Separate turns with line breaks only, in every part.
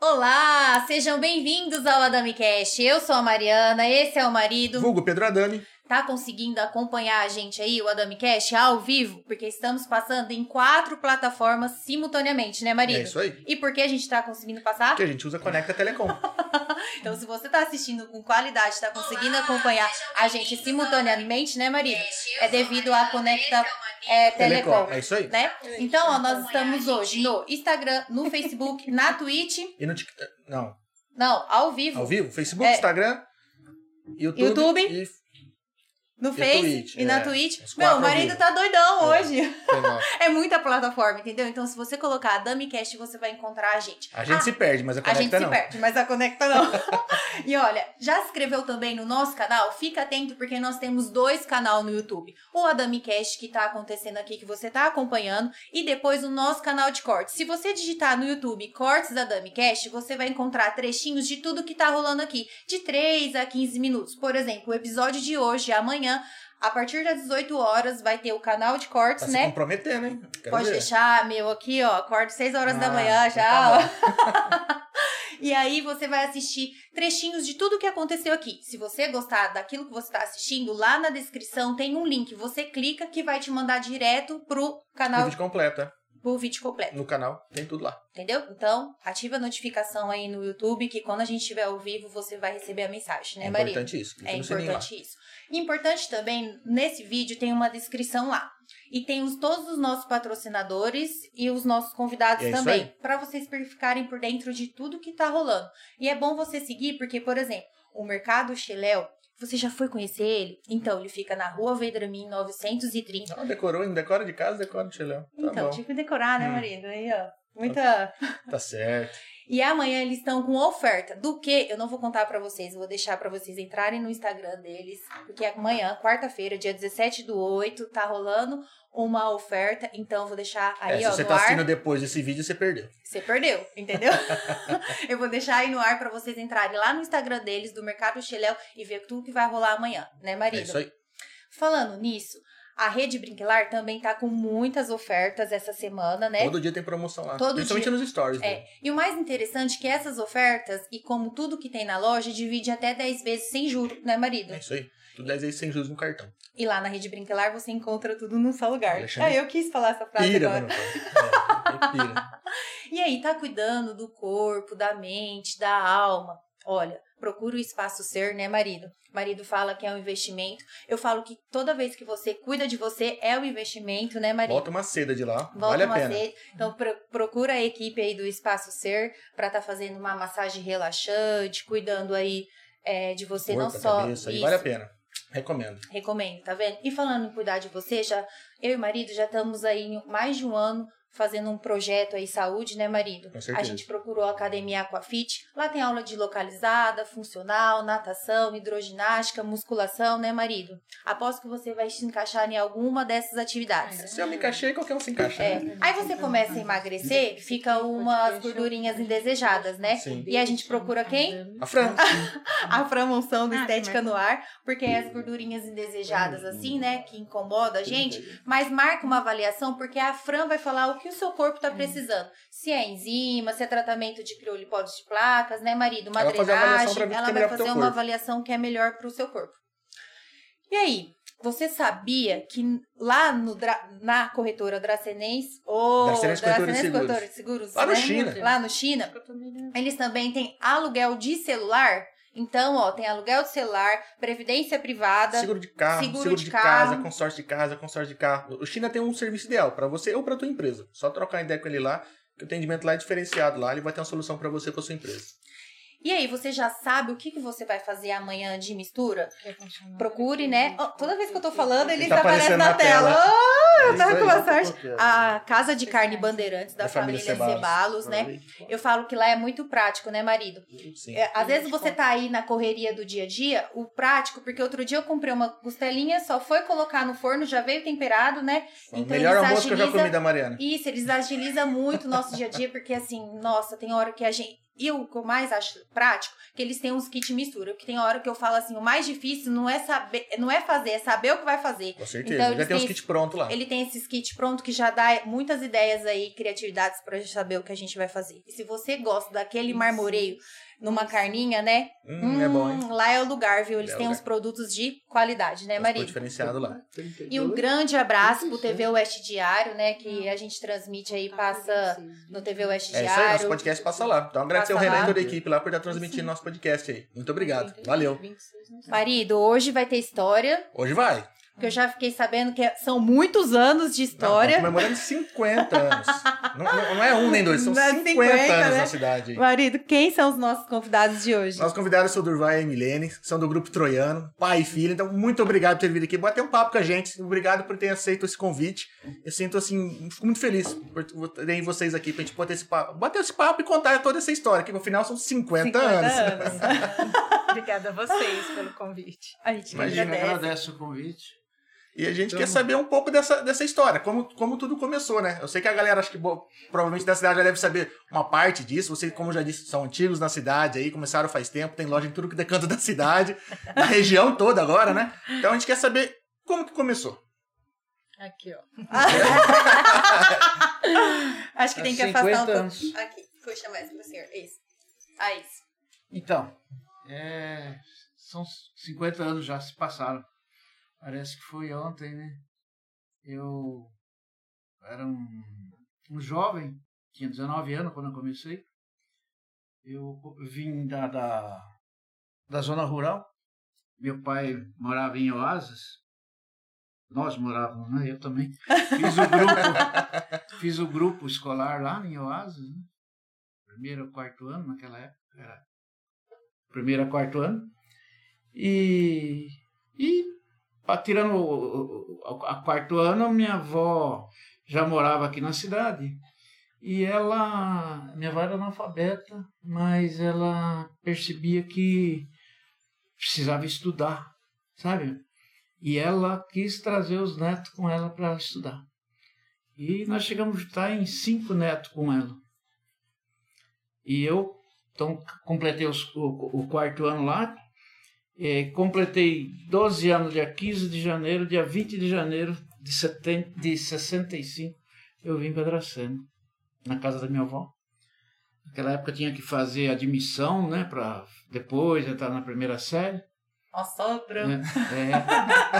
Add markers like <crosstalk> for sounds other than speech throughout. Olá, sejam bem-vindos ao AdamiCast. Eu sou a Mariana, esse é o marido.
Vulgo Pedro Adami.
Tá conseguindo acompanhar a gente aí, o AdamiCast, ao vivo? Porque estamos passando em quatro plataformas simultaneamente, né, marido?
É isso aí.
E por que a gente tá conseguindo passar?
Que a gente usa
<laughs>
Conecta Telecom.
Então, se você tá assistindo com qualidade, tá conseguindo acompanhar a gente simultaneamente, né, marido? É devido à Conecta é, Telecom.
É isso aí.
Né? Então, ó, nós estamos hoje no Instagram, no Facebook, na Twitch.
E no TikTok. Não.
Não, ao vivo.
Ao vivo? Facebook,
É.
Instagram, YouTube,
YouTube.
e.
No
a
Face
Twitch,
e na
é.
Twitch.
Os
Meu,
quatro
o marido
ao vivo.
tá doidão
É.
hoje. <laughs>
Sei lá.
É muita plataforma, entendeu? Então, se você colocar a DamiCast, você vai encontrar a gente.
A gente
Ah,
se perde, mas a
a
Conecta
gente se
não.
perde, mas a Conecta não. <laughs> e olha, já se inscreveu também no nosso canal? Fica atento porque nós temos dois canal no YouTube. O AdamiCast que tá acontecendo aqui, que você tá acompanhando, e depois o nosso canal de cortes. Se você digitar no YouTube Cortes AdamiCast, você vai encontrar trechinhos de tudo que tá rolando aqui, de 3 a 15 minutos. Por exemplo, o episódio de hoje, amanhã, a partir das 18 horas, vai ter o canal de cortes,
Tá se
né?
comprometendo, hein? Quero
Pode
ver.
deixar, meu, aqui, ó. Acordo 6 horas da
Ah,
manhã
então
já.
tá
ó. <laughs> e aí você vai assistir trechinhos de tudo que aconteceu aqui. Se você gostar daquilo que você está assistindo, lá na descrição tem um link. Você clica que vai te mandar direto pro
O
canal,
vídeo completo, é.
pro vídeo completo,
No canal, tem tudo lá.
entendeu? Então, ativa a notificação aí no YouTube que quando a gente estiver ao vivo você vai receber a mensagem, né,
é
Maria?
importante isso. Clica
É
no sininho lá.
importante isso. Importante também, nesse vídeo tem uma descrição lá. E tem os, todos os nossos patrocinadores e os nossos convidados
É isso
também.
aí.
Pra vocês per- ficarem por dentro de tudo que tá rolando. E é bom você seguir, porque, por exemplo, o Mercado Xeléu, você já foi conhecer ele? Então, ele fica na rua Vedramin 930.
Ah, decorou, hein? Decora de casa, decora de Chilão. Tá
então,
bom.
tinha que decorar, né,
Hum.
marido? Aí, ó. Muita.
Tá certo.
E amanhã eles estão com oferta. Do que? Eu não vou contar pra vocês, eu vou deixar pra vocês entrarem no Instagram deles, porque amanhã, quarta-feira, dia 17 do 8, tá rolando uma oferta, então eu vou deixar aí,
é,
ó,
se você
no
tá
ar.
assistindo depois desse vídeo, você perdeu. É
Você perdeu, entendeu? <laughs> eu vou deixar aí no ar pra vocês entrarem lá no Instagram deles, do Mercado Xeléu, e ver tudo que vai rolar amanhã, né,
É
marido?
isso aí.
Falando nisso, a Rede Brinquilar também tá com muitas ofertas essa semana, né?
Todo dia tem promoção lá.
Todo
Principalmente nos stories. né?
É,
dele.
e o mais interessante é que essas ofertas, e como tudo que tem na loja, divide até 10 vezes sem juro, né, marido?
É isso aí. Tudo 10 vezes sem juros no cartão.
E lá na Rede Brinquelar você encontra tudo num só lugar.
Alexandre.
Ah, eu quis falar essa frase
Pira,
agora.
mano. É, pira.
E aí, tá cuidando do corpo, da mente, da alma? Olha, procura o espaço ser, né, marido? Marido fala que é um investimento. Eu falo que toda vez que você cuida de você, é um investimento, né, marido?
Bota uma seda de lá,
Volta
vale a
uma
pena.
vez. Então pro- procura a equipe aí do Espaço Ser para estar fazendo uma massagem relaxante, cuidando aí é, de você não
Corpo,
só.
cabeça, e
isso.
vale a pena. Recomendo.
Recomendo, tá vendo? E falando em cuidar de você, já eu e o marido já estamos aí em mais de um ano fazendo um projeto aí saúde, né, marido?
Com certeza.
A gente procurou a academia Aquafit. Lá tem aula de localizada, funcional, natação, hidroginástica, musculação, né, marido? Aposto que você vai se encaixar em alguma dessas atividades.
Se eu me encaixei, qualquer um se encaixa.
É.
né?
Aí você começa a emagrecer, fica umas gordurinhas indesejadas, né?
Sim.
E a gente procura quem?
A Fran.
A promoção do
Ah,
Estética
mas-
no Ar, porque é as gordurinhas
Uhum.
indesejadas, assim, né? Que incomoda a gente. Mas marca uma avaliação, porque a Fran vai falar o que o seu corpo tá precisando. Se é enzima, se é tratamento de criolipólise de placas, né, marido? Uma
Ela vai fazer uma avaliação pra ver o
drenagem.
que
Ela
é
vai
melhor pro teu
fazer uma
corpo.
avaliação que é melhor pro seu corpo. E aí? Você sabia que lá no Dra- na corretora Dracenense, ou
Dracenense Corretora de Seguros.
Corretora de Seguros,
Lá no
né?
China.
lá no China, eles também têm aluguel de celular. Então, ó, tem aluguel de celular, previdência privada.
Seguro de carro,
Seguro
seguro,
de
de, casa,
carro.
consórcio de casa, consórcio de carro. O China tem um serviço ideal pra você ou pra tua empresa. Só trocar ideia com ele lá, que o atendimento lá é diferenciado lá, ele vai ter uma solução pra você e pra sua empresa.
E aí, você já sabe o que, que você vai fazer amanhã de mistura? Procure, né? Ó, toda vez que eu tô falando, ele
Tá
aparece
aparecendo
na
na
tela.
tela.
Ah,
É,
tá
isso aí.
com massagem.
Qualquer.
A Casa de Carne Bandeirantes da, família, Cebalos, né? Eu falo que lá é muito prático, né, marido?
Sim.
É, às vezes
Gente,
você
como-
tá aí na correria do dia a dia, o prático, porque outro dia eu comprei uma costelinha, só foi colocar no forno, já veio temperado, né?
Foi o
então
melhor
eles
almoço que eu já
agilizam-
comi da Mariana.
Isso, eles agilizam muito o nosso dia a dia, porque assim, nossa, tem hora que a gente. E o que eu mais acho prático, que eles têm uns kits mistura. Que tem hora que eu falo assim, o mais difícil não é saber, não é fazer, é saber o que vai fazer.
Com certeza.
Então,
já
eles
tem uns
têm-
kits prontos lá.
Ele tem esses kits pronto que já dá muitas ideias aí, criatividades pra gente saber o que a gente vai fazer. E se você gosta daquele
Isso.
marmoreio numa carninha, né?
Hum, é bom, hein?
Hum, Lá é o lugar, viu? Eles
É o
têm
lugar.
uns produtos de qualidade, né,
Mas Foi
marido?
diferenciado lá.
E um grande abraço pro TV West Diário, né? Que a gente transmite aí, passa no TV West
É
Diário.
isso aí, nosso podcast passa lá. Então agradecer o
Passa
Renan
lá.
e toda a equipe lá por estar transmitindo nosso podcast aí. Muito obrigado. Valeu.
Marido, hoje vai ter história,
Hoje vai. Nós
porque eu já fiquei sabendo que são muitos anos de
Estamos
história.
tá comemorando 50 anos. não, não- não é um nem dois, são
Não é
50,
50,
anos
né?
na cidade. aí.
Marido, quem são os nossos convidados de hoje?
Nossos convidados são o Durval e a Milene, são do grupo Troiano, pai e filho. Então, muito obrigado por ter vindo aqui bater um papo com a gente. Obrigado por ter aceito esse convite. Eu sinto, assim, fico muito feliz por por terem vocês aqui pra gente bater esse papo, bater esse papo e contar toda essa história, que no final são 50, anos.
anos.
<laughs> Obrigada a vocês pelo convite.
A gente que
Imagina,
agradece.
agradece o convite.
E a gente
Então-
quer saber um pouco dessa, dessa história, como, como tudo começou, né? Eu sei que a galera, acho que bo- provavelmente da cidade já deve saber uma parte disso. Vocês, como eu já disse, são antigos na cidade aí, começaram faz tempo, tem loja em tudo que é canto da
<laughs>
cidade, na região toda agora, né? Então a gente quer saber como que
<laughs>
começou.
Aqui, ó.
Acho que tem que
Há
afastar um
50
pouco.
anos.
Aqui, puxa mais pro senhor. Isso. Ah, isso.
Então, é, são 50 anos já se passaram. Parece que foi ontem, né? Eu era um, um jovem, tinha 19 anos quando eu comecei. Eu vim da, da, da zona rural. Meu pai morava em Oásis. Nós morávamos, né?
<laughs>
Eu também. Fiz o grupo, fiz o grupo escolar lá em Oásis, né? Primeiro, quarto ano, naquela época era primeiro a quarto ano. E, e pa- tirando o, o- o- a quarto ano, minha avó já morava aqui na cidade. E ela, minha avó era analfabeta, mas ela percebia que precisava estudar, sabe? E ela quis trazer os netos com ela para estudar. E nós chegamos a estar em cinco netos com ela. E eu então, c- completei os- o, o quarto ano lá. Eh, completei 12 anos, dia 15 de janeiro, dia 20 de janeiro de, 70, de 65, eu vim para Dracena, na casa da minha avó. Naquela época tinha que fazer admissão, né, para depois entrar na primeira série.
Nossa, só branco.
né?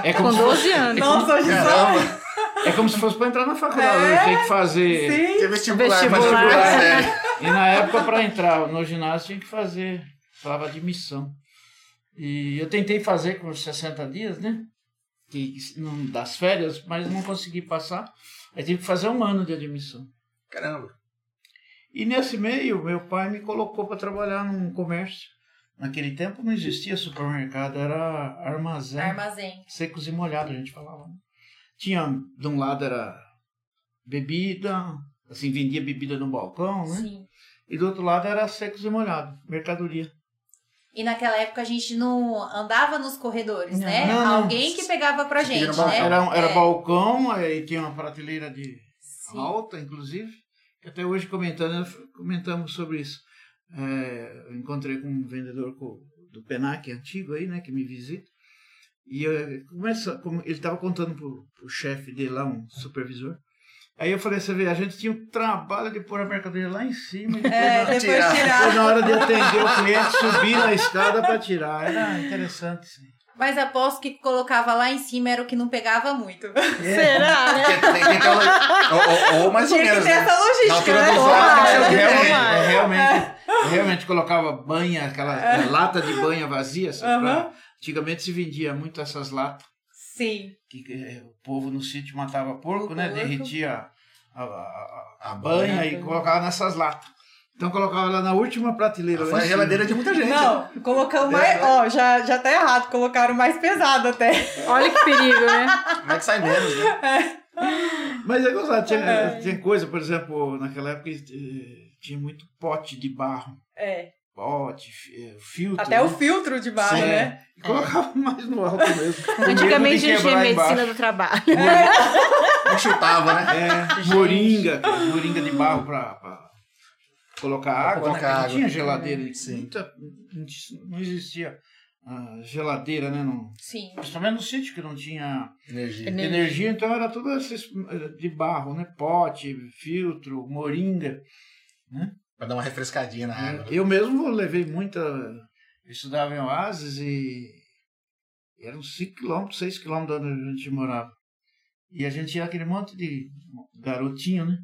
É, é
Com
como se fosse,
12 anos.
Nossa, hoje só.
é como se fosse para entrar na faculdade,
É,
tem que fazer
Que
Sim.
é vestibular,
Vestibular.
vestibular, né?
E na época, para entrar no ginásio, tinha que fazer, falava admissão. E eu tentei fazer com os 60 dias, né? Que, não, das férias, mas não consegui passar. Aí tive que fazer um ano de admissão.
Caramba.
E nesse meio, meu pai me colocou para trabalhar num comércio. Naquele tempo não existia supermercado, era
Né?
armazém
Armazém.
secos e molhados, a gente falava. né? Tinha, de um lado era bebida, assim, vendia bebida no balcão,
Uhum.
né?
Sim.
E do outro lado era secos e molhados, mercadoria.
E naquela época a gente não andava nos corredores,
Não.
né?
Não, não.
Alguém que pegava pra
Você fica
gente,
no
né?
balcão.
Era, um, era
É.
balcão, aí tinha uma prateleira de
Sim.
alta, inclusive. que Até hoje comentando, comentamos sobre isso. É, eu encontrei com um vendedor co- do PENAC antigo aí, né, que me visita. E eu, começa, como ele estava contando pro, pro chefe dele lá, um supervisor. Aí eu falei, você vê, a gente tinha o trabalho de pôr a mercadoria lá
<laughs>
em cima. E depois
É,
na-
depois
Tirar.
tirar.
depois na hora de atender o cliente, subir na escada para tirar. Era interessante. sim.
Mas aposto que colocava lá em cima era o que não pegava muito.
Será, né?
Tem- tem- tem aquela- ou, ou- ou mais ou
Tinha que
menos,
ter
né?
essa
Na
logística,
altura
né?
dos
Tomara.
olhos, tem que ser
realmente,
diferente.
Tomara.
é, realmente, eu realmente colocava banha, aquela eh, lata de banha vazia. sabe, pra- antigamente se vendia muito essas latas,
Sim.
que eh, o povo no sítio matava porco, né?
Porco.
Derretia a, a- a- a
A
banha
banha.
e colocava nessas latas. Então colocava lá na última prateleira. lá
Foi a
em
geladeira de muita gente. né?
Não, colocamos mais. Ó, já, já tá errado, colocaram mais pesado até.
Olha que perigo, né?
Como é que sai menos, né?
cima. Mas é gostado, tinha, tinha coisa, por exemplo, naquela época eh, tinha muito pote de barro.
É.
Pote, fi- eh, filtro.
Até o
né?
filtro de barro,
Sim.
né?
E colocava mais no alto mesmo. com medo de
Antigamente a gente tinha
quebrar
medicina
embaixo.
do trabalho.
Não chutava, né?
É, moringa, cara, moringa de barro pra, pra colocar água.
colocar
né? Não
água. É.
tinha geladeira.
Sim.
muita- não tinha- não existia ah, geladeira, né? Não,
Sim.
principalmente no sítio que não tinha
Energia.
Energia.
energia, então era tudo esses eh, de barro, né? Pote, filtro, moringa.
Pra dar uma refrescadinha na água.
É, Eu mesmo levei muita. Eu estudava em Oasis e eram 5 km, 6 km de onde a gente morava. E a gente era aquele monte de garotinho, né?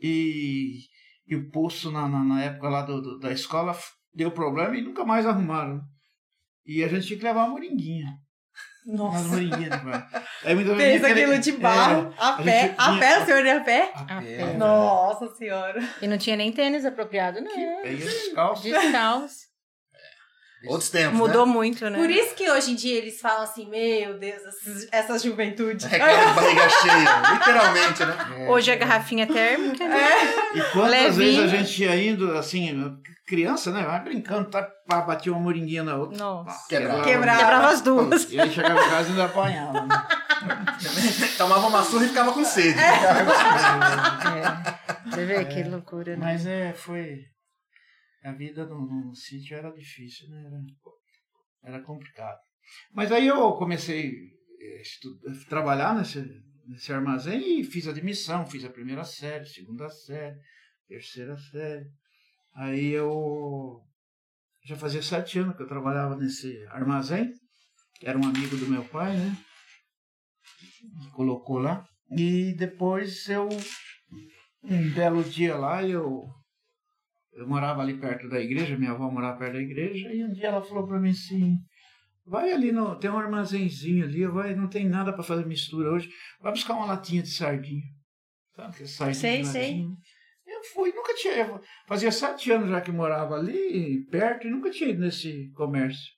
E, e o poço na, na, na época lá do, do- da escola f- deu problema e nunca mais arrumaram. né? E a gente tinha que levar uma moringuinha. Umas
Nossa.
moringuinhas. pra- Aí muitas vezes
Fez
aquele-
aquilo de barro, a
é, a
pé.
gente
A
vinha-
pé, o senhor ia a pé?
A
A
pé.
É.
pé.
Nossa senhora.
E não tinha nem tênis apropriado, não.
Aí ia descalço.
Descalço.
Hum.
Outros tempos,
Mudou muito, né?
Por isso que hoje em dia eles falam assim, meu Deus, essas- essa juventude.
né? Reclama de barriga cheia, literalmente, né?
Hoje a garrafinha térmica, né?
E quantas
Levinho.
vezes a gente ia indo, assim, criança, né? Vai brincando, tá, pá, batia uma moringuinha na
É.
outra.
Nossa.
Quebrava.
Quebrava.
Quebrava as duas.
E aí chegava em casa e ainda apanhava. né?
né? <laughs> Tomava uma surra e ficava com sede.
<laughs> É. <laughs> Você vê que loucura, né?
Mas é, foi. A vida no, no sítio era difícil, né? Era, era complicado. Mas aí eu comecei a trabalhar nesse, nesse armazém e fiz admissão, fiz a primeira série, segunda série, terceira série. Aí eu já fazia sete anos que eu trabalhava nesse armazém, que era um amigo do meu pai, né? Me colocou lá. E depois eu um belo dia lá, eu, eu morava ali perto da igreja, minha avó morava perto da igreja, e um dia ela falou para mim assim, vai ali, no, tem um armazenzinho ali, vai, não tem nada para fazer mistura hoje, vai buscar uma latinha de sardinha. Sabe que sardinha?
Sei,
de
sei.
latinha? Eu fui, nunca tinha, eu fazia sete anos já que morava ali, perto, e nunca tinha ido nesse comércio.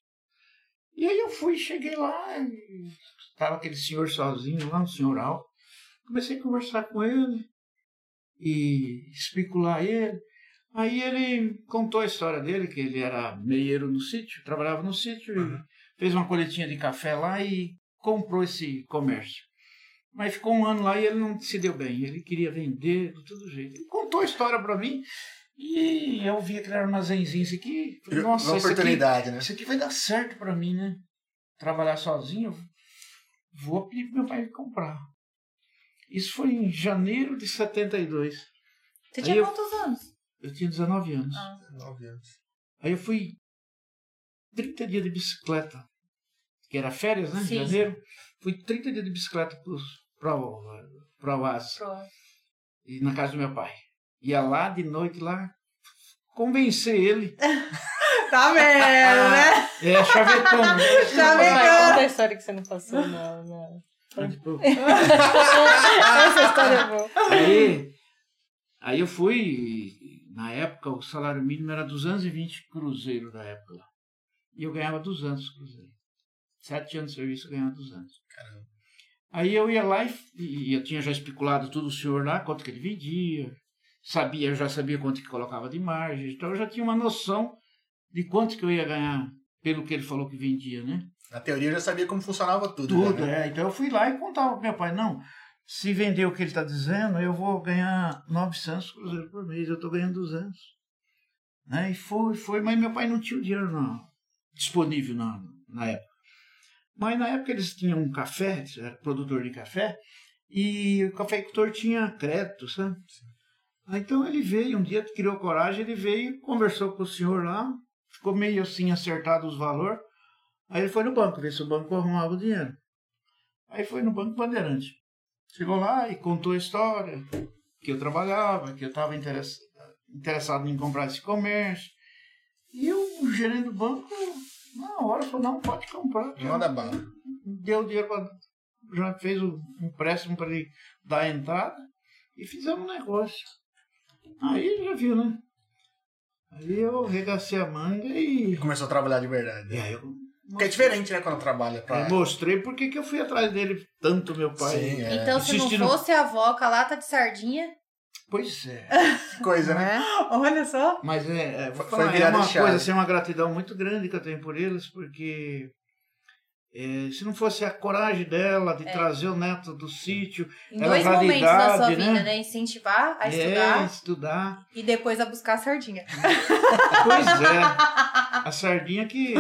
E aí eu fui, cheguei lá, e tava aquele senhor sozinho lá, um senhor alto, comecei a conversar com ele, e especular ele. Aí ele contou a história dele, que ele era meieiro no sítio, trabalhava no sítio, e fez uma coletinha de café lá e comprou esse comércio. Mas ficou um ano lá e ele não se deu bem. Ele queria vender de todo jeito. Ele contou a história para mim e eu vi aquele armazenzinho. Isso aqui, falei, nossa,
uma
isso aqui,
oportunidade, né?
isso aqui vai dar certo para mim, né? Trabalhar sozinho, eu vou pedir pro meu pai comprar. Isso foi em janeiro de 72.
Você
Aí
tinha
eu-
quantos anos?
Eu tinha 19 anos.
Ah.
Aí eu fui 30 dias de bicicleta, que era férias, né?
Sim.
Em janeiro. Fui 30 dias de bicicleta para o Oasis, e na casa do meu pai. Ia lá de noite, lá, convencer ele.
Tá vendo, né?
É,
<laughs>
chavetando. "Ah,
Chavetando.
Conta a história que você não passou, não, não.
Tipo,
<laughs> Essa história é boa.
Aí, aí eu fui, e na época o salário mínimo era 220 cruzeiro da época lá. E eu ganhava 200 cruzeiro. Sete anos de serviço eu ganhava 200.
Caramba.
Aí eu ia lá e, e eu tinha já especulado tudo o senhor lá, quanto que ele vendia, sabia, eu já sabia quanto que colocava de margem, então eu já tinha uma noção de quanto que eu ia ganhar pelo que ele falou que vendia, né?
Na teoria eu já sabia como funcionava tudo.
Tudo,
né?
é. Então eu fui lá e contava pro meu pai, não, se vender o que ele está dizendo, eu vou ganhar 900 cruzeiros por mês, eu estou ganhando 200. Né? E foi, foi, mas meu pai não tinha o dinheiro não, disponível na, na época. Mas na época eles tinham um café, era produtor de café, e o cafeicultor tinha crédito, sabe? Aí, Então ele veio, um dia criou coragem, ele veio, conversou com o senhor lá, ficou meio assim acertado os valores. Aí ele foi no banco, ver se o banco arrumava o dinheiro. Aí foi no Banco Bandeirante. Chegou lá e contou a história, que eu trabalhava, que eu estava interessado em comprar esse comércio. E o gerente do banco, na hora, falou, não, pode comprar. cara."
Manda bala.
deu dinheiro para já fez o empréstimo para ele dar a entrada e fizemos um negócio. Aí já viu, né? Aí eu regacei a manga e.
E começou a trabalhar de verdade.
E aí eu
Porque é diferente, né, quando trabalha pra...
Eu mostrei por que que eu fui atrás dele tanto, meu É, pai.
Sim, é.
Então, se não
Insistindo.
fosse a avó com a lata de sardinha.
Pois é.
<laughs> Que coisa, né?
né?
Olha só.
Mas é, é, vou
Foi
falar, é
virada
uma
de chave.
coisa, assim, uma gratidão muito grande que eu tenho por eles, porque é, se não fosse a coragem dela
É.
de trazer o neto do sítio,
Em
Era
dois momentos da sua
raridade,
vida,
né?
né? Incentivar a
é,
estudar
estudar.
e depois a buscar a sardinha.
Pois é. A sardinha que,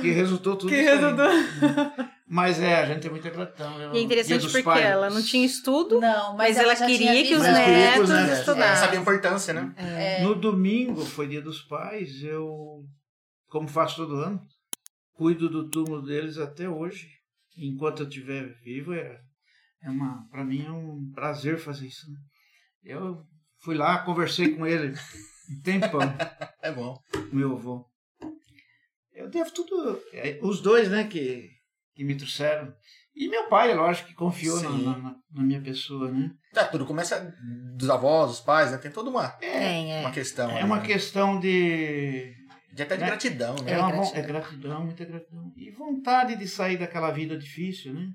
que resultou tudo
Que
isso aí.
resultou.
Mas é, a gente tem muita gratidão. viu?
E é
Dia
interessante
dos
porque
pais.
ela não tinha estudo,
Não, mas,
mas, ela
já
queria
tinha
que os
visto. né?
Mas queria que os
netos
netos-
Ela né? sabe
estudassem.
a importância, né?
No domingo, foi dia dos pais, eu, como faço todo ano, cuido do túmulo deles até hoje. Enquanto eu estiver vivo, é, é uma, para mim é um prazer fazer isso. né? Eu fui lá, conversei com ele um tempão.
É bom.
meu avô. Eu devo tudo. é, Os dois, né, que, que me trouxeram. E meu pai, lógico, que confiou na,
Sim.
na- na- na minha pessoa, né?
Tá, tudo começa dos avós, dos pais, né? Tem toda uma,
Tem, é.
uma questão.
É
ali,
uma
né?
questão de.
De até de
né?
gratidão, né?
É, uma von-
gratidão.
é gratidão, muita gratidão. E vontade de sair daquela vida difícil, né?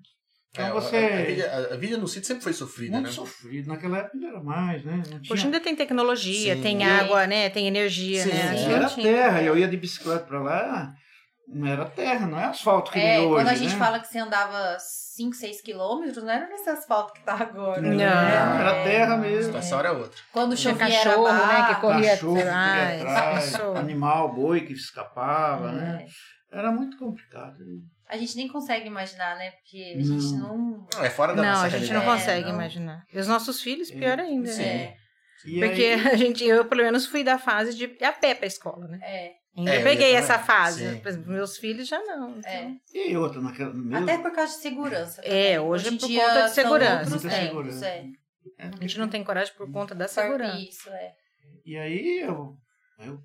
Então
É,
você.
a, a vida, a- a vida no sítio sempre foi sofrida,
muito
né?
sofrido. Naquela época ainda era mais, né? Não
Hoje
tinha.
ainda tem tecnologia,
Sim.
tem
E-
água, né? Tem energia,
Sim,
né?
é.
Antes
Era
não tinha.
terra. Eu ia de bicicleta pra lá, não era terra, não é asfalto que
É,
nem hoje.
quando a gente
né?
fala que você andava 5, 6 quilômetros, não era nesse asfalto que tá agora.
Não.
né?
era terra
A
mesmo.
situação era é outra.
Quando
Tinha
chovia era
cachorro, né,
barro.
que corria
cachorro que
atrás,
corria atrás,
pessoa.
animal, boi que escapava, né?
É.
Era muito complicado.
A gente nem consegue imaginar, né? Porque a gente
Não.
não.
Não, é fora da
Não,
nossa
a gente não
realidade,
consegue
não.
imaginar. E os nossos filhos,
É.
pior ainda.
Sim.
né?
É,
E
Porque
aí,
a gente, eu pelo menos fui da fase de ir a pé pra escola, né?
é.
Ainda
É, eu ia
peguei
também.
essa fase.
Sim.
Por exemplo, meus filhos já não. então.
É.
e outra, naquela, no mesmo,
Até por causa de segurança.
É,
também.
hoje é
em
por
dia
conta de
são
segurança.
outros
Muita
tempos,
segurança.
é.
é,
A gente não tem coragem por conta da segurança.
Isso, é.
E aí eu, eu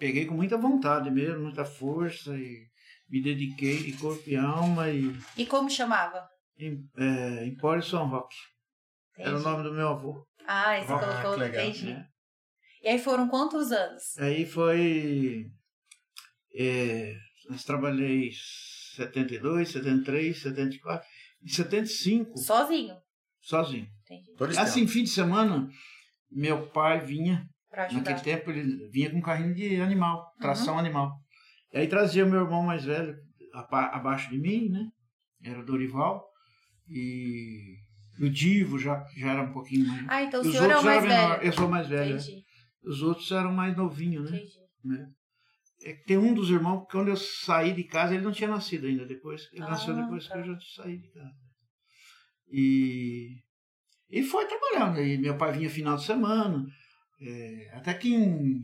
peguei com muita vontade mesmo, muita força e me dediquei de corpo e alma e
E como chamava?
em, é, Empório São Roque.
É
Era o nome do meu avô.
Ah, você
Ah,
colocou.
que legal.
entendi.
né?
E aí foram quantos anos?
Aí foi. É, nós trabalhei 72, 73, 74, em 75
Sozinho.
sozinho.
Entendi.
Todo esse
Assim, fim de semana, meu pai vinha,
Pra
naquele
ajudar.
tempo ele vinha com um carrinho de animal, tração animal. E aí trazia o meu irmão mais velho apa- abaixo de mim, né? Era o Dorival. E o Divo já, já era um pouquinho mais.
Ah, então o
Os
senhor é o
outros
mais
eram menor,
velho.
eu sou mais velho. né?
Entendi,
Os outros eram mais novinhos, né?
entendi.
É que tem um dos irmãos que quando eu saí de casa, ele não tinha nascido ainda depois. Ele
Ah,
nasceu depois
tá.
que eu já saí de casa. E, e foi trabalhando. E meu pai vinha final de semana. É, até que em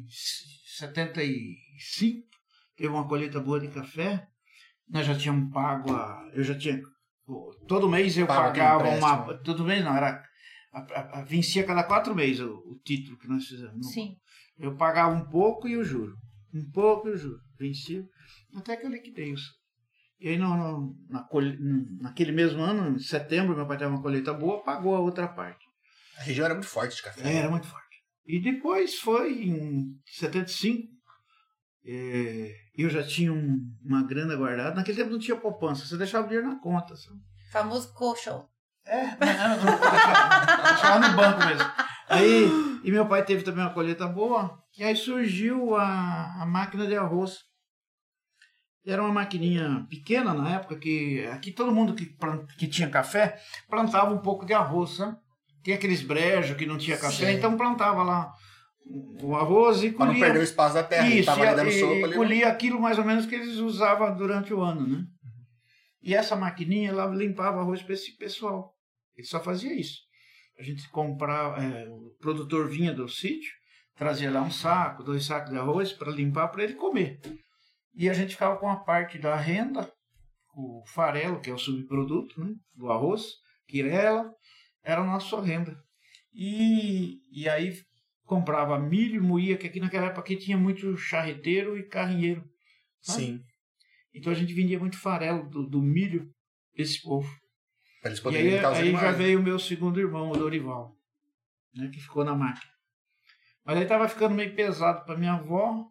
75 teve uma colheita boa de café. Nós já tínhamos pago a. Eu já tinha. o- Todo mês eu
Pago aquele
pagava uma.
empréstimo.
Todo mês não, era. a- a- a- vencia cada quatro meses o, o título que nós fizemos. Não-
Sim.
eu pagava um pouco e o juro. Um pouco e o juro. Vencia. Até que eu liquidei isso. E aí, no, no- na colhe- naquele mesmo ano, em setembro, meu pai teve uma colheita boa, pagou a outra parte.
A região era muito forte de café.
É, Era muito forte. E depois foi em 75. eh, eu já tinha um- uma grana guardada. Naquele tempo não tinha poupança, você deixava o dinheiro na conta. sabe?
Famoso colchão.
É, não, não, <laughs> não, deixava, deixava no banco mesmo. Aí, e meu pai teve também uma colheita boa, e aí surgiu a, a máquina de arroz. Era uma maquininha pequena na época, que aqui todo mundo que, plant- que tinha café plantava um pouco de arroz, sabe? Tinha aqueles brejos que não tinha café,
Sim.
então plantava lá o o arroz e
Pra não perder o
colhia.
espaço da terra. Ele
Isso,
tava
e,
ali dando
e-
sopa
e
ali. né?
colhia aquilo mais ou menos que eles usavam durante o ano, né? E essa maquininha, ela limpava arroz para esse pessoal. Ele só fazia isso. A gente comprava, é, o produtor vinha do sítio, trazia lá um saco, dois sacos de arroz para limpar para ele comer. E a gente ficava com a parte da renda, o farelo, que é o subproduto né, do arroz, quirela, era a nossa renda. E, e aí comprava milho, moía, que aqui naquela época aqui tinha muito charreteiro e carrinheiro.
Sim.
Então a gente vendia muito farelo do, do milho pra esse povo.
Pra eles
E
poderem
aí,
alimentar os
aí já
animais. né?
veio o meu segundo irmão, o Dorival, né, que ficou na máquina. Mas aí tava ficando meio pesado para minha avó.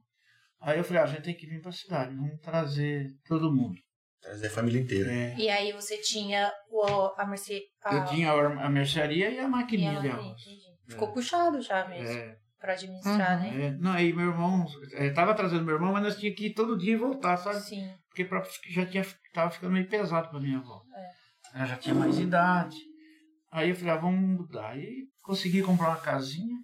Aí eu falei, ah, a gente tem que vir pra cidade, vamos trazer todo mundo.
Trazer a família inteira.
É,
E aí você tinha o, a merce... a-
eu tinha a a mercearia e a
Ah. e
maquininha
a-
de arroz.
entendi. Ficou puxado já mesmo
É,
pra administrar, né?
é, não, aí meu irmão, é, tava trazendo meu irmão, mas nós tínhamos que ir todo dia e voltar, sabe?
Sim.
Porque pra, já tinha, tava ficando meio pesado pra minha avó. Ela já tinha mais idade. Aí eu falei, ah, vamos mudar. Aí consegui comprar uma casinha,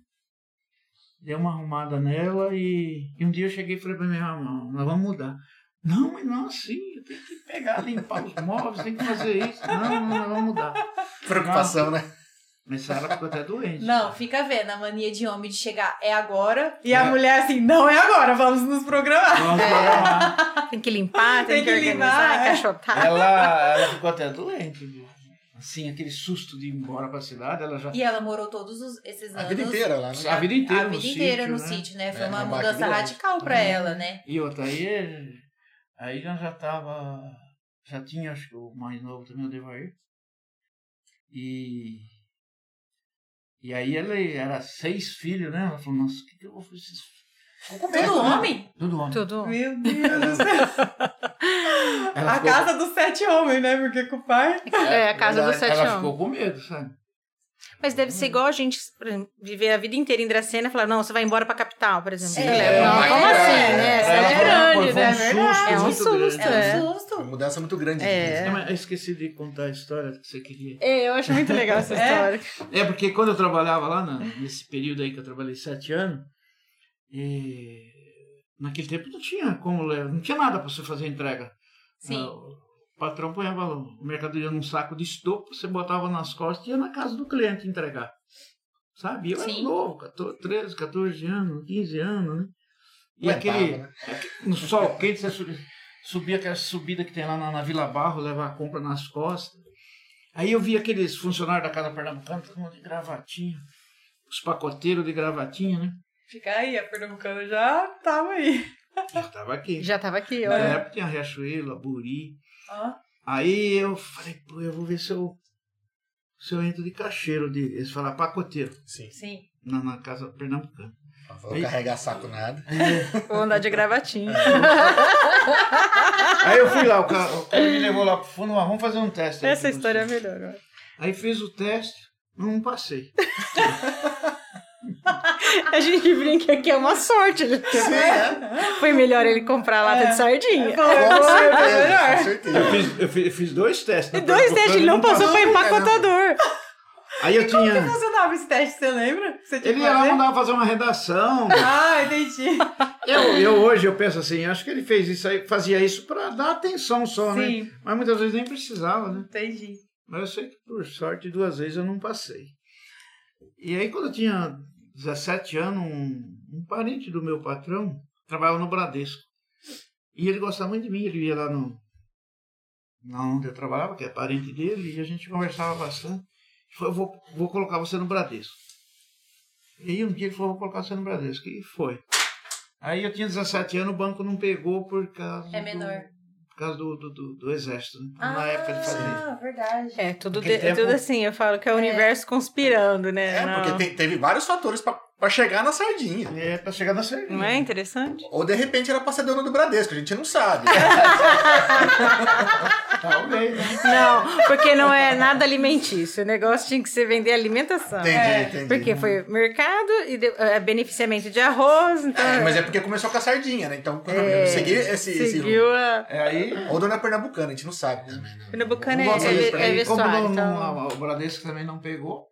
dei uma arrumada nela e, e um dia eu cheguei e falei pra minha irmã, nós vamos mudar. Não, mas não assim, eu tenho que pegar, limpar os móveis, tem que fazer isso. Não, não, nós vamos mudar.
Preocupação, né?
Mas Sara ficou até doente.
Não, fica vendo a mania de homem de chegar é agora e
É.
a mulher assim, não é agora, vamos nos programar.
Vamos programar.
Tem que limpar, tem,
Tem
que,
que
organizar,
limpar, é.
encaixotar.
Ela, ela ficou até doente. viu? Assim, aquele susto de ir embora pra cidade, ela já.
E ela morou todos os- esses
A
anos.
vida inteira lá, né?
A vida inteira
a
no
vida
sítio.
inteira no
né?
sítio, né? Foi
É,
uma
uma
mudança
barriga.
radical pra
É.
ela, né?
E outra, aí. é, Aí nós já tava. Já tinha, acho que o mais novo também, o Devair. E. E aí ele era seis filhos, né? Ela falou, nossa, o que, que eu vou fazer? esses filhos?"
Todo homem?
Tudo homem.
Tudo.
Meu Deus do céu.
Ela ficou-
dos sete homens, né? Porque com o pai.
É, a casa dos
Ela-
sete
Ela
homens.
ficou com medo, sabe?
Mas deve ser igual a gente por exemplo, viver a vida inteira em Dracena e falar, não, você vai embora pra capital, por exemplo.
Sim.
Não,
É,
não,
mas-
como
é,
assim, né?
é,
Cidade
é,
grande,
foi um
né?
susto
É um
muito
susto,
grande.
É
É.
um
Uma
susto.
mudança muito grande.
É.
É, mas eu esqueci de contar a história que você queria.
É, eu acho muito legal essa
É.
história.
É, porque quando eu trabalhava lá, na- nesse período aí que eu trabalhei sete anos, eh, naquele tempo não tinha como levar, não tinha nada para você fazer entrega. Ah,
Sim.
O patrão ponhava a mercadoria num saco de estopa, você botava nas costas e ia na casa do cliente entregar. Sabe? Eu
Sim.
era novo, 14, 13, 14 anos, 15 anos, né? E
Aguentava,
aquele,
né?
no sol quente, você subia, subia aquela subida que tem lá na, na Vila Barro, levar a compra nas costas. Aí eu vi aqueles funcionários da Casa Pernambucana, todo mundo de gravatinha, os pacoteiros de gravatinha, né?
Fica aí, a pernambucana já tava aí.
Ah.
Eu tava
<laughs>
aqui.
Já tava aqui,
Na
ó.
época tinha Riachuelo, Aburi.
Ó.
Ah.
Aí eu falei, pô, eu vou ver se eu, se eu entro de cacheiro, de, eles falam pacoteiro,
Sim.
Sim.
na, na Casa
<laughs>
Pernambucana.
Não vou carregar saco nada.
Vou andar de gravatinha.
Aí eu fui lá, o cara, o cara me levou lá pro fundo, mas vamos fazer um teste. aí
Essa
com
história é
você."
melhor, ó.
Aí fiz o teste, não passei.
A gente brinca que é uma sorte. ele ter-
Sim, é.
Foi melhor ele comprar a lata de sardinha.
Com certeza,
melhor.
com certeza.
Eu fiz, eu fiz, eu fiz dois testes. né?
E
na
dois
Pernambucana,
testes, ele não passou pra
caramba.
empacotador.
Aí eu tinha.
Funcionava esse teste, você lembra? Você tinha
Ele
que
ia lá
fazer?
mandava fazer
<laughs>
uma redação.
Ah, entendi.
Eu, eu hoje eu penso assim, acho que ele fez isso aí, fazia isso pra dar atenção só, né?
Sim,
Mas muitas vezes nem precisava, né?
entendi.
Mas eu sei que por sorte duas vezes eu não passei. E aí quando eu tinha 17 anos, um, um parente do meu patrão trabalhava no Bradesco. E ele gostava muito de mim, ele ia lá no na onde eu trabalhava, que é parente dele, e a gente conversava bastante. Ele falou, eu vou, vou colocar você no Bradesco. E aí um dia ele falou, vou colocar você no Bradesco. E foi. Aí eu tinha 17 anos, o banco não pegou por causa
É
do-
menor.
por causa do, do, do- do exército. né? Na época de fazer isso.
Ah, verdade.
É, tudo,
Naquele
de- é
tempo-
tudo assim, eu falo que é o universo conspirando, né?
um- É,
não.
porque te- teve vários fatores pra, pra chegar na sardinha.
É, pra chegar na sardinha.
não é interessante?
Ou de repente era pra ser dona do Bradesco, a gente não sabe.
Talvez, né?
Não, porque não é nada alimentício. O negócio tinha que ser vender alimentação.
Entendi,
É,
entendi.
Porque foi mercado e de- é, beneficiamento de arroz, então.
É, mas é porque começou com a sardinha, né? Então,
É,
seguir esse, esse
seguiu a.
É aí... um
Ou dona Pernambucana, a gente não sabe. também, né?
Pernambucana é,
Vamos
é,
abrir
ve-
pra
é
ele.
Como
vestuário.
não-
então-
não- o Bradesco também não pegou,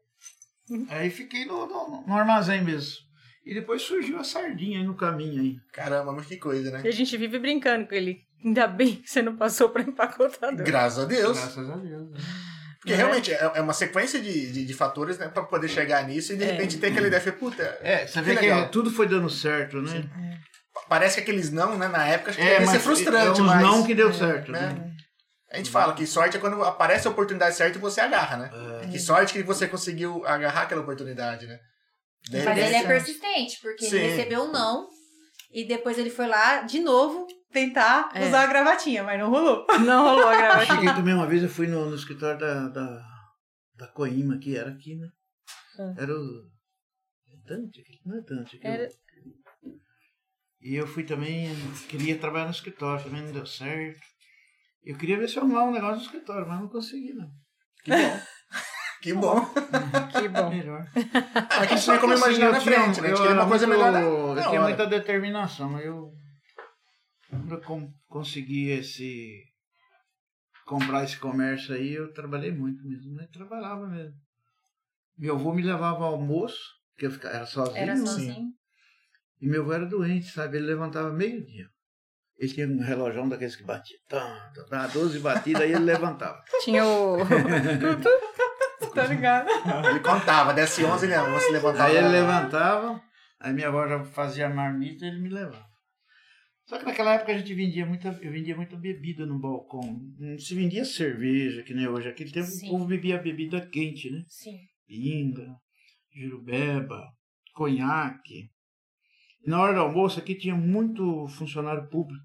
Uhum.
aí fiquei no, no- no armazém mesmo. E depois surgiu a sardinha aí no caminho aí.
Caramba, mas que coisa, né?
E a gente vive brincando com ele. Ainda bem que você não passou pra empacotador.
Graças a Deus.
Graças a Deus. né?
Porque
Né?
realmente é é uma sequência de, de, de fatores, né? Pra poder chegar nisso e de
É.
repente ter aquela ideia. falei, Puta,
É, você
Que
vê que,
legal.
tudo foi dando certo, né?
parece que aqueles não, né? Na época, acho que
É,
deve
mas
ser frustrante,
é uns
mas...
não que deu certo,
né?
né?
A gente fala que sorte é quando aparece a oportunidade certa e você agarra, né?
É.
Que sorte que você conseguiu agarrar aquela oportunidade, né? De
Mas ele é
repente-
persistente, porque
Sim.
ele recebeu um não. E depois ele foi lá de novo tentar
É.
usar a gravatinha, mas não rolou.
Não rolou a
Eu
gravação.
cheguei também uma vez, eu fui no, no escritório da, da, da Coima, que era aqui, né?
Ah.
Era o. é Dante? aquele? Não é Dante. aquele-
Era-
E eu fui também, queria trabalhar no escritório, também não deu certo. Eu queria ver se eu arrumava um negócio no escritório, mas não consegui, né? não.
Que bom. Que
<laughs>
bom.
<laughs> Que bom.
Melhor.
É que tinha como
Assim,
imaginar
eu
na
tinha-
frente, né? A gente
eu
queria
era
uma coisa
muito-
melhor na-
Eu
na
tinha
hora.
muita determinação. Eu pra con- conseguir esse. comprar esse comércio aí, eu trabalhei muito mesmo. Mas trabalhava mesmo. Meu avô me levava ao almoço, porque eu ficava, era sozinho.
Era assim.
Sim.
sozinho.
E meu avô era doente, sabe? Ele levantava meio-dia. Ele tinha um relógio daqueles que batia. Tá, tá, tá, 12 batidas, aí ele levantava.
<laughs>
Tinha o. <laughs>
Tá ligado?
Ele contava, desce 11, né? Você levantava.
Aí ele levantava, aí minha avó já fazia marmita e ele me levava. Só que naquela época a gente vendia muita, eu vendia muita bebida no balcão. Não se vendia cerveja, que nem hoje. Aquele tempo
Sim.
o povo bebia bebida quente, né?
Sim.
Pinga, jurubeba, conhaque. Na hora do almoço aqui tinha muito funcionário público.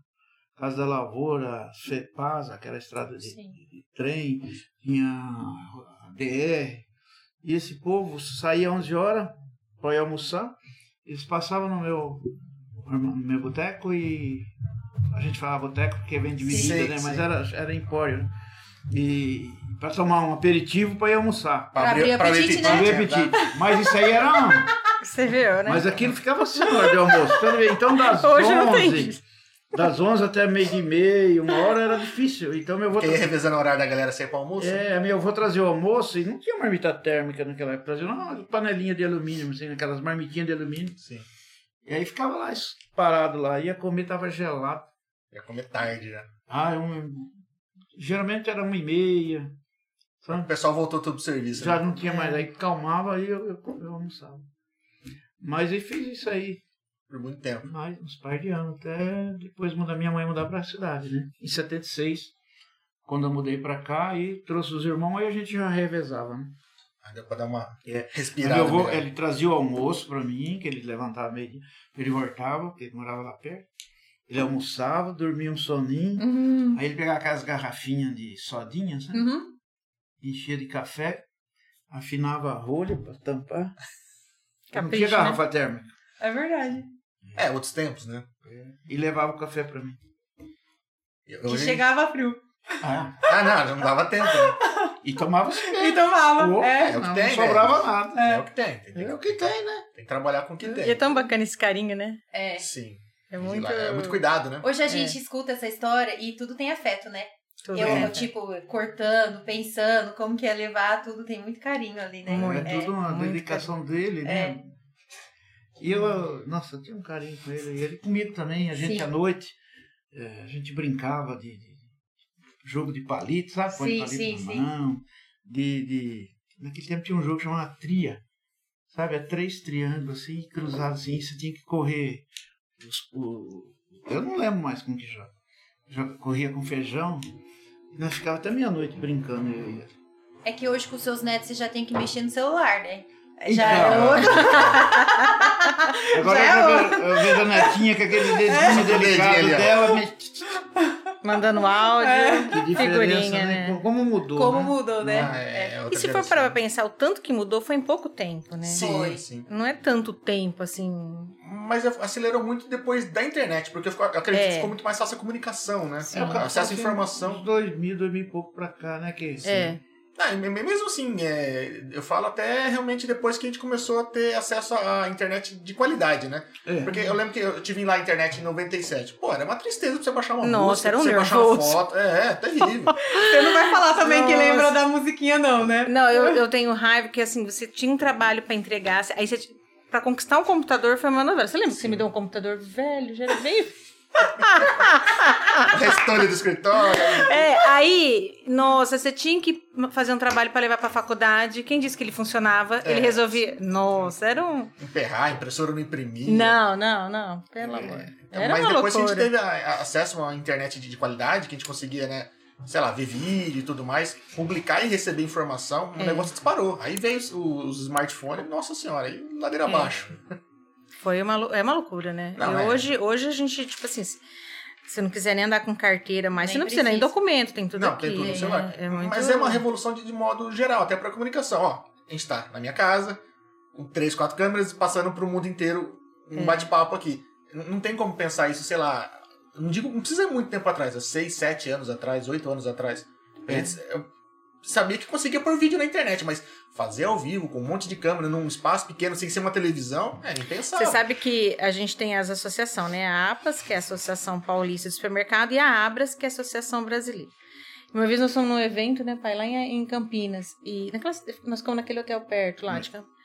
Casa da Lavoura, FEPAS, aquela estrada de,
Sim.
de trem, tinha a DR. E esse povo saía 11 horas para ir almoçar. Eles passavam no meu, no meu boteco e a gente falava boteco porque vende
Sim.
bebida,
Sim,
né?
sim.
Mas era, era empório. né? E para tomar um aperitivo para ir almoçar.
Pra abrir apetite,
Pra
né?
ver apetite. Mas isso aí era. um-
Você viu, né?
Mas aquilo ficava assim na hora de almoço. Então, Então, das
Hoje não tem
11. Das 11 até meio e meia, uma hora era difícil. Então, meu avô.
Porque ia revezando o horário da galera sair pro almoço.
É, meu avô trazia o almoço e não tinha marmita térmica naquela época. Trazia uma panelinha de alumínio, assim, aquelas marmitinhas de alumínio.
Sim.
E aí ficava lá es- parado lá. Ia comer, tava gelado.
Ia comer tarde, né?
Ah, um, geralmente era uma e meia.
O pessoal voltou tudo pro serviço.
Já
né?
não tinha mais. Aí calmava, aí eu, eu, eu almoçava. Mas aí fiz isso aí.
Por muito tempo.
Mais uns par de anos, até depois mudar minha mãe mudar pra cidade, né? Em 76, quando eu mudei pra cá e trouxe os irmãos, aí a gente já revezava, né?
Aí deu pra dar uma
É. Aí
respirada.
Meu avô,
melhor.
ele trazia o almoço pra mim, que ele levantava meio dia, ele voltava, porque ele morava lá perto. Ele almoçava, dormia um soninho,
Uhum.
aí ele pegava aquelas garrafinhas de sodinhas, né?
Uhum.
enchia de café, afinava a rolha pra tampar. não
Capricho,
tinha
né?
garrafa térmica.
É verdade.
É, outros tempos, né?
E levava o café pra mim.
Eu-
Que
hoje-
chegava frio.
Ah,
Ah, não, já não dava tempo. Né?
e tomava assim.
E tomava.
Opa.
<laughs> É.
É o que
Não,
tem,
não
né?
sobrava nada.
É. o que tem. Tem,
É o que tem, né?
tem que trabalhar com o que tem.
E é tão bacana esse carinho, né?
É.
Sim.
É muito.
É muito cuidado, né?
Hoje a gente escuta essa história e tudo tem afeto, né?
Tudo
eu,
bem.
eu, tipo, cortando, pensando, como que ia levar, tudo tem muito carinho ali, né?
Muito.
É tudo uma
muito
dedicação dele, né?
É.
E eu, nossa, eu tinha um carinho com ele. E ele comigo também, a gente
Sim.
à noite, eh, a gente brincava de, de jogo de palito, sabe? Põe
Sim,
palito
sim,
na
sim.
mão. De, de- Naquele tempo tinha um jogo chamado Tria, sabe? É três triângulos assim, cruzados assim, e você tinha que correr. os- o- Eu não lembro mais como que joga. Joga- Corria com feijão. E nós ficava até meia-noite brincando, eu e ele.
É que hoje com seus netos você já tem que mexer no celular, né? Já
Então,
é outro.
Agora
Já é
eu, vejo, eu vejo a netinha com aquele dedinho delicado
Dedinho ali, ó.
dela. me-
<laughs> Mandando áudio.
Que diferença,
Figurinha,
né?
né?
Como
<laughs>
mudou,
Como
né?
mudou, né?
Ah, é, é outra
E se for
geração.
parar pra pensar, o tanto que mudou foi em pouco tempo, né?
Sim,
Foi.
sim.
Não é tanto tempo, assim.
Mas acelerou muito depois da internet, porque ficou- eu acredito que
É.
ficou muito mais fácil a comunicação, né?
Sim.
É, o cara
Acesso à
tem
informação.
Uns dois mil, dois mil e pouco pra cá, né? Que,
É.
Ah, e me- mesmo assim, é, eu falo até realmente depois que a gente começou a ter acesso à internet de qualidade, né?
É.
Porque eu lembro que eu tive lá a internet em 97. Pô, era uma tristeza pra você baixar uma
Nossa,
música,
era um
pra você baixar uma
nervoso.
foto. É, é
<laughs>
terrível.
Você não vai falar também que
Nossa.
lembra da musiquinha, não, né?
Não, eu, eu tenho raiva porque, assim, você tinha um trabalho pra entregar. Aí você. t- Pra conquistar um computador foi uma novela. Você lembra que você me deu um computador velho? Já era <laughs> bem.
o restante do escritório.
É, aí, nossa, você tinha que fazer um trabalho pra levar pra faculdade. Quem disse que ele funcionava?
É.
Ele resolvia. Nossa, era um.
Emperrar, a impressora não imprimia.
Não, não, não. Pelo
É.
amor.
Então,
Era
mas
uma
depois que a gente
loucura.
teve a- a- acesso a uma internet de, de qualidade, que a gente conseguia, né, sei lá, ver vídeo e tudo mais, publicar e receber informação, o
É.
negócio disparou. Aí veio os, os smartphones, nossa senhora, aí ladeira
É.
abaixo.
Foi uma, lou- é uma loucura, né?
Não,
e
é.
hoje, hoje a gente, tipo assim, se se não quiser nem andar com carteira mais,
Nem
você não precisa nem
precisa.
documento, tem tudo
Não,
aqui.
tem tudo no
é-
celular.
é muito-
Mas é uma revolução de, de modo geral, até pra comunicação. Ó, a gente tá na minha casa, com três, quatro câmeras, passando pro mundo inteiro um
É.
bate-papo aqui. n- não tem como pensar isso, sei lá. Não digo, não precisa ir muito tempo atrás, é seis, sete anos atrás, oito anos atrás.
É.
A gente eu sabia que conseguia pôr vídeo na internet, mas fazer ao vivo, com um monte de câmera, num espaço pequeno, sem ser uma televisão, é impensável.
Você sabe que a gente tem as associações, né? A APAS, que é a Associação Paulista de Supermercado, e a ABRAS, que é a Associação Brasileira. Uma vez nós fomos num evento, né, pai, lá em, em Campinas. E naquela, nós ficamos naquele hotel perto, lá de Campinas.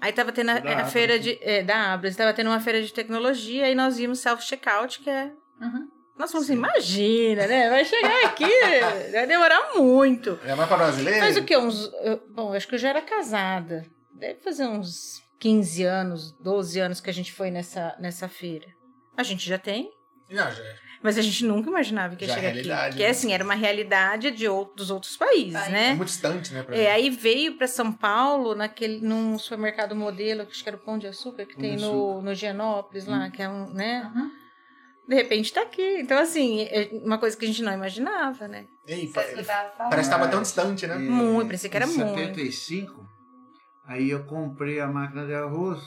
Aí tava tendo a,
Da
a
Abras,
feira
né?
de. é, da Abras, tava tendo uma feira de tecnologia e nós vimos self-checkout, que é.
Uhum.
Nós falamos assim, imagina, né? Vai chegar aqui, <laughs> vai demorar muito.
É mais pra brasileiro?
Faz o que? Uns. eu- bom, eu acho que eu já era casada. Deve fazer uns 15 anos, 12 anos que a gente foi nessa, nessa feira. A gente já tem,
Não, já, é
mas a gente nunca imaginava que ia
Já é
chegar
realidade,
aqui. Porque
né?
assim, era uma realidade de outros, dos outros países,
País.
é
né?
muito distante, né? Pra
É, aí veio para São Paulo naquele, num supermercado modelo, que acho que era o Pão de Açúcar, que
Pão
tem
de
no, no Gianópolis
Hum.
lá, que é um, né?
Uhum.
De repente tá aqui. Então, assim, é uma coisa que a gente não imaginava, né?
Ei, pa-
Você escutava falar.
parece que tava tão distante, né?
E-
Muito, pensei que era
em
muito.
75, aí eu comprei a máquina de arroz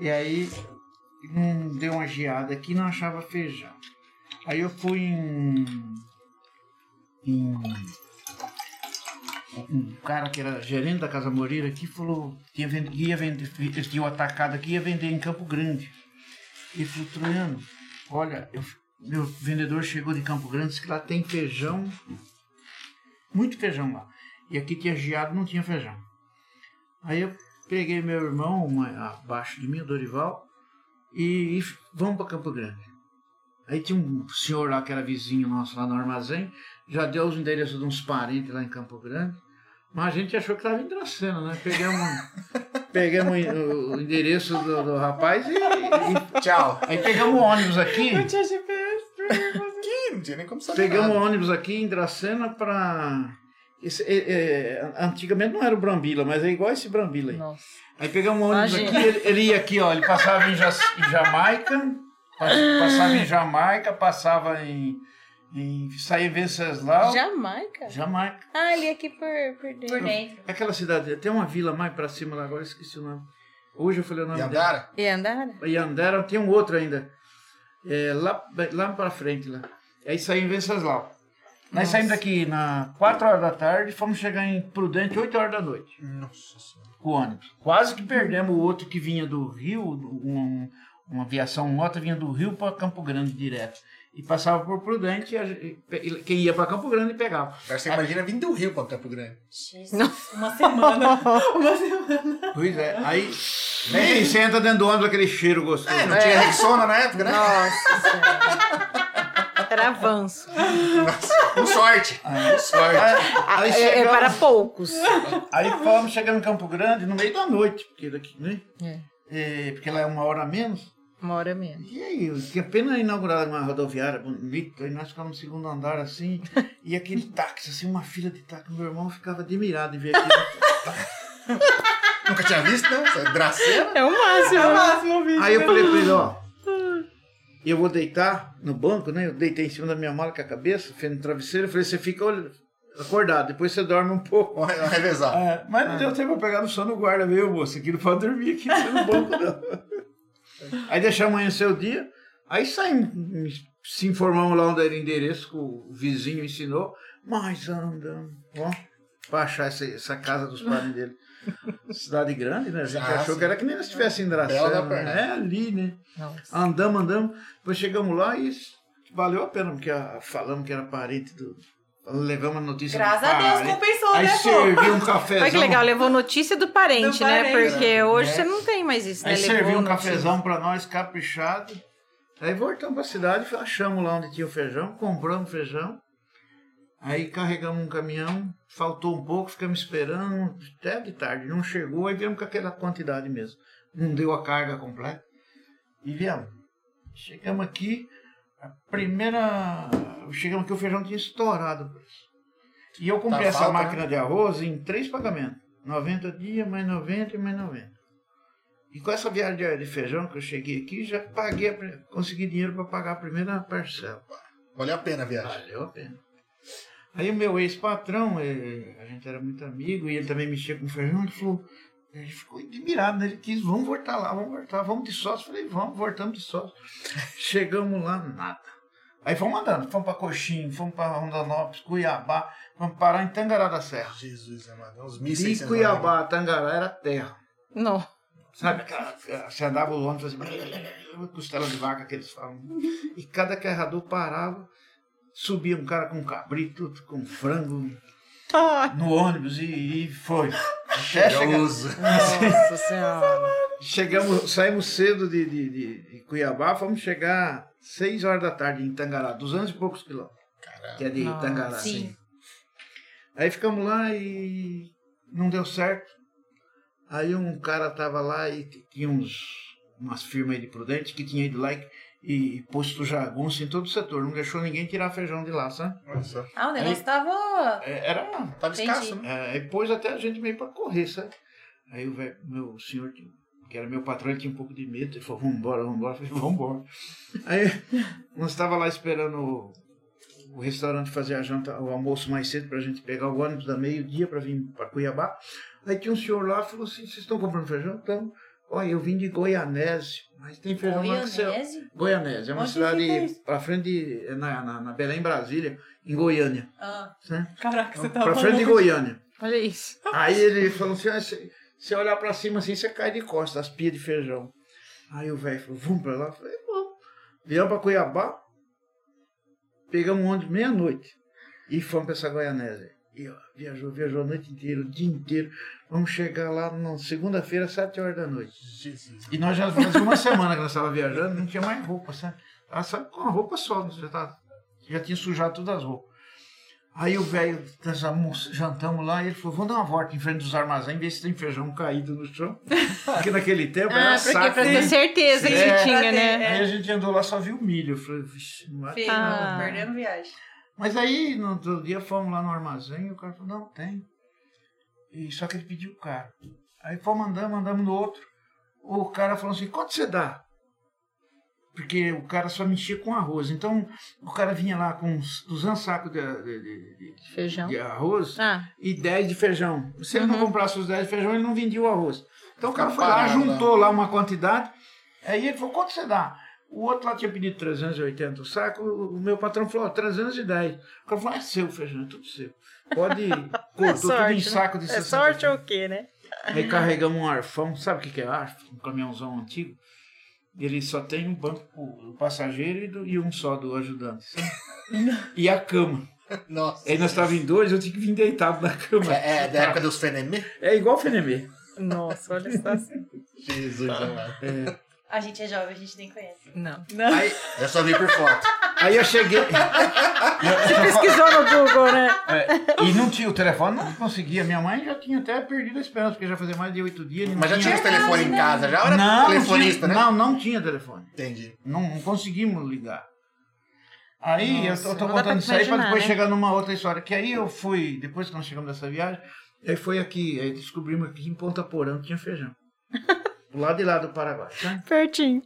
e aí hum, deu uma geada aqui e não achava feijão. Aí eu fui em, em- um cara que era gerente da Casa Moreira aqui falou que ia vender, ia vender eles tinham atacado aqui ia vender em Campo Grande. E falou, Troiano, olha, eu- meu vendedor chegou de Campo Grande, disse que lá tem feijão, muito feijão lá. E aqui tinha geado, não tinha feijão. Aí eu peguei meu irmão, uma- abaixo de mim, o Dorival, e, e vamos para Campo Grande. Aí tinha um senhor lá que era vizinho nosso lá no armazém, já deu os endereços de uns parentes lá em Campo Grande, mas a gente achou que estava entracendo, né? Pegamos, um, pegamos o o endereço do, do rapaz e, e-
É.
Tchau.
Aí pegamos o ônibus aqui.
Ih, <laughs> não tinha nem como saber.
Pegamos
nada.
um ônibus aqui em Dracena pra. Esse, é, é, antigamente não era o Brambila, mas é igual esse Brambila aí.
Nossa.
Aí pegamos um ônibus
Imagina.
aqui, ele, ele ia aqui, ó, ele passava em, Ja- em Jamaica, pass- passava em Jamaica, passava em. em saía em
Então,
Venceslau.
Jamaica?
Jamaica.
Ah, ali aqui por, por dentro.
Por dentro.
Aquela cidade, tem uma vila mais pra cima lá agora, eu esqueci o nome. Hoje eu falei o nome dela.
Yandara?
E andaram?
Yandera, tem um outro ainda. É, lá, lá pra frente, lá. Aí saímos em Venceslau. Nós
Nossa.
saímos daqui na 4 horas da tarde, fomos chegar em Prudente 8 horas da noite,
Nossa senhora.
com o ônibus. Quase que perdemos o outro que vinha do Rio, um- uma aviação moto vinha do Rio para Campo Grande direto. E passava por Prudente, e a gente- e quem ia para Campo Grande pegava.
Agora você imagina vindo do Rio pra Campo Grande.
Jesus. Uma semana. Uma semana.
Pois é, aí nem senta dentro do ônibus aquele cheiro gostoso.
É, não tinha Rexona na época, né?
Nossa senhora. Era avanço.
Nossa, com sorte.
Ah.
Com sorte.
Aí, aí
É, é
chegamos-
para poucos.
<laughs> Aí fomos, chegamos em Campo Grande no meio da noite, porque daqui, né?
É,
É, porque lá é uma hora a menos.
uma hora menos.
E aí, eu tinha apenas inaugurado uma rodoviária bonita, e nós ficamos no segundo andar assim, e aquele táxi, assim, uma fila de táxi. Meu irmão ficava admirado de ver aquilo.
Nunca tinha visto, né? Essa Dracena.
É o máximo.
né?
né?
aí eu falei pra ele, ó. Eu vou deitar no banco, né? Eu deitei em cima da minha mala com a cabeça, fez no travesseiro. Eu falei, você fica olhando- acordado, depois você dorme um pouco.
Vamos re- revezar.
É, mas não deu tempo pra pegar no sono o guarda, veio, moço, aqui não pode dormir aqui você no banco, não.
<laughs>
aí deixamos amanhecer o dia, aí saímos, se informamos lá onde era o endereço que o vizinho ensinou, mas andamos, ó, pra achar essa, essa casa dos
<laughs>
pais dele. Cidade grande, né? A gente
Ah,
achou
sim.
que era que nem se estivesse em
Bela da
Dracena,
perna.
né? É ali, né?
Nossa.
Andamos, andamos. Depois chegamos lá e valeu a pena, porque a- falamos que era parente do. Levamos a notícia. do
Graças a Deus,
parente.
compensou,
Aí
né, pô?
servi um cafezão.
Olha que legal, né? levou notícia do parente,
Do
né?
parente.
Porque hoje
É.
você não tem mais isso, né?
Aí servi
Levou
um
notícia.
cafezão pra nós, caprichado. Aí voltamos pra cidade, achamos lá onde tinha o feijão, compramos feijão. Aí carregamos um caminhão, faltou um pouco, ficamos esperando até de tarde. Não chegou, aí viemos com aquela quantidade mesmo. Não deu a carga completa. E viemos. Chegamos aqui, a primeira. Chegamos aqui, o feijão tinha estourado. o preço. E eu comprei
Tá
essa
falta, né?
máquina de arroz em três pagamentos: 90 dias, mais 90 e mais 90. E com essa viagem de- de feijão que eu cheguei aqui, já paguei, a pri- consegui dinheiro para pagar a primeira parcela.
Valeu a pena a viagem.
Valeu a pena. é, Aí o meu ex-patrão, eh, a gente era muito amigo, e ele também mexia com feijão, ele falou, Ele ficou admirado, né? ele quis, vamos voltar lá, vamos voltar, vamos de sócio. Falei, vamos, voltamos de sócio. Chegamos lá, nada. Aí fomos andando, fomos para Coxim, fomos para Rondonópolis, Cuiabá, fomos parar em Tangará da Serra.
Jesus amado, é uns
De
1.600 dólares.
Cuiabá a Tangará era terra.
Não.
Sabe, aquela- eh, você andava os ônibus assim, <laughs> costela de vaca que eles falam. E cada carregador parava, subia um cara com cabrito, com um frango
Tá
no ônibus e, e foi.
É,
Até chegar-
Cheiroso.
Nossa senhora.
Chegamos, saímos cedo de, de, de- de Cuiabá, fomos chegar seis horas da tarde em Tangará, 200 e poucos quilômetros, que é de assim.
Nossa.
Tangará.
Sim.
Aí ficamos lá e não deu certo. Aí um cara tava lá e t- tinha uns, umas firmas aí de Prudente que tinha ido lá e, e posto jagunço em todo o setor, não deixou ninguém tirar feijão de lá, sabe?
Olha só.
Ah, o negócio
Aí-
tava.
É, Era
Tava
Entendi.
escasso, né?
É, aí pôs até a gente meio pra correr, sabe? Aí o velho- meu senhor, que- que era meu patrão, ele tinha um pouco de medo. Ele falou, vambora, vambora. Eu falei, vambora. Aí nós estava lá esperando o, o restaurante fazer a janta, o almoço mais cedo pra gente pegar o ônibus da meio-dia pra vir pra Cuiabá. Aí tinha um senhor lá falou assim, vocês estão comprando feijão? Então, olha, eu vim de Goianese, mas tem feijão lá que você...
Goianese?
Goianese, é uma
Onde fica
cidade
isso?
pra frente de... é Na, na, na Belém, Brasília, em Goiânia.
Ah.
Né?
Caraca, você
tá
pra
tava
frente de Goiânia.
Olha isso.
Aí ele falou assim: "Ah, se se olhar pra cima assim, você cai de costas, as pias de feijão. Aí o velho falou: vamos pra lá? Eu falei: vamos. Viemos pra Cuiabá, pegamos um ônibus meia-noite e fomos pra essa Goianésia. E ó, viajou, viajou a noite inteira, o dia inteiro. Vamos chegar lá na segunda-feira, às sete horas da noite.
Jesus.
E nós já fazia uma semana que nós estávamos viajando, não tinha mais roupa, sabe? Ela sabe com uma roupa só, já, tá, já tinha sujado todas as roupas. Aí o velho, nós almoço- jantamos lá, e ele falou, vamos dar uma volta em frente dos armazéns, ver se tem feijão caído no chão. Porque naquele tempo
Ah,
era
por quê?
saco,
Pra ter
né?
certeza que
É.
você tinha, né?
Aí a gente andou lá, só viu milho. Eu falei, vixe, não vai
Feio,
Ah.
perdendo viagem.
mas aí, no outro dia, fomos lá no armazém e o cara falou, não, tem. E, só que ele pediu caro. Aí fomos andando, andamos no outro. O cara falou assim, quanto você dá? Porque o cara só mexia com arroz. Então, o cara vinha lá com uns 200 sacos de, de- de- de-
Feijão.
de arroz
Ah,
e 10 de feijão. Se ele
Uhum.
não comprasse os 10 de feijão, ele não vendia o arroz. Então o cara foi lá,
Parado, né?
juntou lá uma quantidade, aí ele falou, quanto você dá? O outro lá tinha pedido 380 o saco, o meu patrão falou, ó, 310. O cara falou, é seu feijão, é tudo seu.
<laughs>
Pode, cortou tudo
sorte,
em
né?
saco de 60
ou o quê, né?
Aí carregamos um arfão, sabe o que que é arfo? Um caminhãozão antigo. Ele só tem um banco pro passageiro e, do- e um só do ajudante.
<laughs>
sabe? e a cama.
Nossa.
Aí nós estávamos em dois, eu tinha que vir deitado na cama.
É, é da época dos Fenemê?
É igual Fenemê.
Nossa, olha só assim.
Jesus amado.
A gente é jovem, a gente nem conhece.
Não.
Aí, eu só vi por foto.
Aí eu
<laughs>
cheguei.
Pesquisou no Google, né?
É, e não tinha o telefone, não conseguia. Minha mãe já tinha até perdido a esperança, porque já fazia mais de oito dias. não
Mas já tinha os telefones em casa, já era
não,
telefonista,
não tinha,
né?
Não, não tinha telefone.
Entendi.
Não, não conseguimos ligar. Aí
Nossa,
eu tô, eu tô
não dá pra
contando isso aí pra
imaginar,
depois
né?
chegar numa outra história. Que aí eu fui, depois que nós chegamos dessa viagem, aí foi aqui, aí descobrimos aqui em Ponta Porã que
<laughs>
tinha feijão. Do lado de lá do Paraguai. sabe?
Pertinho.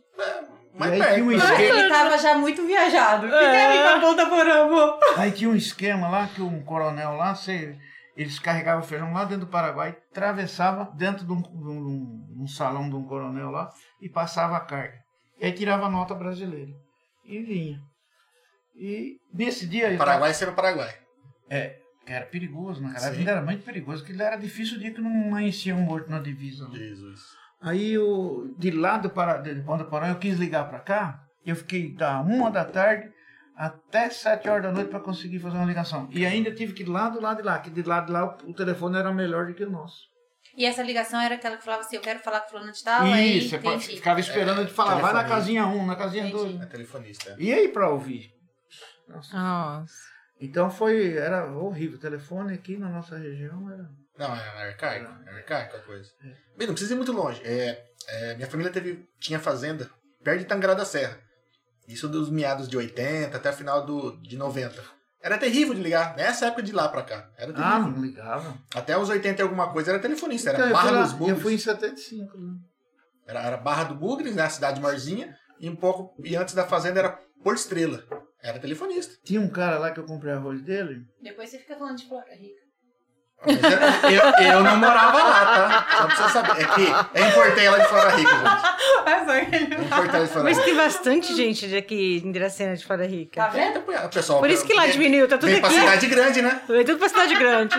Mas
E aí
perto.
tinha um
né?
esquema-
Ele tava já muito viajado.
É.
Fica ponta tá por amor.
Aí tinha um esquema lá que um coronel lá, você, eles carregavam feijão lá dentro do Paraguai, atravessava dentro de um, de um- de um salão de um coronel lá e passava a carga. E aí tirava a nota brasileira e vinha. E nesse dia. eu tava-
Paraguai sempre Paraguai.
Era perigoso,
Sim.
naquela vida era muito perigoso, porque era difícil o dia que não amanhecia um morto na divisa. né?
Jesus.
Aí eu, de lá do Pará, de Ponta Porã, eu quis ligar pra cá. Eu fiquei da uma da tarde até sete horas da noite pra conseguir fazer uma ligação. E ainda tive que ir lá do lado de lá, que de lado de lá o telefone era melhor do que o nosso.
E essa ligação era aquela que falava assim: eu quero falar com o fulano de tal. aí,
Isso, é eu fa-
entendi.
ficava esperando ele falar, vai na
Telefoninho.
casinha um, na casinha
Entendi.
dois.
É telefonista.
E aí pra ouvir? Nossa.
Nossa.
Então foi, era horrível. O telefone aqui na nossa região era...
Não, é arcaico. É arcaico a coisa. Bem, não precisa ir muito longe. É, é, minha família teve, tinha fazenda perto de Tangará da Serra. Isso dos meados de 80 até final do, de 90. Era terrível de ligar, nessa época de lá pra cá. Era
Ah,
terrível.
não ligava.
Até os 80 e alguma coisa era telefonista. Era
Então, eu, fui
Barra
lá-
dos
eu
Bugres.
fui em 75, né?
Era, era Barra do Bugres, né? A cidade maiorzinha. E um pouco. E antes da fazenda era Porto Estrela. Era telefonista.
Tinha um cara lá que eu comprei arroz dele.
<laughs> Depois você fica falando de placa rica.
Eu, eu não morava lá, tá? Só pra você saber. É que eu importei ela de Flora Rica, gente.
Tá
Eu importei ela de Flora
Mas
Rica.
tem bastante gente daqui em Dracena de Fora Rica.
Tá vendo?
É, pessoal,
Por isso que lá
vem-
diminuiu, tá tudo
Vem pra
aqui.
cidade grande, né?
Vem tudo pra cidade grande.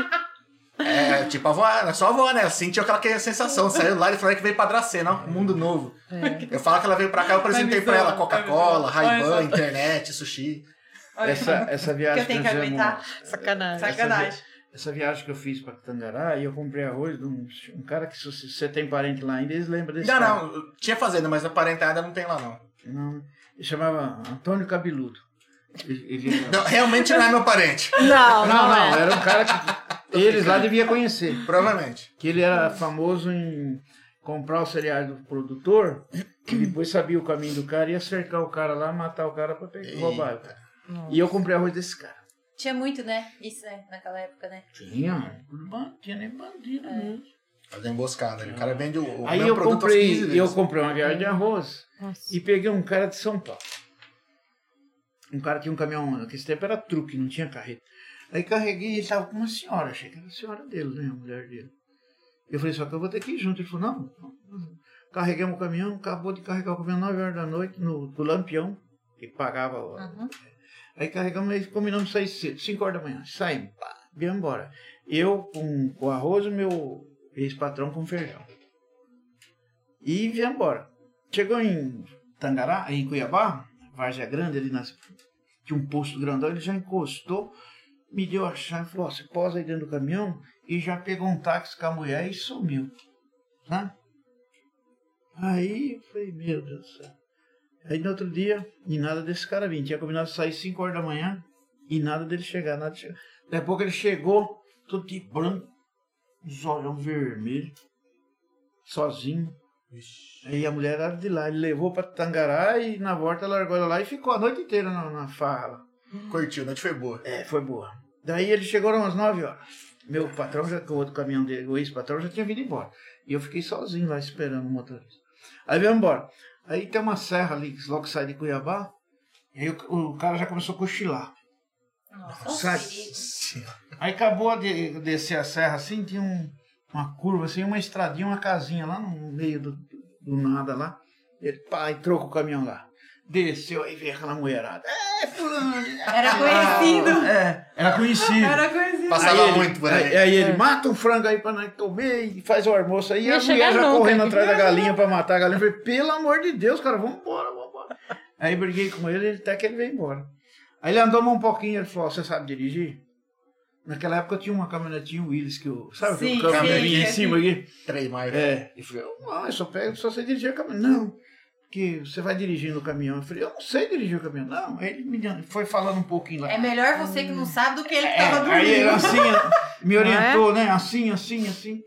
É, tipo a avó, é só a avó, né? Sentiu aquela que- sensação. Saiu lá e falou que veio pra Dracena, ó, um mundo novo.
É.
Eu falo que ela veio pra cá, eu apresentei pra ela Coca-Cola, Ray-Ban, internet, sushi.
Olha
Essa,
<laughs>
essa
que
viagem
eu tenho que
nós fizemos-
aguentar.
Sacanagem.
Sacanagem.
Essa viagem que eu fiz pra Tangará, e eu comprei arroz de um, um cara que se você- você tem parente lá ainda, eles lembram desse
Não,
cara.
não, tinha fazenda, mas a parentada não tem lá, não.
Não, Ele chamava Antônio Cabeludo. Ele- ele-
<laughs> Não, realmente não é meu parente, <laughs>
Não, não,
não, não,
é.
era um cara que eles lá deviam conhecer.
provavelmente.
Que ele era famoso em comprar o cereais do produtor, e depois sabia o caminho do cara, ia cercar o cara lá, matar o cara pra pegar, roubar. o cara.
é.
E eu comprei arroz desse cara.
Tinha muito, né? Isso, né? Naquela época, né?
Tinha, mano. Tinha nem bandido mesmo.
Fazer emboscada, ali. o cara vende o, o
Aí
É. meu
eu
produto às 15
comprei, eu
vezes.
comprei uma viagem de arroz
Nossa.
e peguei um cara de São Paulo. Um cara tinha um caminhão, naquele tempo era truque, não tinha carreta. Aí carreguei ele estava com uma senhora, achei que era a senhora dele, né? A mulher dele. Eu falei, só que eu vou ter que ir junto. Ele falou, não, não. carreguemos o caminhão, acabou de carregar o caminhão 9 horas da noite no, do Lampião, que pagava o-
Uhum.
Aí carregamos e combinamos sair cedo, 5 horas da manhã. Saímos, pá, viemos embora. Eu com, com arroz, o meu ex-patrão com feijão. E viemos embora. Chegou em Tangará, em Cuiabá, Várzea Grande, ali nas, tinha um posto grandão, ele já encostou, me deu a chave, falou, ó, você posa aí dentro do caminhão e já pegou um táxi com a mulher e sumiu. Né? Aí eu falei, meu Deus do céu. Aí no outro dia, e nada desse cara vir. Tinha combinado de sair 5 horas da manhã e nada dele chegar, nada de chegar. Daqui a pouco ele chegou, todo de branco, os olhão vermelho, sozinho. Aí a mulher era de lá, ele levou pra Tangará e na volta largou ela lá e ficou a noite inteira na, na farra lá.
Curtiu, a noite foi boa.
É, foi boa. Daí eles chegaram umas 9 horas. Meu patrão, já, o outro caminhão dele, o ex-patrão, já tinha vindo embora. E eu fiquei sozinho lá esperando o motorista. Aí viemos embora. Aí tem uma serra ali, que logo que sai de Cuiabá. E aí o, o cara já começou a cochilar.
Nossa,
Sabe? Aí acabou de descer a serra assim, tinha um- uma curva assim, uma estradinha, uma casinha lá no meio do, do nada lá. Ele pá, entrou com o caminhão lá. Desceu aí veio aquela mulherada. É, fulano!
Era
Tá
conhecido.
É, era conhecido.
Era conhecido.
Passava
aí ele,
muito né? por
aí.
aí.
aí ele mata um frango aí pra nós comer e faz o almoço aí. E
Não ia
a mulher
chegar
já
nunca.
correndo atrás da galinha pra matar a galinha. Eu falei, pelo amor de Deus, cara, vambora, vambora. Aí briguei com ele ele- até que ele veio embora. Aí ele andou mais um pouquinho ele falou, você sabe dirigir? Naquela época eu tinha uma caminhonetinha Willis que eu... Sabe
Sim,
aquele caminhoninho
sim,
em
sim.
cima aqui?
Três né? marcas.
É. Ele falou, não, eu só pego, só sei dirigir a caminhão. Não, porque você vai dirigindo o caminhão. Eu falei, eu não sei dirigir o caminhão. Não, aí ele me foi falando um pouquinho lá.
É melhor você que não sabe do que ele que
É,
tava
aí ele
dormindo. é?
assim, me orientou, né? Assim, assim, assim.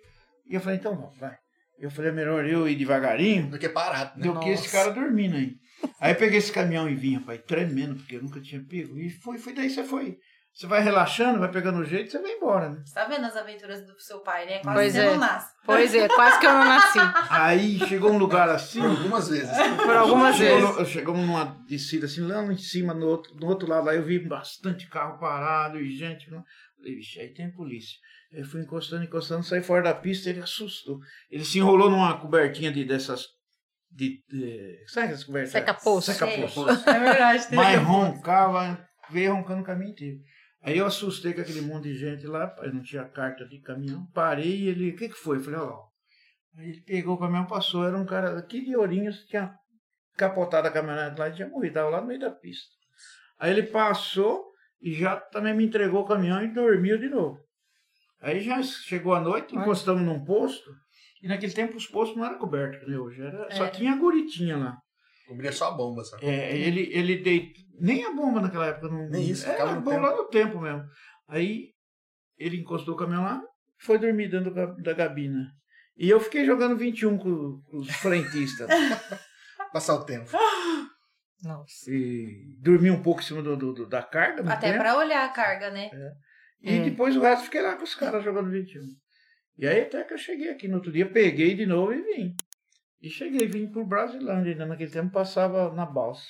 E eu falei, então vamos, vai. Eu falei, é melhor eu ir devagarinho
Do que parado, né?
do que esse
Nossa.
cara dormindo aí. Aí eu peguei esse caminhão e vim, rapaz, tremendo, porque eu nunca tinha pego. E foi, foi daí você foi. Você vai relaxando, vai pegando o jeito, você vai embora,
<laughs>
né?
Tá vendo as aventuras do seu pai, né? Quase
Pois
você
é.
não nasce.
Pois é, quase que eu não nasci.
Aí chegou um lugar assim.
Algumas vezes.
Por algumas
Chegou
vezes.
no- Chegamos numa descida assim, lá em cima, no outro, no outro lado, lá eu vi bastante carro parado e gente. Não... Falei, vixe, aí tem polícia. Aí fui encostando, encostando, saí fora da pista, ele assustou. Ele se enrolou numa cobertinha de, dessas. De, de, sabe essas cobertas?
Seca-poço.
Seca-poço.
É verdade. tem-
<laughs> Mas roncava, veio roncando o caminho inteiro. Aí eu assustei com aquele monte de gente lá, eu não tinha carta de caminhão, parei e ele, o que que foi? Eu falei, olha lá. ó." Aí ele pegou o caminhão, passou, era um cara daqui de Ourinhos, tinha capotado a caminhonete lá e tinha morrido, estava lá no meio da pista. Aí ele passou e já também me entregou o caminhão e dormiu de novo. Aí já chegou a noite,
Olha.
encostamos num posto, e naquele tempo os postos não eram cobertos, que nem hoje, era, só
Era.
tinha guritinha lá.
Cobria só a bomba, sabe?
É, ele, ele deitou. Nem a bomba naquela época. Não,
Nem isso,
Era
ficava
a
no
bomba
tempo.
lá no tempo mesmo. Aí ele encostou o caminhão lá foi dormir dentro da- da gabina. E eu fiquei jogando 21 com, com os frentistas.
<laughs> Passar o tempo.
Nossa.
e dormi um pouco em cima do, do- do- da carga. um
Até
tempo.
pra olhar a carga, né?
E
É.
depois o resto fiquei lá com os caras jogando 21. E aí até que eu cheguei aqui no outro dia, peguei de novo e vim. E cheguei, vim por Brasilândia, ainda naquele tempo passava na balsa.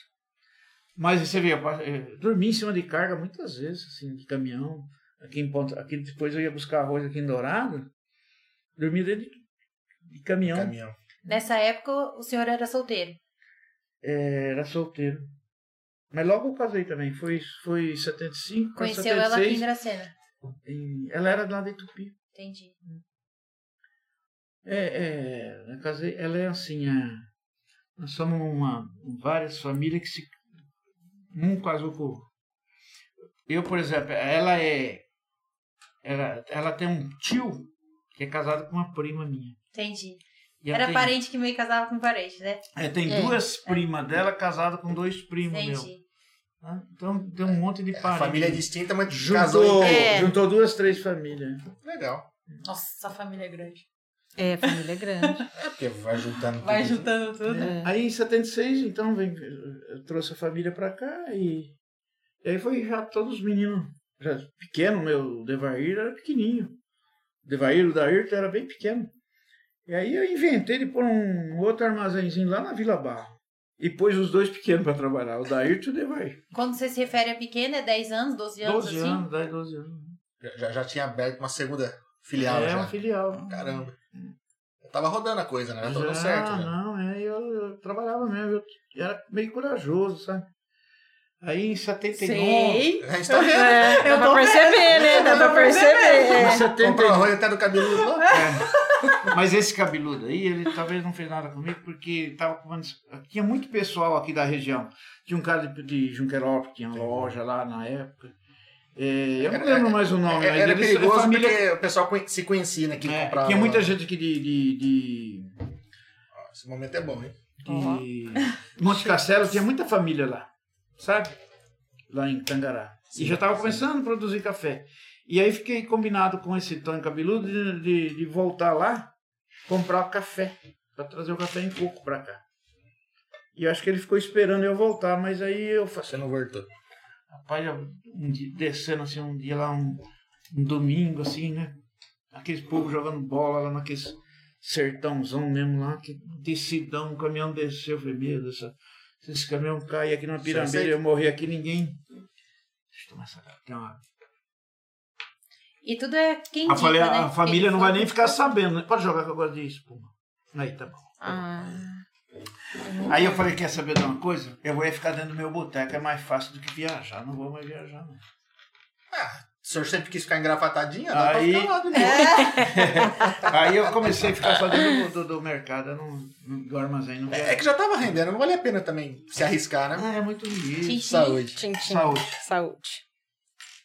Mas você vê, eu pa- eh, dormi em cima de carga muitas vezes, assim, de caminhão. aqui em Ponta, aqui depois eu ia buscar arroz aqui em Dourado, dormia dentro de, de caminhão,
Caminhão.
Nessa época, o senhor era solteiro.
É, era solteiro. Mas logo eu casei também, foi foi 75, pra
Conheceu ela aqui em
76,
Dracena.
em- ela era lá de Tupi.
Entendi.
É, é, na casa- ela é assim, a- nós somos uma, várias famílias que se, um casou com o outro. Eu, por exemplo, ela é, ela, ela tem um tio que é casado com uma prima minha.
Entendi.
E ela
Era
tem,
parente que meio casava com parente, né?
é, tem
É.
duas primas dela casadas com dois primos meus.
Entendi.
tá? Então tem um monte de
A
parente.
família é distinta, mas casou
Juntou,
em...
É.
juntou duas, três famílias.
Legal.
Nossa, a família é grande.
É, família grande.
É porque vai juntando
Vai
tudo.
juntando tudo.
É.
Né? Aí em 76, então, vem, eu trouxe a família pra cá e, e aí foi já todos os meninos, já pequeno, meu, o Devair era pequenininho. O Devair, o Dairto era bem pequeno. E aí eu inventei de pôr um outro armazenzinho lá na Vila Barro. E pôs os dois pequenos pra trabalhar, o Dairto e o Devair.
Quando você se refere a pequena, é 10 anos, 12 anos,
12
assim?
anos, 10, 12 anos.
Já, já tinha aberto uma segunda filial
é,
já.
uma filial.
Caramba. Eu tava rodando a coisa, né? Já tava dando certo. Já.
Não, é, eu, eu trabalhava mesmo, eu era meio corajoso, sabe? Aí em 79...
A gente tá vendo.
É, dá
tô
pra perceber, né? Dá pra
Em
perceber. é.
79
Comprou arroz até do cabeludo. lá.
É. Mas esse cabeludo aí, ele talvez não fez nada comigo, porque ele tava com uma... dis- Tinha muito pessoal aqui da região. Tinha um cara de, de Junquerópolis, tinha loja lá na época. É, eu não lembro mais o nome, mas
é, Era
eles-
perigoso
a família...
porque o pessoal conhe- se conhecia, né? Quem
é,
comprava.
tinha muita
lá.
gente aqui de, de, de,
Ó, Esse momento é bom, hein?
Ó.
de Monte Castelo, tinha muita família lá, sabe? Lá em Tangará.
Sim,
e já estava
sim.
começando a produzir café. E aí fiquei combinado com esse Tonho Cabeludo de, de- de voltar lá, comprar o café, para trazer o café em coco para cá. E eu acho que ele ficou esperando eu voltar, mas aí eu falei,
Você não voltou.
rapaz, eu, um dia, descendo assim, um dia lá, um, um domingo assim, né? Aqueles povo jogando bola lá naqueles sertãozão mesmo lá, que descidão, um caminhão desceu, eu falei, meu Deus, do céu, se esse caminhão cair aqui na
Só sei-
pirambeira, eu morrer aqui, ninguém... Deixa eu tomar essa... Tem uma
E tudo é quem
A,
indica,
falei,
né?
a família
Quem
não vai
foi.
nem ficar sabendo. né? Pode jogar que eu gosto de espuma. Aí tá bom.
Ah,
Aí eu falei, quer saber de uma coisa? Eu vou é ficar dentro do meu boteco, é mais fácil do que viajar. Não vou mais viajar, não.
Ah, O senhor sempre quis ficar engrafatadinha, dá
Aí-
pra ficar lá do meu.
É,
Aí eu comecei a ficar só dentro do, do, do mercado, eu não, não, do armazém. Não
É, é que já tava rendendo, não vale a pena também se arriscar, né?
Ah, é muito
Sim.
lindo.
Saúde.
tchim, tchim.
Saúde.
Saúde.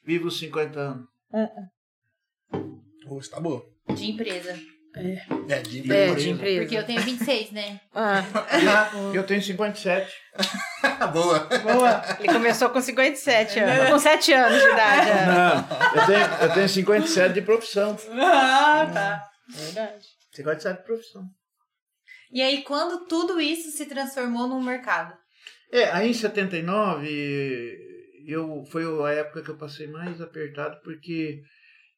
Viva os
<laughs>
50 anos.
Ô, Você tá boa.
de empresa.
É, de
É,
emprego.
de empresa.
Porque eu tenho 26, né?
Ah,
Eu tenho 57.
tá boa.
Boa.
ele começou com 57 anos. Com 7 anos de idade. é.
Não, eu tenho, eu tenho 57 de profissão.
Ah,
Hum.
tá.
Verdade.
57 de profissão.
E aí, quando tudo isso se transformou num mercado?
É, aí em 79 eu, foi a época que eu passei mais apertado porque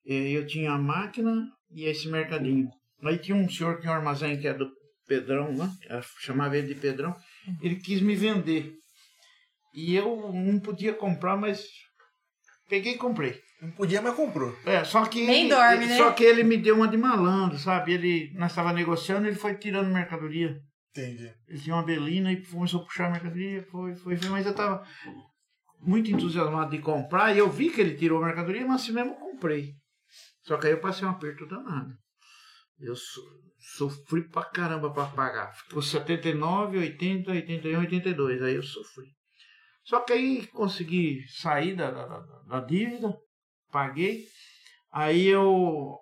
eh, eu tinha a máquina e esse mercadinho. Aí tinha um senhor que tinha um armazém que é do Pedrão, né? Eu chamava ele de Pedrão,
Uhum.
ele quis me vender. E eu não podia comprar, mas peguei e comprei.
Não podia, mas comprou.
É, só que
Nem
ele,
dorme, né?
só que ele me deu uma de malandro, sabe? Ele nós estava negociando, ele foi tirando mercadoria.
Entendi.
Ele tinha Assim, uma belina e começou a puxar a mercadoria, foi, foi, foi, mas eu tava muito entusiasmado de comprar e eu vi que ele tirou a mercadoria, mas assim mesmo eu comprei. Só que aí eu passei um aperto danado. Eu so- sofri pra caramba pra pagar. Ficou 79, 80, 81, 82, aí eu sofri. Só que aí consegui sair da, da, da- da dívida, paguei. Aí eu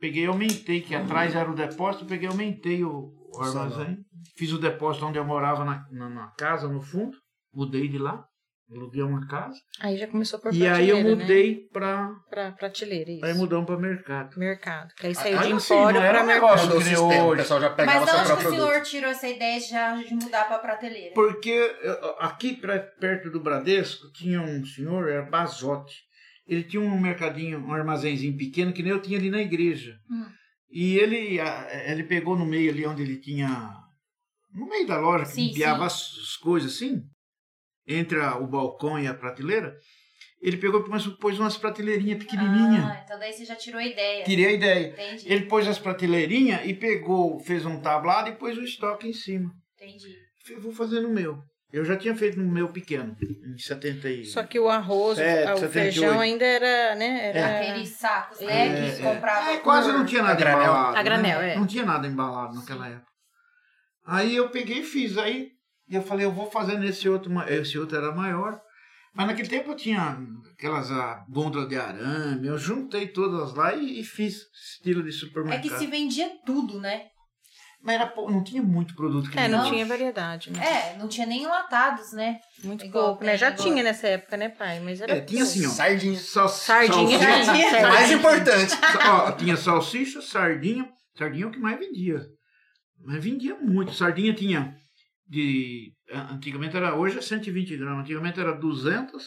peguei, aumentei, que atrás era o depósito, eu peguei, aumentei o, o
Salão.
armazém fiz o depósito onde eu morava na, na- na casa, no fundo, mudei de lá, aluguei uma casa.
Aí já começou por
e aí eu
prateleira, né?
mudei pra.
Pra prateleira, isso.
Aí mudamos pra mercado.
Mercado. Que aí
É,
Ah,
saiu de
assim,
empório
não era
pra
um
mercado.
negócio
Mudou o sistema, o
criou-
pessoal já
Mas
pegava
de
seu
onde que
próprio
o senhor
produto.
tirou essa ideia de já de mudar pra prateleira?
Porque eh, aqui pra- perto do Bradesco tinha um senhor, era Bazotti. Ele tinha um mercadinho, um armazenzinho pequeno, que nem eu tinha ali na igreja.
Hum.
E ele, ah, ele pegou no meio ali onde ele tinha. No meio da loja, que
Sim,
enviava as as coisas assim, entre a- o balcão e a prateleira. Ele pegou e pôs- pôs umas prateleirinhas pequenininhas.
Ah, então daí você já tirou a ideia.
Tirei a ideia.
Entendi,
Ele pôs as prateleirinhas e pegou, fez um tablado e pôs o estoque em cima.
entendi.
Falei, vou fazer no meu. Eu já tinha feito no meu pequeno, em 70 e...
Só que o arroz, o-
É,
o
78.
feijão ainda era, né? Era...
Aqueles sacos,
É,
né? que comprava.
É, quase não tinha nada
A granel.
embalado.
A granel,
né?
é.
Não tinha nada embalado naquela época. Aí eu peguei e fiz. Aí eu falei, eu vou fazer nesse outro. ma- Esse outro era maior. Mas naquele tempo eu tinha aquelas ah, gôndolas de arame. Eu juntei todas lá e, e fiz estilo de
É
supermercado.
que se vendia tudo, né?
Mas era, pou- não tinha muito produto que
É,
nem
não
hoje.
tinha variedade, né?
É, não tinha nem enlatados, né?
Muito
Igual
pouco,
tem
né? Já
agora.
tinha nessa época, né, pai? Mas era
É, tinha
pouco.
assim, ó.
Sardinha.
Sal-
Sardinha, né?
salsicha-
sardinha.
É,
O mais
sardinha.
importante.
Sa- é ó, tinha salsicha, sardinha. Sardinha é o que mais vendia. Mas vendia muito. Sardinha tinha de. a- Antigamente era. Hoje é 120 gramas. Antigamente era 200,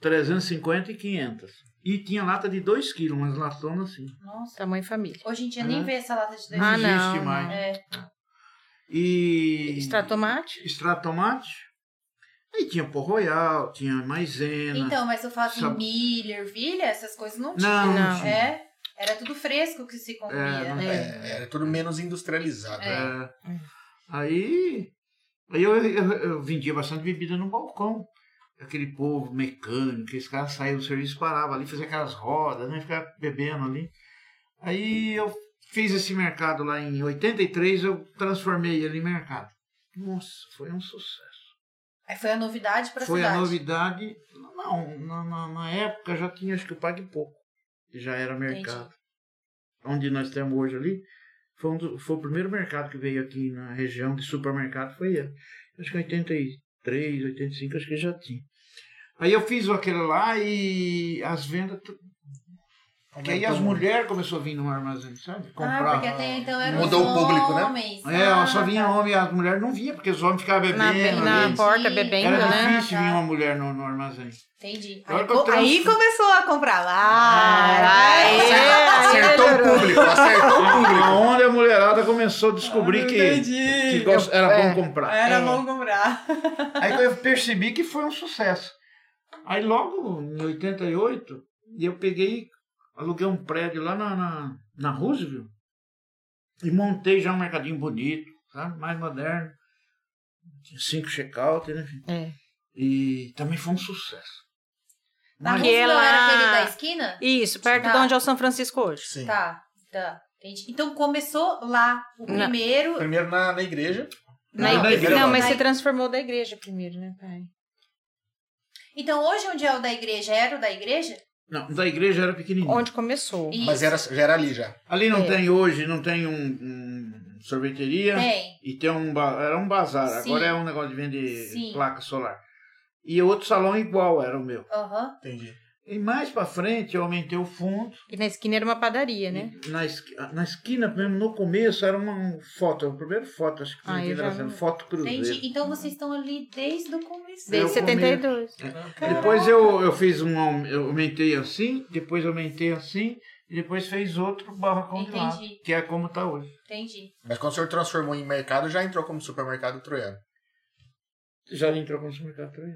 350 e 500. E tinha lata de 2 kg, umas latonas assim.
Nossa.
Tamanho família.
Hoje em dia nem
Ah.
vê essa lata de dois
Ah,
Não
não,
existe
não.
mais.
É.
E.
Extratomate.
Extratomate. Aí tinha pó royal, tinha maisena.
Então, mas eu falo assim,
Sab-
milho, ervilha, essas coisas não tinha.
não, não
não.
tinha.
É, era tudo fresco que se
É,
comia. né?
não-
É.
É, era tudo menos industrializado.
É.
né?
É. Aí, aí eu, eu, eu vendia bastante bebida no balcão. Aquele povo mecânico, esses caras saíam do serviço, paravam ali, faziam aquelas rodas, né? Ficava bebendo ali. Aí eu fiz esse mercado lá em 83, eu transformei ele em mercado. Nossa, foi um sucesso.
Aí foi a novidade pra
Foi
cidade.
a novidade. Não, na, na, na época já tinha, acho que o Pague Pouco, que já era mercado. Onde nós temos hoje ali, foi, um do- foi o primeiro mercado que veio aqui na região de supermercado, foi ele. Acho que em 83, 85, acho que já tinha. Aí eu fiz aquele lá e as vendas. tu- Porque aí as
Aumentou muito.
mulheres começaram a vir no armazém, sabe?
Ah,
Comprar.
porque até então eram
Mudou
os
o público, né?
homens.
é,
Ah,
só vinha
tá.
homem, as mulheres não vinham, porque os homens ficavam
Na,
bebendo.
na
ali.
Entendi.
porta bebendo,
Era
né?
difícil
tá.
vir uma mulher no, no armazém.
Entendi.
Na hora
Aí,
que eu
co- aí
transfo-
começou a comprar
Ah,
lá.
aí,
Acertou o público,
<laughs>
acertou o público.
Aonde a mulherada começou a descobrir que, que
Entendi.
gost- era
Ah, É.
bom comprar.
Era bom comprar.
Aí eu percebi que foi um sucesso. Aí logo em 88, eu peguei, aluguei um prédio lá na, na, na Roosevelt e montei já um mercadinho bonito, sabe? mais moderno. Tinha cinco check-out, né?
É.
E também foi um sucesso.
Na
Mas-
Roosevelt
Que ela-
era aquele da esquina?
Isso, perto
Tá.
de onde é o São Francisco hoje.
Sim.
Tá, tá. Entendi. Então começou lá. O
Não.
primeiro.
Primeiro na, na igreja.
Na
Não,
igre-
igreja.
Não, mas
Na
se
igre-
transformou da igreja primeiro, né, pai?
Então hoje onde é o da igreja? Era o da igreja?
Não, da igreja era pequenininho.
Onde começou.
E
Mas
assim,
era, já era ali já.
Ali não
É.
tem hoje, não tem um, um sorveteria.
tem.
E tem um ba- era um bazar,
Sim.
agora é um negócio de vender
Sim.
placa solar. E outro salão igual era o meu.
Aham.
Entendi.
E mais pra frente eu aumentei o fundo.
E na esquina era uma padaria, né?
E Na, esqui- na esquina mesmo, no começo, era uma um foto, o primeiro foto, acho que
Ah,
ninguém
eu já
era sendo
não-
foto cruzeiro.
Entendi. Então vocês estão ali desde o começo.
Desde
Eu É.
72.
Depois eu, eu fiz um, aum- eu aumentei assim, depois aumentei assim, e depois fez outro barracão de lado,
Entendi.
que é como tá hoje.
Entendi.
Mas quando o senhor transformou em mercado, já entrou como supermercado troiano.
Já entrou com o supermercado também?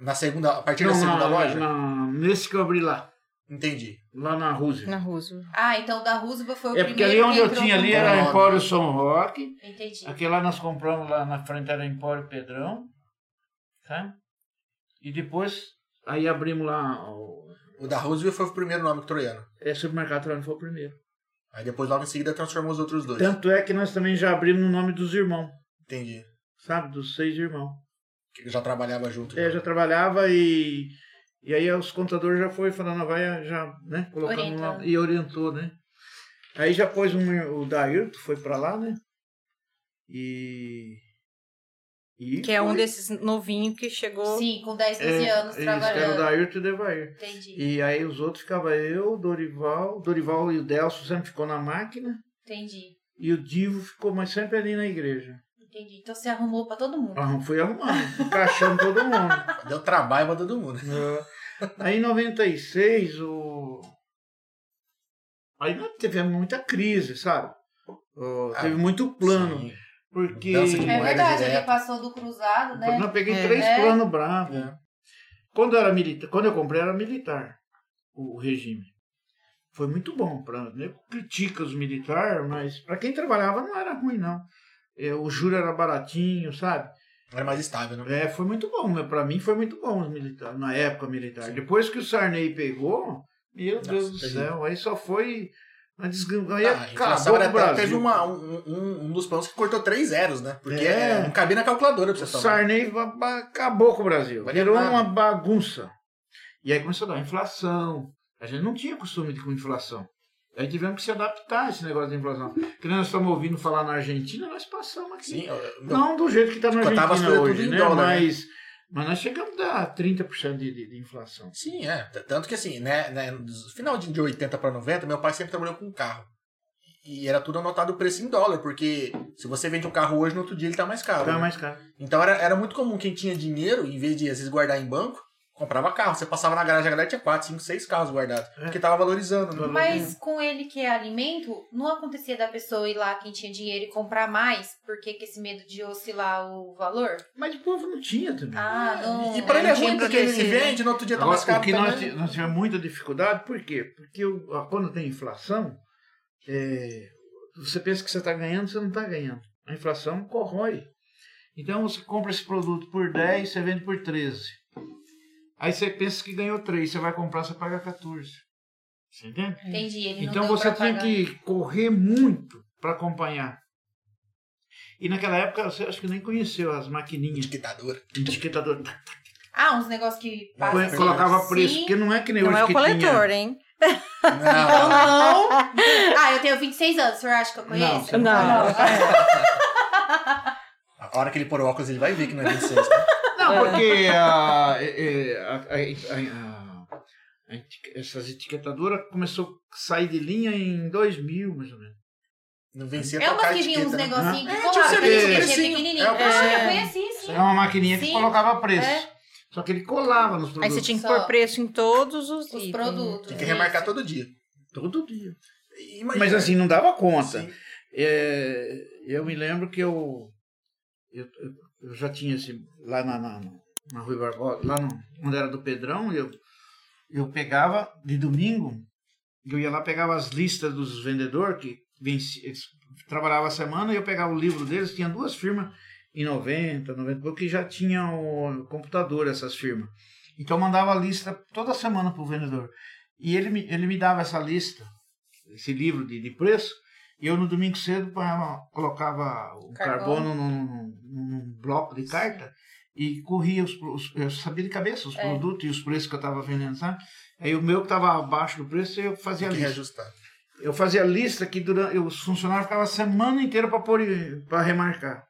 Na segunda, a partir
Não,
da segunda
na-
loja?
na- nesse que eu abri lá,
Entendi.
lá na Rússia.
Na Roosevelt.
Ah, então o da Roosevelt foi o
É porque
primeiro.
ali onde
que
eu
entrou
tinha
com-
ali era
Rock.
Empório São Roque.
Entendi.
Aquele lá nós compramos lá na frente era Empório Pedrão. Tá? E depois, aí abrimos lá. o-
O da Roosevelt foi o primeiro nome troiano.
É supermercado Trono foi o primeiro.
Aí depois, logo em seguida, transformou os outros dois.
Tanto é que nós também já abrimos no nome dos irmãos.
Entendi.
Sabe? Dos seis irmãos.
Que Já trabalhava junto. né?
É, já trabalhava e. E aí os contadores já foi falando, vai, já, né? Colocando lá
Orientando.
e orientou, né? Aí já pôs um, o Dairto, foi pra lá, né? E. e
Que é um
foi.
desses novinhos que chegou.
Sim, com
É,
10, 12 anos
isso, era o
trabalhando.
da Ayrton e o Devair.
Entendi.
E aí os outros ficava eu, o Dorival, o Dorival e o Delso sempre ficou na máquina
Entendi.
e o Divo ficou mas sempre ali na igreja.
Entendi. Então você arrumou pra todo mundo.
Ah, fui arrumando, encaixando todo mundo. É.
Deu trabalho pra todo mundo. né?
Aí em 96 o Aí nós tivemos muita crise, sabe? Ó,
Ah,
teve muito plano,
Sim.
porque
Mudança de
É
Moeda
verdade,
direto.
ele passou do cruzado, né?
Não, eu peguei
É.
três
É.
planos bravos.
É.
Quando, era milita quando eu comprei, era militar o, o regime. Foi muito bom. Pra, né, critica os militares, mas para quem trabalhava não era ruim, não. É, o juro era baratinho, sabe?
Era mais estável, né?
É, foi muito bom, né? Pra mim foi muito bom os militares, na época militar.
Sim.
Depois que o Sarney pegou, meu
Nossa,
Deus do
terrível.
céu, aí só foi uma desgrama. Aí
Ah, a inflação
acabou
era
com o
até,
Brasil.
teve uma, um, um, um dos planos que cortou três zeros, né? Porque
É.
é, não cabia na calculadora pra
O
você tomar.
Sarney ba- ba- acabou com o Brasil.
Valia
Virou
nada.
uma bagunça. E aí começou a dar inflação. A gente não tinha costume de com inflação. Aí tivemos que se adaptar a esse negócio de inflação. Que nós estamos ouvindo falar na Argentina, nós passamos aqui.
Sim, eu- eu-
Não do jeito que está na
Cotava as
Argentina
coisas
hoje,
tudo em
né?
dólar, né?
mas, mas nós chegamos a dar 30% de, de, de inflação.
Sim, é. T- Tanto que assim, né, né, no final de de 80 para 90, meu pai sempre trabalhou com carro. E era tudo anotado o preço em dólar, porque se você vende um carro hoje, no outro dia ele tá mais caro.
Tá
né?
mais caro.
Então era, era muito comum quem tinha dinheiro, em vez de às vezes guardar em banco, comprava carro. Você passava na garagem, a galera tinha 4, 5, 6 carros guardados,
É.
porque tava valorizando. Né?
Mas com ele que é alimento, não acontecia da pessoa ir lá quem tinha dinheiro e comprar mais, porque que esse medo de oscilar o valor?
Mas o povo não tinha também.
Ah, não.
E pra ele é
não tinha
ruim, porque ele
acontecido.
vende, no outro dia tá
Agora,
mais caro.
o que nós,
também.
ti- nós tivemos muita dificuldade, por quê? Porque o- a- quando tem inflação, é, você pensa que você está ganhando, você não está ganhando. A inflação corrói. Então você compra esse produto por 10, você vende por 13. Aí você pensa que ganhou 3, você vai comprar, você paga 14. Você entende?
Entendi, ele não
Então
deu
você
pra
tinha
pagar.
que correr muito para acompanhar. E naquela época você acho que nem conheceu as maquininhas
Etiquetadora.
etiquetador.
Ah, uns negócios que passam. assim,
Colocava preço,
sim.
porque não é que nem
Não
hoje
é o
que
coletor,
tinha.
hein?
Então
Não,
não. Ah, eu tenho 26 anos, o senhor acha que eu conheço?
Não, você
Não.
a hora que ele pôr o óculos, ele vai ver que não é 26. né?
Não, porque a, é, é, a, a- a- a- a eti- essas etiquetadoras começou a sair de linha em 2000, mais ou menos.
Não vencia
É
trocar
umas
a
que vinha uns
etiqueta, né?
negocinhos
É,
tipo
que
tinha
colava,
um
que
serviço,
tinha
precinho.
assim,
pequenininho.
É, o precinho.
Ah, eu conheci, sim.
Era uma maquininha que
Sim.
colocava preço.
É.
Só que ele colava nos
Aí
produtos.
você tinha que
Só.
pôr preço em todos os,
Os
itens.
produtos.
Tem que remarcar todo dia.
Todo dia.
Imagina.
Mas assim, não dava conta.
é. Sim.
É, eu me lembro que eu, eu, eu já tinha esse, lá na, na, na Rui Barbosa, lá no, onde era do Pedrão, eu, eu pegava de domingo, eu ia lá, pegava as listas dos vendedores que venci, eles trabalhava a semana, e eu pegava o livro deles, tinha duas firmas em 90, 90 e pouco, que já tinham o computador essas firmas. Então eu mandava a lista toda semana para o vendedor. E ele me, ele me dava essa lista, esse livro de, de preço, e eu no domingo cedo ponhava- colocava o carbono,
Carbono.
num, num- num bloco de carta e corria os, pro- os- Eu sabia de cabeça os
É.
produtos e os preços que eu estava vendendo, sabe? Aí o meu que estava abaixo do preço, eu
Tem
fazia a
que
lista.
reajustar.
Eu fazia lista que durante, os funcionários ficavam a semana inteira para pôr para remarcar.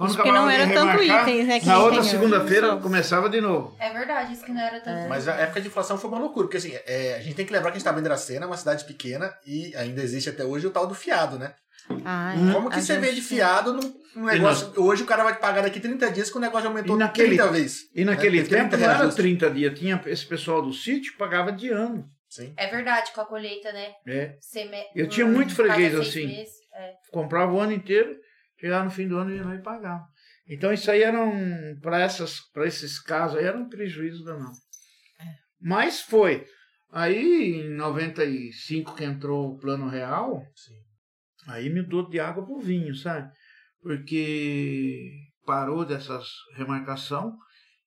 Isso porque não
acabava de
era tanto
remarcar,
itens, né? que
Na
a gente
outra
tem hoje.
segunda-feira
Só.
começava de novo.
É verdade, isso que não era tanto.
Mas a época de inflação foi uma loucura, porque assim, é, a gente tem que lembrar que a gente tá vendo Dracena, uma cidade pequena, e ainda existe até hoje o tal do fiado, né?
Ah, é.
Como que
A
você
gente-
vende fiado num, num
Hum? E
negócio. Hoje o cara vai te pagar daqui 30 dias que o negócio aumentou
E naquele-
30 vezes.
E naquele
É, tem
tempo
30
não era
reajustes.
30 dias, tinha esse pessoal do sítio que pagava de ano.
Sim.
É verdade, com a colheita, né?
É.
Você me-
Eu tinha
hum,
muito freguês
cada seis
assim.
meses. É.
Comprava o ano inteiro, chegava no fim do ano e ia lá e pagava. Então isso aí era um, para essas para esses casos aí era um prejuízo danado. Mas foi. Aí em 95 que entrou o plano real,
Sim.
Aí mudou de água pro vinho, sabe? Porque parou dessas remarcação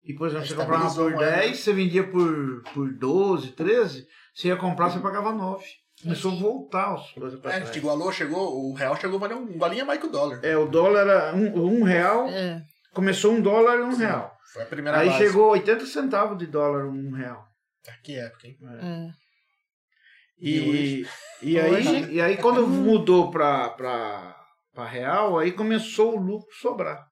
e, por exemplo, você comprava
Estabilizou
por
a moeda.
10, você vendia por, por 12, 13, você ia comprar, você pagava 9. Começou a
Entendi.
voltar as coisas
É, a
pra
gente
trás.
igualou, chegou, o real chegou a valer um bolinha mais que o dólar.
É, o dólar era um, um real,
É.
começou um dólar e um real.
Foi a primeira
Aí
base.
chegou 80 centavos de dólar um real.
Ah, Que época, hein?
É.
E,
Hoje?
e, aí, e aí quando mudou pra, pra, pra real, aí começou o lucro sobrar.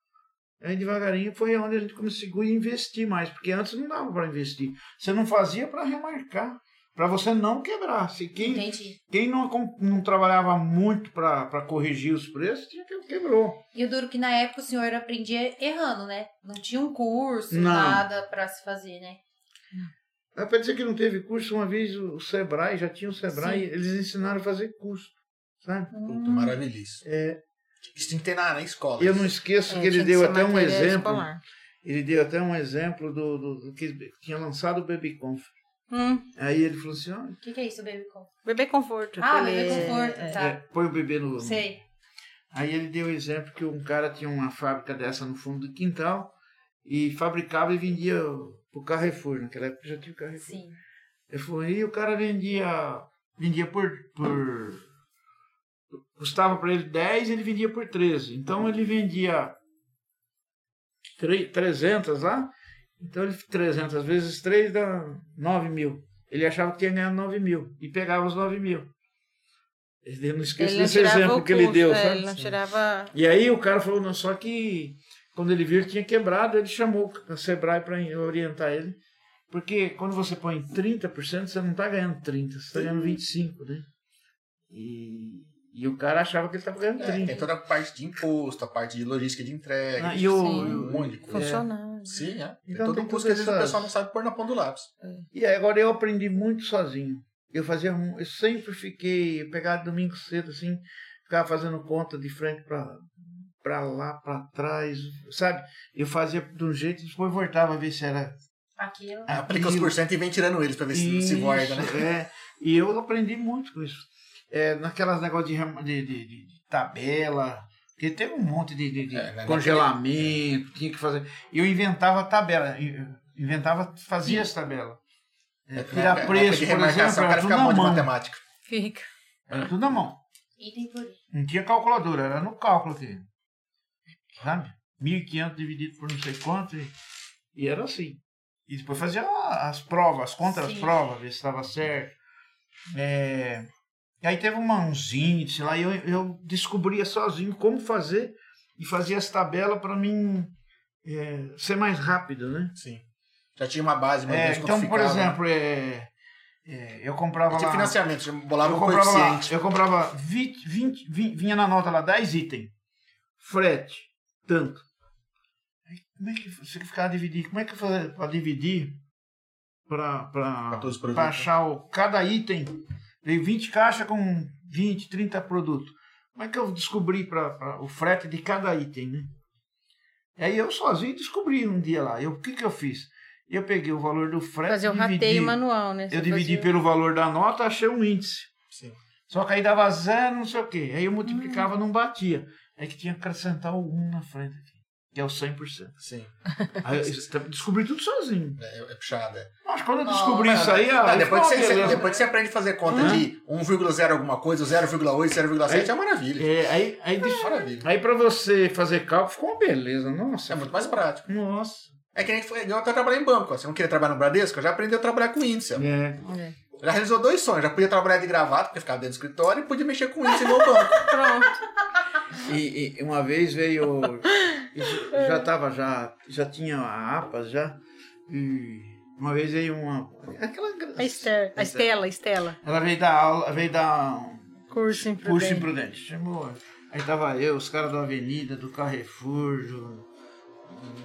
Aí devagarinho foi onde a gente conseguiu investir mais, porque antes não dava para investir. Você não fazia para remarcar, para você não quebrar. Se quem,
Entendi.
quem não, acom- não trabalhava muito para corrigir os preços, tinha que quebrou.
E o duro que na época o senhor aprendia errando, né? Não tinha um curso,
Não.
nada pra se fazer, né?
Dá para dizer que não teve curso, uma vez o o Sebrae, já tinha o Sebrae, eles ensinaram a fazer curso. Sabe?
Hum,
Puta, maravilhoso.
É,
Isso tem que ter na, na escola.
eu não esqueço
É,
que ele
tinha
deu
ser
até um
material
exemplo.
escolar.
Ele deu até um exemplo do, do- do que tinha lançado o BabyConf.
Hum,
Aí ele falou assim: ó,
O que, que é isso, Baby Comfort?
bebê conforto.
Ah,
Ele-
Baby Conforto,
é,
tá.
é, põe o bebê no.
Sei.
Aí ele deu o exemplo que um cara tinha uma fábrica dessa no fundo do quintal e fabricava e vendia pro Carrefour. Naquela época já tinha o Carrefour.
Sim.
Ele falou, e o cara vendia. Vendia por. por custava para ele 10 ele vendia por 13. Então ele vendia tre- 300 lá. Então ele 300 vezes 3 dá 9 mil. Ele achava que tinha ganhado 9 mil e pegava os 9 mil. Ele não esquece
Ele não
desse
tirava
exemplo
o
que ele
custo,
deu,
é,
sabe?
Ele não tirava.
E aí o cara falou, não, só que quando ele viu que tinha quebrado, ele chamou o Sebrae para orientar ele. Porque quando você põe 30%, você não está ganhando 30%, você está ganhando 25%, né? E, e o cara achava que ele estava ganhando
É,
30%.
tem toda a parte de imposto, a parte de logística de entrega.
Ah, e o-
Sim.
Um monte de coisa.
Funcionário.
Sim, é.
Então
tem todo
tem
um custo que
tudo
às vezes o
essas-
pessoal não sabe pôr na ponta do lápis.
E aí, agora eu aprendi muito sozinho. Eu fazia, um- eu sempre fiquei, eu pegava domingo cedo assim, ficava fazendo conta de frente para para lá, para trás, sabe? Eu fazia de um jeito, depois voltava a ver se era
Aquilo.
É,
Aplica os
aquilo.
porcento e vem tirando eles pra ver se se
Isso,
guarda, né?
É. E eu aprendi muito com isso. É, naquelas negócios de, rem- de, de- de- de tabela, porque teve um monte de, de- de
É, né,
congelamento, tinha que fazer. Eu inventava tabela, eu inventava, fazia as tabelas. É, tirar
Na- na- na época
preço,
de
por
remarcação,
exemplo,
o cara
era tudo
fica
na
bom de
mão.
matemática.
Fica.
Era tudo na mão.
Item por item.
Não tinha calculadora, era no cálculo que. Sabe? 1.500 dividido por não sei quanto. E, e era assim. E depois fazia as provas, as contra as
Sim.
provas, ver se estava certo. É, E aí teve uma, uns índices lá, e eu, eu descobria sozinho como fazer e fazia as tabelas para mim é, ser mais rápido, né?
Sim. Já tinha uma base, mas
É,
menos
então, por
quantificada, né?
exemplo, é, é, eu comprava.
Eu tinha
lá-
financiamento, já bolava
eu
um
comprava, lá,
coeficiente.
eu comprava 20, 20, vi- vinha na nota lá 10 itens. Frete, tanto. Aí, Como é que você ficava dividir? Como é que eu fazia para dividir?
Pra
Para
todos os produtos, né?
achar o, cada item. Veio 20 caixas com 20, 30 produtos. Como é que eu descobri pra, pra- o frete de cada item, né? E aí eu sozinho descobri um dia lá. Eu- O que, que eu fiz? Eu peguei o valor do frete.
Fazer o
dividi-
um rateio manual, né?
Eu
Você
dividi
fazia-
pelo valor da nota, achei um índice.
Sim.
Só que aí dava zero, não sei o quê. Aí eu multiplicava, não batia. É que tinha que acrescentar o 1 na frente aqui, que é o 100%.
Sim.
Aí eu isso, descobri tudo sozinho.
É, é puxada.
Mas quando eu
Não,
descobri isso aí,
Ah,
ah,
depois, que você,
foi uma
você-
beleza.
depois que você aprende a fazer conta de 1,0 alguma coisa, 0,8, 0,7, é maravilha.
É, aí, aí, des-
Maravilha.
aí pra você fazer cálculo ficou uma beleza. Nossa.
É muito mais prático.
Nossa.
É que nem foi, igual até trabalhar em banco. ó. Você não queria trabalhar no Bradesco? Eu já aprendi a trabalhar com índice. ó.
É.
É.
Já realizou dois sonhos. Já podia trabalhar de gravata, porque ficava dentro do escritório, e podia mexer com índice igual o
<laughs>
banco.
Pronto.
E, e uma vez <laughs> veio. isso já tava, já, já tinha a APAS já. E uma vez veio uma. Aquela.
A Esther. A Estela, a Estela.
Ela veio dar aula, veio dar um-
Curso imprudente.
Puxa imprudente. Chamou. É Aí tava eu, os caras da Avenida, do Carrefour, do-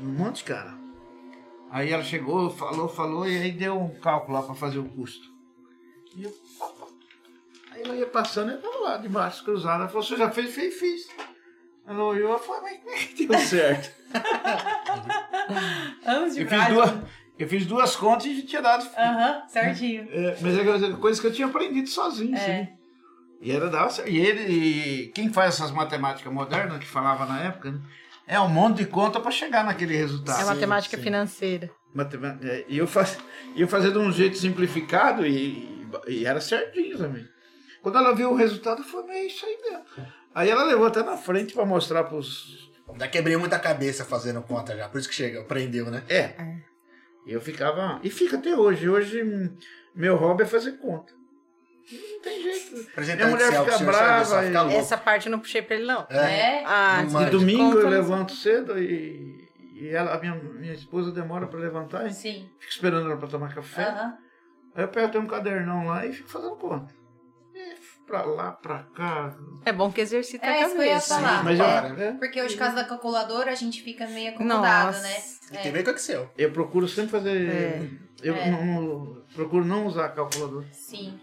um monte de cara. Aí ela chegou, falou, falou, e aí deu um cálculo lá pra fazer o custo. E eu, aí ela ia passando, eu tava lá, de braço cruzado. Ela falou, você já fez? Fez, fiz. Ela olhou, ela falou, mas como é que deu <laughs> certo?
Anos
eu, fiz duas, eu fiz duas contas e já tinha dado.
Aham, certinho.
É, mas é coisa que eu tinha aprendido sozinho,
É.
sim. E era da E ele, e quem faz essas matemáticas modernas, que falava na época, né, é um monte de conta para chegar naquele resultado.
É
uma-
matemática
sim.
financeira.
Matema- é, E eu, faz, e eu fazia de um jeito simplificado e, e era certinho também. Quando ela viu o resultado, foi meio isso aí mesmo. Aí ela levou até na frente para mostrar para os.
Já quebrei muita cabeça fazendo conta já. Por isso que chega, aprendeu, né?
É. Eu ficava. E fica até hoje. Hoje, hum, meu hobby é fazer conta. Não tem jeito.
Apresentar
Minha mulher
Excel pro
fica
senhor, sabe?
brava
Só fica
e-
louco.
Essa parte eu não puxei pra ele, não.
Tá É.
Ah,
Não
de
manja.
De domingo
conta,
eu
não-
levanto cedo e, e ela, a minha, minha esposa demora para levantar e fico
É, Sim.
esperando ela para tomar café.
Aham.
Aí eu pego até um cadernão lá e fico fazendo conta. E pra lá, pra cá.
É bom que exercita
É
a
isso que eu ia
cabeça.
falar.
Mas eu,
para.
é,
Porque hoje, caso da calculadora, a gente fica meio acomodado,
Nossa.
né?
E tem a ver com Excel.
eu procuro sempre fazer.
É.
Eu
É.
não, não- procuro não usar
<laughs>
calculador.
Sim.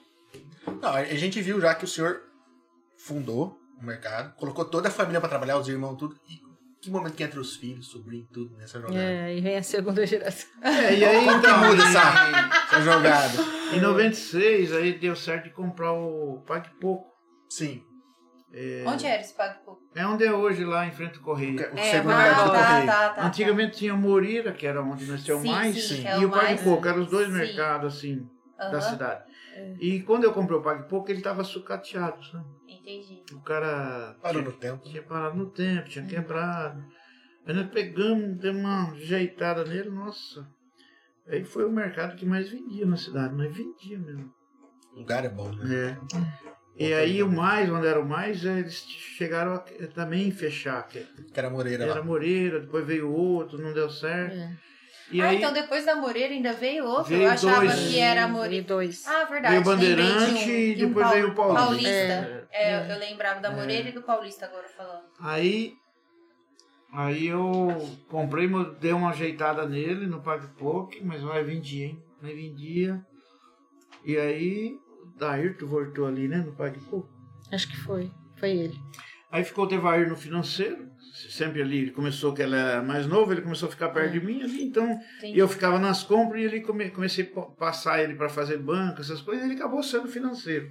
Não, a gente viu já que o senhor fundou o mercado, colocou toda a família pra trabalhar, os irmãos, tudo, e Que momento que entra os filhos, sobrinho, tudo nessa jogada.
É, e vem a segunda <laughs> geração.
É, e aí
Como que
então.
muda
em-
Essa jogada.
Em 96, aí deu certo de comprar o Pague Pouco.
Sim.
Onde era esse Pague Pouco?
É onde é hoje, lá em frente ao
O
Correio.
que- o
É,
segundo
vai
mercado do
voltar,
correio.
tá, tá.
Antigamente tinha o Morira, que era onde nós tínhamos
Sim,
mais,
sim,
que
é
e
o
o Pague
mais-
Pouco. Eram os dois
sim.
mercados, assim,
Aham, É.
da cidade. E quando eu comprei o Pague Pouco, ele estava sucateado, sabe?
Entendi.
O cara
Parou no tempo.
tinha parado no tempo,
Uhum.
tinha quebrado. Aí nós pegamos, demos uma ajeitada nele, nossa. Aí foi o mercado que mais vendia na cidade, mas vendia mesmo.
O lugar é bom, né?
É. E aí o mais, onde era o mais, eh, eles chegaram a que- também fechar. que
Que era Moreira
Era
lá.
Moreira, depois veio outro, não deu certo.
É.
E
ah,
aí
então depois da Moreira ainda veio outro?
Veio
eu achava
dois.
que era a
E
Moreira.
dois.
Ah, verdade.
veio o
lembrei de um-
Bandeirante e
de um
depois
Paul-
veio o Paulista.
Paulista. É, eu lembrava da
É.
Moreira e do Paulista agora falando.
Aí, aí eu comprei, mo- dei uma ajeitada nele no PagPoc, mas vai vendia, hein? Vai vendia. E aí, Dairto voltou ali, né, no PagPoc.
Acho que foi. Foi ele.
Aí ficou o Devair no financeiro, sempre ali, ele começou que ele era mais novo, ele começou a ficar perto
É.
de mim ali, então
Entendi.
eu ficava nas compras e ele come, comecei a pa- passar ele para fazer banco, essas coisas, e ele acabou sendo financeiro.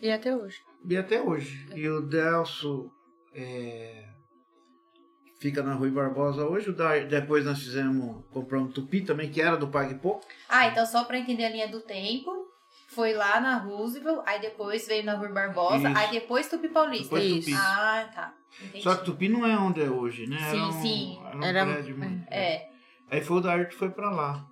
E até hoje.
E até hoje. E o Delso é, fica na Rui Barbosa hoje. O Dai- depois nós fizemos, compramos Tupi também, que era do Pague Pouco.
Ah, então só pra entender a linha do tempo, foi lá na Roosevelt, aí depois veio na Rui Barbosa,
Isso.
aí depois Tupi Paulista.
Depois
Isso.
Tupi.
Ah, tá. Entendi.
Só que Tupi não é onde é hoje, né?
Sim,
era um,
sim.
Era um
Era-
prédio. muito-
É.
Aí foi o Dair que foi pra lá.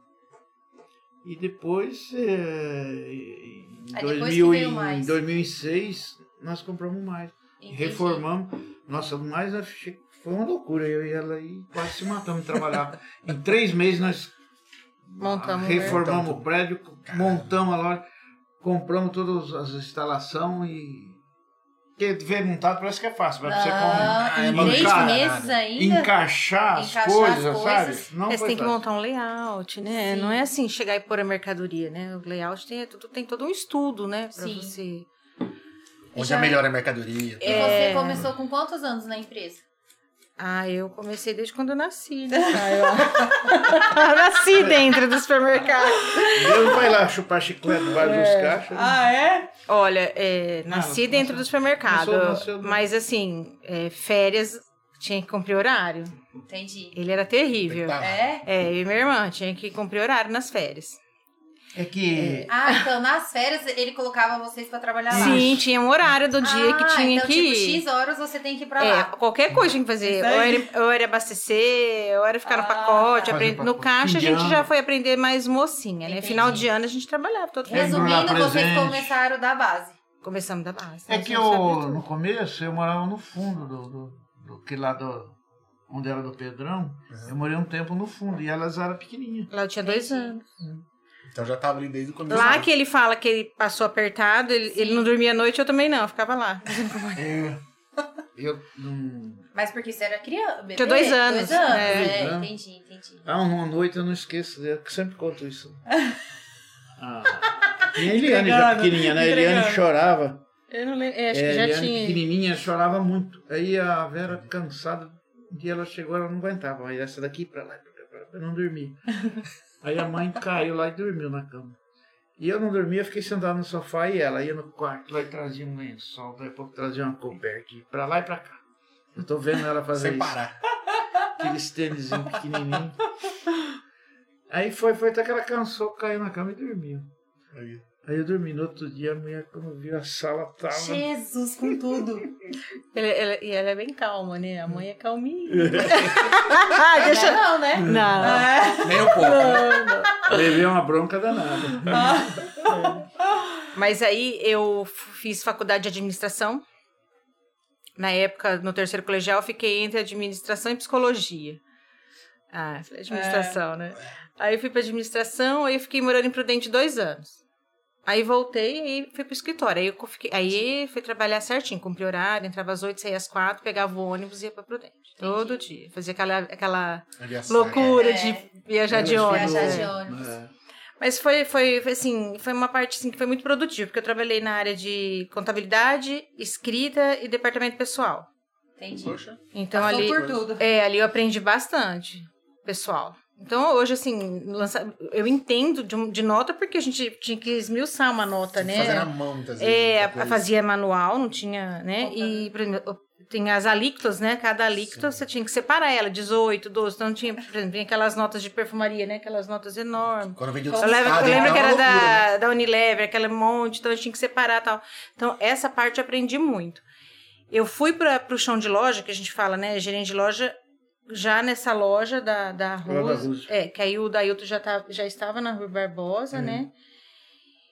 E depois, é, em,
Aí Ah, depois que
2000
veio
e-
mais.
em 2006, nós compramos mais.
entendi.
Reformamos. Nossa, mas eu achei- foi uma loucura. Eu e ela aí quase se matamos de
<laughs>
trabalhar. em três meses nós Ah,
um
Montamos.
Reform-
reformamos
Montamos.
o prédio, montamos a loja, compramos todas as instalações e. Porque ver montado parece que é fácil, mas pra você
Ah,
Ah, é
em três
bancada,
meses ainda?
encaixar as
Encaixar as
coisas,
coisas.
sabe? Não
Mas
foi
tem que
fácil.
montar um layout, né?
Sim.
Não é assim chegar e pôr a mercadoria, né? O layout tem, é tudo, tem todo um estudo, né? Pra
Sim.
você.
Onde
Já-
é melhor a mercadoria.
E
É.
você começou com quantos anos na empresa?
Ah, eu comecei desde quando eu nasci, <laughs> né? <laughs> eu... nasci dentro do supermercado.
Ele vai lá chupar chiclete debaixo dos caixas.
Ah, é?
Olha, é, nasci
Ah, nasceu-
dentro do supermercado.
nasceu- nasceu do-
Mas assim, é, férias tinha que cumprir horário.
Entendi.
Ele era terrível.
Ah.
Tem que tá.
É?
É, eu e minha irmã tinha que cumprir horário nas férias.
É que.
Ah, então nas férias ele colocava vocês pra trabalhar lá.
Sim, tinha um horário do dia
Tá. ah,
que tinha
então,
que
tipo,
ir.
X horas você tem que ir pra
É,
lá.
qualquer coisa tinha que fazer.
Isso
Ou
aí.
era, ou era abastecer, ou era ficar
Ah.
no pacote.
Fazer
aprend- No
pacote.
caixa a
Fim de
gente
ano.
já foi aprender mais mocinha, né?
Entendi.
Final de ano a gente trabalhava todo
É.
dia.
Resumindo,
Lembrar
vocês
presente.
começaram da base.
Começamos da base.
É
né?
que
Você não sabe
eu,
tudo.
no começo, eu morava no fundo do. do, do que lá do. Onde era do Pedrão, eu morei um tempo no fundo e elas eram pequenininhas.
Lá eu tinha dois anos.
Então já tava ali desde o começo.
Lá que ele fala que ele passou apertado, ele, ele não dormia à noite, eu também não, eu ficava lá.
É. Eu não.
Mas porque você era criança. bebê?
Tinha dois anos,
Dois anos,
né?
é.
Dois anos.
Entendi, entendi.
Ah, uma noite eu não esqueço, eu sempre
<laughs>
conto isso. Ah. E a Eliane já
Entregando,
pequenininha, né? A Eliane
entregando.
chorava.
Eu não lembro, acho
É,
que
a
já
Eliane
tinha.
pequenininha chorava muito. Aí a Vera, cansada, um dia ela chegou, ela não aguentava. Aí essa daqui pra lá, pra, pra, pra, pra, eu
<laughs>
não dormir. Aí a mãe caiu lá e dormiu na cama. E eu não dormia, eu fiquei sentado no sofá e ela ia no quarto, lá e trazia um lençol, daí a pouco trazia uma coberta, e pra lá e pra cá. Eu tô vendo ela fazer
Sem
isso
parar.
aqueles tênis pequenininho. Aí foi, foi até que ela cansou, caiu na cama e dormiu.
Aí.
Aí eu dormi no outro dia, a mulher quando viu a sala tava.
Jesus, com
<laughs>
tudo.
Ele- ele- E ela é bem calma, né? A mãe é calminha. <laughs> Deixa...
Não, né?
Não.
É.
Nem um pouco. né?
<laughs>
Levei uma bronca danada.
Mas aí eu f- fiz faculdade de administração. Na época, no terceiro colegial, eu fiquei entre administração e psicologia. Ah, falei administração, né? Aí eu fui pra administração, aí eu fiquei morando em Prudente dois anos. Aí voltei e fui pro escritório. Aí, eu co- fiquei, aí fui trabalhar certinho, cumpri horário, entrava às oito, saía às quatro, pegava o ônibus e ia pra Prudente. Todo dia. Fazia aquela, aquela
Ali a saga.
loucura
É.
de viajar de
Viajar
ônibus.
de
né?
ônibus.
É.
Mas foi, foi, foi, assim, foi uma parte assim, que foi muito produtiva, porque eu trabalhei na área de contabilidade, escrita e departamento pessoal.
Entendi.
é. Poxa.
Então
Passou
ali,
por tudo.
é, ali eu aprendi bastante, pessoal. Então hoje assim, lança- eu entendo de, um- de nota porque a gente tinha que esmiuçar uma nota, né?
Fazer na mão, muitas vezes. né,
É,
muita coisa.
fazia manual, não tinha, né? E por exemplo, tem as alíquotas, né? Cada alíquota
Sim.
você tinha que separar ela, 18, 12. Então tinha, por exemplo, tinha aquelas notas de perfumaria, né? Aquelas notas enormes.
Quando vende
Eu lembro, eu
estado,
lembro
então,
que
é
era
uma loucura, né?
da, da Unilever, aquele monte, então a gente tinha que separar e tal. Então, essa parte eu aprendi muito. Eu fui para o chão de loja, que a gente fala, né? Gerente de loja, já nessa loja da, da
Lá da
Rose.
Rose.
É, que aí o Dailton já, tá, já estava na Rui
Uhum.
Barbosa, né?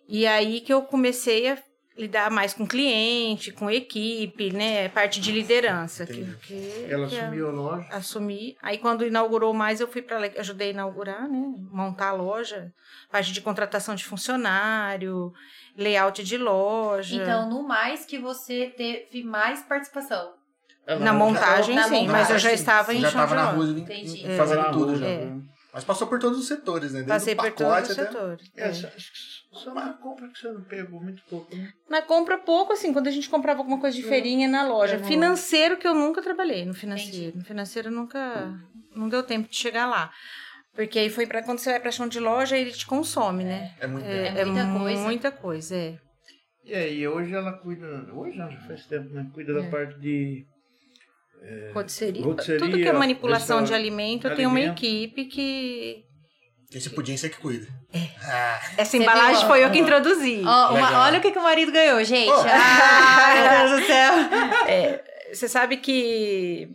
E aí que eu comecei a lidar mais com cliente, com equipe, né? Parte de liderança. Que,
Entendi.
que-
Ela
que é-
assumiu a loja.
assumi. Aí quando inaugurou mais, eu fui para lá, ajudei a inaugurar, né? Montar a loja, parte de contratação de funcionário, layout de loja.
Então, no mais que você teve mais participação.
na montagem,
Na
sim,
montagem,
mas eu já
Então, sim, você
estava em
já
chão de
estava na
loja.
rua em-
Entendi.
em- fazendo
Ela
tudo já.
arrumou,
é.
né?
Mas passou por todos os setores, né? Desde
Passei
o
por
pacote
todos os
até...
setores.
É,
é.
só, acho que só na compra que você não pegou muito pouco, né?
Na compra, pouco, assim, quando a gente comprava alguma coisa de
É.
feirinha na
É,
loja.
não.
Financeiro que eu nunca trabalhei, no financeiro. No financeiro nunca. Não deu tempo de chegar lá. Porque aí foi para quando você vai pra chão de loja, ele te consome, né?
É muito
É,
tempo.
É muita coisa.
Muita coisa, é.
E aí, hoje ela cuida. Hoje não, já faz tempo, né? Cuida da
É.
parte de.
Rotisserie,
Rotisserie,
tudo que é
ó,
manipulação de
restaurante,
alimento, tem uma
alimento.
equipe que.
Esse pudim você que cuida.
É.
Ah,
Essa
Você
embalagem
viu, ó?
foi eu que introduzi.
Ó, uma-
Legal.
olha o que, que o marido ganhou, gente.
Oh.
Ah, meu Deus do <laughs> céu.
É, você sabe que.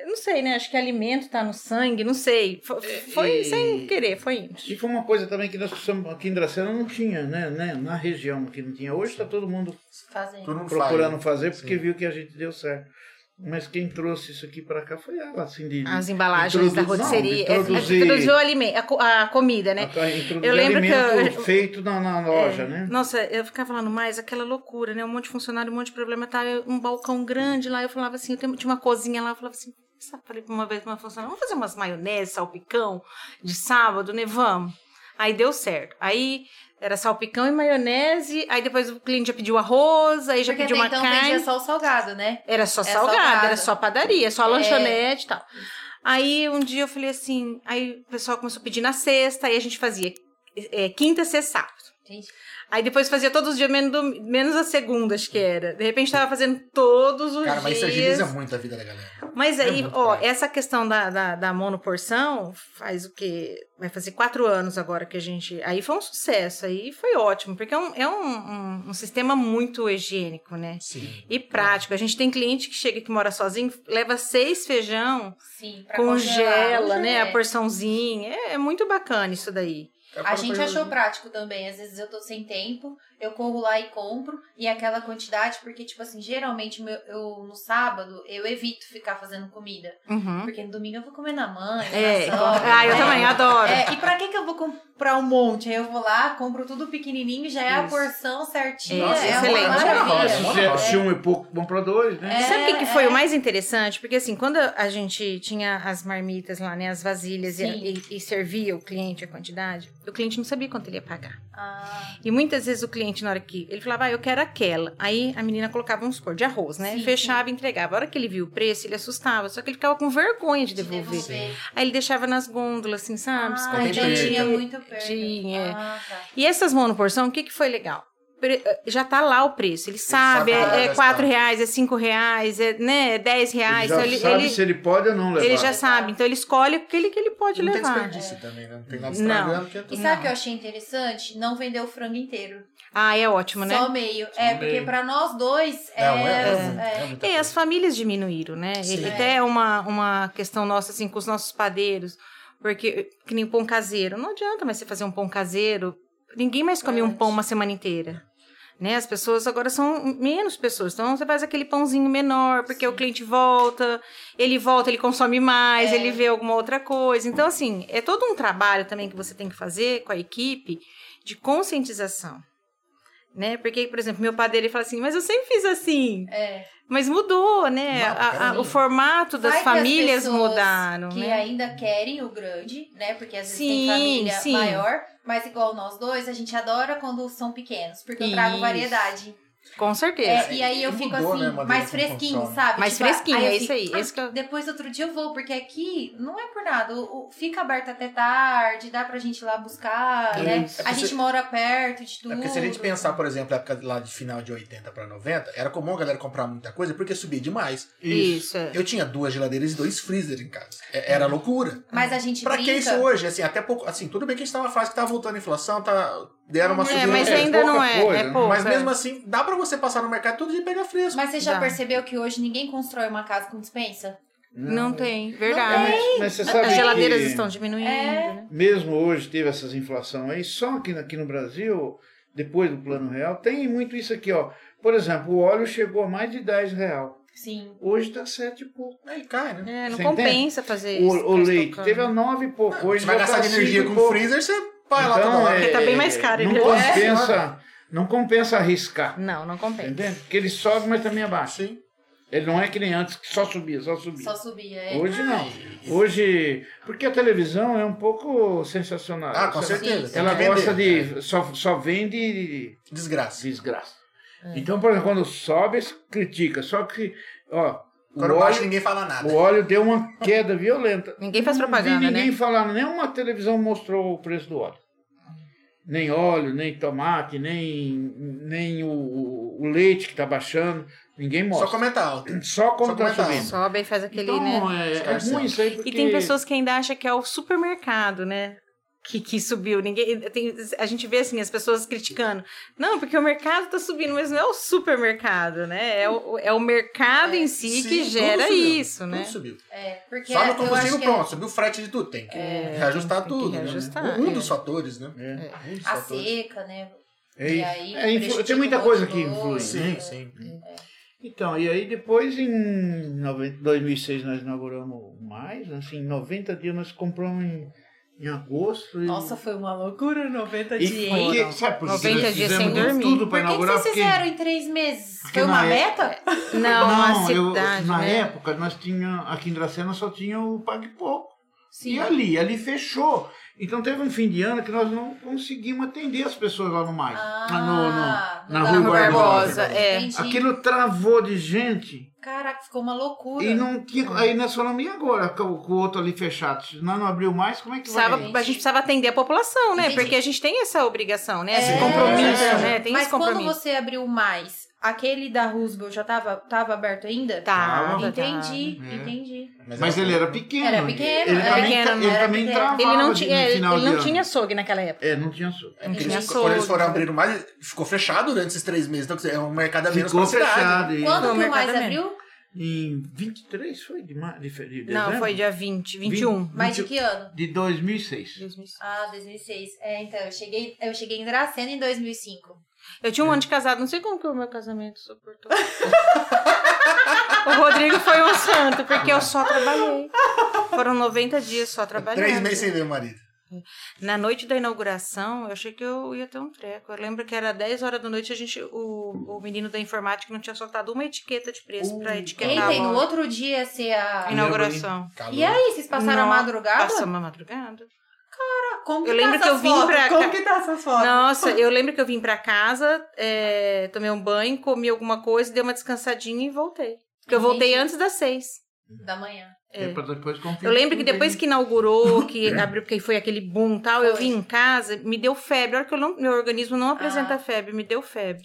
eu Não sei, né? Acho que alimento tá no sangue, não sei. Fo- Foi,
É, e-
sem querer, foi indo.
E foi uma coisa também que nós precisamos. Aqui em Dracena não tinha, né? né? Na região aqui não tinha. Hoje está todo mundo
Fazendo.
todo mundo né?
procurando
faz.
fazer porque
Sim.
viu que a gente deu certo. Mas quem trouxe isso aqui para cá foi ela, assim, de.
As embalagens da
Introduz- não,
rotisserie. é,
introduzir-
Introduziu o alimento, a, co- a comida, né?
a- a introduzir
Eu lembro que
alimento
eu-
feito na, na loja,
É.
né?
Nossa, eu ficava falando, mas aquela loucura, né? Um monte de funcionário, um monte de problema. Tá, Eu- um balcão grande lá. Eu falava assim, eu tenho- tinha uma cozinha lá. Eu falava assim, sabe, falei pra uma vez pra uma funcionária, vamos fazer umas maionese, salpicão de sábado, né? Vamos. Aí deu certo. Aí era salpicão e maionese. Aí depois o cliente já pediu arroz, aí já
Porque até
pediu uma
então
carne.
vendia só o salgado, né?
Era só
É
salgado,
salgado. É.
era só padaria, só lanchonete e tal. Aí um dia eu falei assim, aí o pessoal começou a pedir na sexta, aí a gente fazia é, quinta, sexta, sábado.
Gente,
Aí depois fazia todos os dias, menos, do- menos a segunda, acho que era. De repente tava fazendo todos os
Cara, mas isso
dias.
agiliza muito a vida da galera.
Mas
é
aí,
muito
ó,
prático.
essa questão da, da, da monoporção faz o quê? Vai fazer quatro anos agora que a gente. Aí foi um sucesso, aí foi ótimo, porque é um, é um, um- um sistema muito higiênico, né?
Sim.
E prático. A gente tem cliente que chega que mora sozinho, leva seis feijão,
sim, pra congelar,
congela, né?
é.
A porçãozinha. É, é muito bacana isso daí.
A gente
um-
achou prático também. Às vezes eu tô sem tempo, eu corro lá e compro. E aquela quantidade, porque, tipo assim, geralmente meu- eu no sábado eu evito ficar fazendo comida.
Uhum.
Porque no domingo eu vou comer na mãe,
É.
na sogra,
Ah, eu
né?
também adoro.
É, e pra que que eu vou comprar um monte? Aí eu vou lá, compro tudo pequenininho, já é a
Isso.
porção certinha.
Nossa,
é
excelente.
Uma
Nossa,
maravilha.
nossa.
Se, é- se um e pouco, bom para dois, né?
É,
Sabe o que, que foi o mais interessante? Porque assim, quando a gente tinha as marmitas lá, né? As vasilhas e,
Sim.
e- e servia o cliente a quantidade, o cliente não sabia quanto ele ia pagar.
Ah,
E muitas vezes o cliente, na hora que ele falava, ah, eu quero aquela. Aí a menina colocava uns cor de arroz, né?
Sim,
Fechava e entregava. A hora que ele viu o preço, ele assustava. Só que ele ficava com vergonha de
de
devolver.
devolver.
Aí ele deixava nas gôndolas, assim,
Ah,
sabe?
esconde
então tinha
perda.
escondidinho.
muito perda.
Tinha.
Ah, tá.
E essas monoporção, o que, que foi legal? Pre- Já tá lá o preço, ele sabe,
sabe onde
é, é
gastar.
4 reais, é 5 reais, é, né, é 10 reais.
Ele já
então ele-
sabe
ele-
se ele pode ou não levar.
Ele já sabe, então ele escolhe aquele que ele pode
Não tem
levar.
desperdício também, né? Não tem nada
Não.
estragando, porque é tudo.
E sabe o que eu achei interessante? Não vender o frango inteiro.
Ah, é ótimo, né?
Só meio. é,
meio.
porque pra nós dois é.
Não, um é, é, muito,
é.
é muita
É,
coisa.
as famílias diminuíram, né?
Sim.
E Até é uma, uma questão nossa, assim, com os nossos padeiros. Porque, que nem pão caseiro. Não adianta mais você fazer um pão caseiro. Ninguém mais come um
Verdade.
pão uma semana inteira. Né? As pessoas agora são menos pessoas. Então, você faz aquele pãozinho menor, porque o cliente volta, ele volta, ele consome mais,
É.
ele vê alguma outra coisa. Então, assim, é todo um trabalho também que você tem que fazer com a equipe de conscientização. Né? Porque, por exemplo, meu padeiro ele fala assim, mas eu sempre fiz assim.
é.
Mas mudou, né?
Não,
A- a-
peraí.
o formato das
Vai
um.
que as
famílias
pessoas
mudaram,
Que
né?
ainda querem o grande, né? Porque às vezes
Sim,
tem família
sim.
maior. Mas igual nós dois, a gente adora quando são pequenos. Porque eu
Isso.
trago variedade.
Com certeza.
É, e aí eu
Mudou,
fico
né, a
assim,
maneira
mais
como
fresquinho,
funciona.
sabe?
Mais
Tipo,
fresquinho,
eu
é isso
fico,
aí,
"Ah,
esse que eu-
Depois outro dia eu vou, porque aqui não é por nada. o- o- fica aberto até tarde, dá pra gente ir lá buscar,
É
né?
isso.
A
É porque
gente mora perto de tudo.
É porque se a gente pensar, por exemplo, na época lá de final de 80 pra 90, era comum a galera comprar muita coisa porque subia demais.
Isso. é.
Eu tinha duas geladeiras e dois freezer em casa. É- Era loucura.
Mas a gente
Pra que
brinca.
isso hoje? Assim, até pouco. Assim, tudo bem que a gente tá numa fase que tá voltando a inflação, tá. Deram uma
É,
subida.
mas
é
ainda não
pouca
é.
coisa,
é
né?
pouca.
Mas mesmo assim, dá pra você passar no mercado todo dia e pegar fresco.
Mas você já
Dá.
percebeu que hoje ninguém constrói uma casa com dispensa?
assim,
Não tem,
Não
verdade.
Né? É, Mas, mas você sabe
As geladeiras
que
estão diminuindo,
É.
né?
mesmo hoje teve essas inflação aí, só que aqui no Brasil, depois do plano real, tem muito isso aqui, ó. Por exemplo, o óleo chegou a mais de 10 real.
Sim.
Hoje está 7 e pouco.
Aí cai, né?
É, não
Você
compensa fazer
O,
isso.
o
ficar
leite
estocando.
teve a 9 e pouco. Hoje
Você vai
já tá
gastar de energia
cinco e
com o
pouco.
freezer, você vai lá toda
Então,
hora.
é,
Porque tá bem mais caro,
Não
né?
compensa, não compensa arriscar.
Não, não compensa.
Entende? Porque ele sobe, mas também abaixa.
Sim.
Ele não é que nem antes, que só subia, só subia.
Só subia, é.
Hoje não. Hoje. Porque a televisão é um pouco sensacional.
Ah, com
Ela-
certeza.
Ela
Tem que
gosta
vender. É.
de. Só, só vende
Desgraça.
desgraça.
É.
Então, por exemplo, quando sobe, critica. Só que, ó, o
Quando baixa,
óleo,
ninguém fala nada.
o óleo deu uma
<laughs>
queda violenta.
Ninguém faz
Não vi
propaganda,
ninguém
né?
falando, nenhuma televisão mostrou o preço do óleo. Nem óleo, nem tomate, nem, nem o, o leite que está baixando. Ninguém
Só
mostra.
comenta alto.
Só
só
como está
comentar.
subindo.
Sobe e faz aquele,
então,
né?
é, é
Escarcel.
ruim isso aí porque...
E tem pessoas que ainda acham que é o supermercado, né? Que, que subiu. Ninguém, tem- a gente vê assim, as pessoas criticando. Não, porque o mercado tá subindo, mas não é o supermercado, né? É o, é o mercado em si
É, Sim,
que
tudo
gera
subiu,
isso, né?
Tudo subiu.
É, porque
Sobe o
eu acho
combustível,
que é
pronto. Subiu o frete de tudo. Tem que
É,
reajustar
tem que
tudo. né?
reajustar,
um
é.
dos fatores, né?
É,
Um dos
a
Assim,
fatores.
seca, né?
é
E aí,
isso. É, influ-
prejudica
Tem muita
o
coisa
outro
que
lado.
influi. né?
Sim, sim. é
Então, e aí depois em 90 2006 nós inauguramos mais, assim, em 90 dias nós compramos em, em agosto. e-
Nossa, foi uma loucura 90
e,
dias.
porque, sabe por que
90
nós
dias
fizemos
sem dormir.
Tudo
Por
para
que que,
inaugurar,
vocês fizeram em três meses?
Porque
Foi uma
na época-
meta?
Não, a
eu-
cidade,
na
né?
época nós tinha aqui em Dracena só tinha o Pague Pouco.
Sim.
E ali, ali fechou. Então teve um fim de ano que nós não conseguimos atender as pessoas lá no mais.
Ah,
no- na
dá
Rua
pra-
Barbosa, é.
Ah, Entendi.
Aquilo travou de gente.
Caraca, ficou uma loucura.
E não tinha.
É.
Aí nós falamos, e agora? Com com o outro ali fechado. Se nós não abriu mais, como é que
Precisava-
vai?
Gente.
a gente precisava atender a população, né?
Entendi.
Porque a gente tem essa obrigação, né?
É.
Esse compromisso,
É.
né? Tem
Mas
esse
quando
compromisso.
você abriu mais, aquele da Roosevelt já tava, tava aberto ainda?
Tá,
Tava.
Entendi,
É.
entendi.
Mas é ele era pequeno.
Era pequeno,
Ele
era
também,
pequeno,
tra- ele
era
também
pequeno.
travava
Ele não
tá. de-
tinha,
no
ele,
final
ele
de
não
ano.
tinha açougue naquela época.
É, não tinha açougue.
É porque
Tinha
eles, quando eles
açougue.
foram abrindo mais, ficou fechado durante esses três meses. Então, quer dizer, é um mercado a menos
Ficou
pra cidade.
fechado. E,
Quando
No
que o mais
mercado é mesmo.
abriu?
Em 23 foi de, ma- de, fe- de dezembro?
Não, foi dia 20, 21.
Mais de
né?
que
Vinte- um.
ano?
De 2006.
2005.
Ah, 2006. É, então, eu cheguei, eu cheguei em Dracena em 2005.
Eu tinha um
É.
ano de casado, não sei como que o meu casamento suportou. <laughs> o Rodrigo foi um santo, porque eu só trabalhei. Foram 90 dias só trabalhando.
Três meses sem ver o marido.
Na noite da inauguração, eu achei que eu ia ter um treco. Eu lembro que era 10 horas da noite, a gente, o, o menino da informática não tinha soltado uma etiqueta de preço pra etiquetar
Eita, e
a
no
loja.
outro dia ia ser a...
inauguração.
Calor.
E aí, vocês passaram a
Nossa,
madrugada?
Passamos a madrugada.
Como que
Eu lembro
tá
que eu
essas
vim
fotos?
pra cá-
Como que tá essas fotos?
Nossa, eu lembro que eu vim pra casa, é, tomei um banho, comi alguma coisa, dei uma descansadinha e voltei. Porque eu voltei
Entendi.
antes das seis.
Da manhã.
É.
É. Pra depois conferir.
Eu lembro que depois que
<coughs>
inaugurou, que abriu, porque foi aquele boom e tal, eu
Foi.
vim em casa, me deu febre. A hora que eu não- meu organismo não apresenta
Ah.
febre, me deu febre.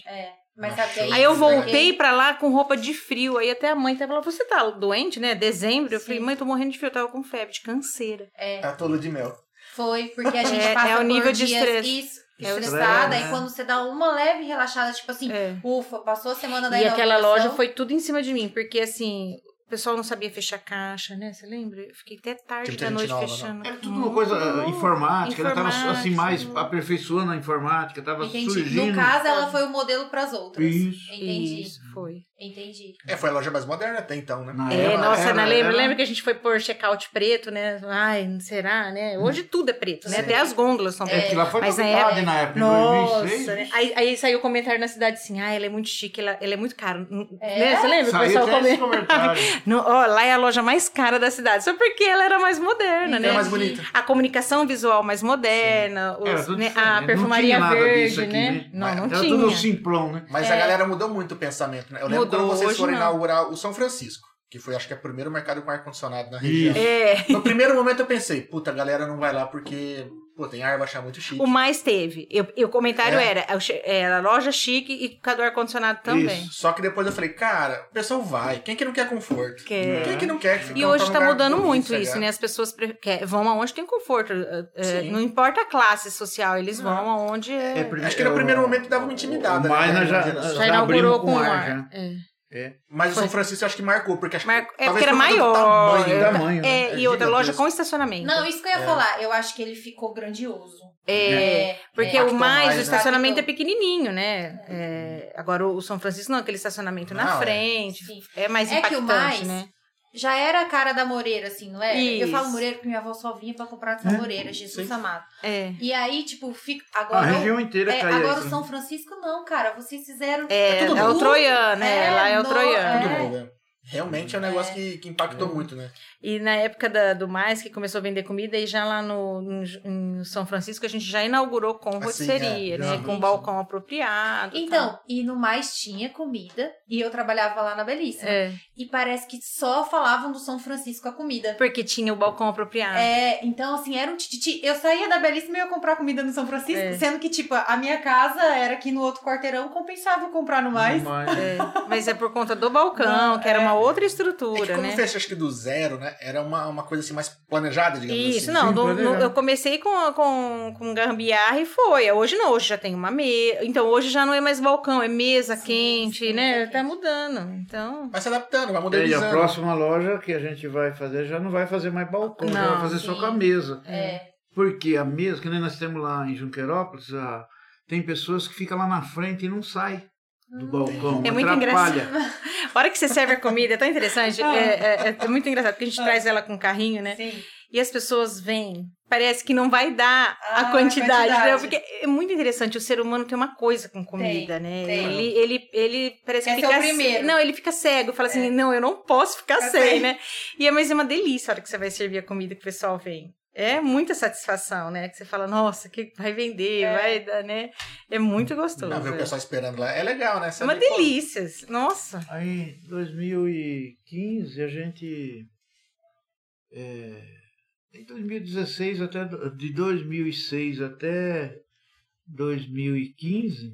Mas sabe que
Aí eu
isso, né?
voltei pra lá com roupa de frio. Aí até a mãe tava lá, você tá doente, né? Dezembro. Eu falei,
Sim.
mãe, tô morrendo de frio. Eu tava com febre, de canseira.
É,
A tola de mel.
foi, porque a gente
É-
passa
é o nível
por
de
dias
estresse.
es-
É o
estressada,
estresse,
e
né?
quando você dá uma leve relaxada, tipo assim,
É.
ufa, passou a semana da
E aquela
inauguração.
loja foi tudo em cima de mim, porque assim, o pessoal não sabia fechar caixa, né? Você lembra? Eu fiquei até tarde
Tinha muita
da
gente
noite
nova,
fechando.
Era tudo uma coisa eh,
Não.
informática, ela estava assim mais
Informática.
aperfeiçoando a informática, estava
Entendi.
surgindo.
No caso, ela foi o modelo pras outras.
Isso.
Entendi.
Isso, Foi.
Entendi.
É, foi a loja mais moderna até então, né?
Na
É,
era-
nossa,
era-
né, lembra,
era-
lembra que a gente foi por check-out preto, né? Ai, não será, né? Hoje tudo é preto, né?
Sim.
Até as gôndolas são
É,
pretas.
que lá foi
mas na
novidade na época, em
Nossa,
2006.
né? aí, aí saiu o comentário na cidade assim, ah, ela é muito chique, ela, ela é muito cara.
É?
Né? Você lembra? o
Saiu
pessoal
até esse
comentando.
comentário.
Não, ó, lá é a loja mais cara da cidade, só porque ela era mais moderna,
É
né?
mais bonita.
A comunicação visual mais moderna, os-
Era É, tudo
né,
diferente.
a
Não
perfumaria
tinha nada
verde,
disso aqui,
né?
né?
<laughs> Não, não
Era
tinha.
tudo simplão, né?
Mas a galera mudou muito o pensamento, né? Eu lembro
É. Mudou,
quando vocês
hoje
foram
não.
inaugurar o São Francisco, que foi, acho que, é o primeiro mercado com ar-condicionado na
Isso.
região.
É,
No primeiro momento eu pensei, puta, a galera não vai lá porque, pô, tem ar, vai achar muito chique.
o mais teve. Eu- E o comentário
É.
era, é o che- era a loja chique e por causa do ar-condicionado também.
Isso.
Só que depois eu falei, cara, o pessoal vai. Quem que não quer conforto?
Quer.
Quem que não quer ficar
é. E hoje
num
tá
lugar
mudando
bonito,
muito
sei
isso,
lá?
né? As pessoas pre- quer- vão aonde tem conforto. eh, eh,
Sim.
Não importa a classe social, eles vão
Não.
aonde é.
porque
Acho que no primeiro momento dava uma intimidada,
O Maina
né?
já,
Já
já
já abriu
inaugurou
tá com,
com o
ar,
ar.
já.
É.
Mas o
Foi.
São Francisco acho que marcou, porque acho que.
Marco- é
talvez
porque era
por conta do
maior.
Tamanho, né?
Tamanho, né?
É,
É
e outra loja
gigantesco.
com estacionamento.
Não, isso
É.
que eu ia falar. Eu acho que ele ficou grandioso.
é, porque
Impactou
o mais,
mais,
o
né?
estacionamento é pequenininho, né? É, agora o São Francisco não, aquele estacionamento na
Não, é.
frente.
Sim.
É, mais
É que o
impactante,
mais-
né?
Já era a cara da Moreira, assim, não é? Eu
Isso.
falo Moreira porque minha avó só vinha pra comprar essa Moreira, Jesus amado.
É.
E aí, tipo, fica.
É, Ah, A
Agora,
região inteira
é,
caía.
agora
isso,
o
né?
São Francisco não, cara. Vocês fizeram.
É,
tudo
é o
novo.
troiano, né?
É,
Lá é o
no-
troiano.
Muito
É.
bom, né? Realmente é um negócio que, que impactou muito, né?
E na época da- do mais, que começou a vender comida, e já lá no, em, em São Francisco, a gente já inaugurou com
Assim,
rotisseria,
é,
né?
já.
Com um balcão apropriado. e tal.
Então, e no mais tinha comida. E eu trabalhava lá na Belíssima.
É,
E parece que só falavam do São Francisco a comida.
porque tinha o balcão apropriado.
É, então assim, era um tititi. Eu saía da Belíssima e ia comprar comida no São Francisco,
É.
sendo que, tipo, a minha casa era aqui no outro quarteirão, compensava eu comprar no mais.
É, Mas é por conta do balcão,
Não,
que era
é.
uma outra
É que
estrutura,
como
né?
fez, acho que do zero, né? Era uma, uma coisa assim mais planejada, digamos assim.
Isso, não.
Sim,
do- no-
planejado.
eu comecei com, com, com gambiarra e foi. Hoje não, hoje já tem uma mesa. Então hoje já não é mais balcão, é mesa
Sim,
quente,
sim,
né?
mesa
Tá
quente.
mudando. Então.
Vai se adaptando, vai
E a
modernizando.
próxima loja que a gente vai fazer já não vai fazer mais balcão, já
Não,
vai fazer só
sim.
com a mesa.
É.
Porque a mesa, que nem nós temos lá em Junquerópolis, a- tem pessoas que ficam lá na frente e não saem do balcão.
É muito
atrapalha.
engraçado. A <laughs> hora que você serve a comida, é tão interessante. É, é- é muito engraçado, porque a gente traz ela com um carrinho, né?
Sim.
E as pessoas vêm. Parece que não vai dar
Ah,
a quantidade,
quantidade.
né? Porque é muito interessante. O ser humano tem uma coisa com comida, né?
tem.
Ele, ele, ele parece
Quer
que
ser
fica.
o primeiro. É.
Não, ele fica cego. Fala assim: não, eu não posso ficar
Fica
sem,
sem.
né? E é, mas é uma delícia a hora que você vai servir a comida que o pessoal vem. É muita satisfação, né? Que você fala, nossa, que vai vender,
É.
vai dar, né? É muito gostoso.
Não, ver o
né?
é.
pessoal esperando lá. É legal, né?
É uma
Saber, pô,
delícia. Nossa.
Aí, 2015, a gente. é, em 2016, até, do- de 2006 até 2015,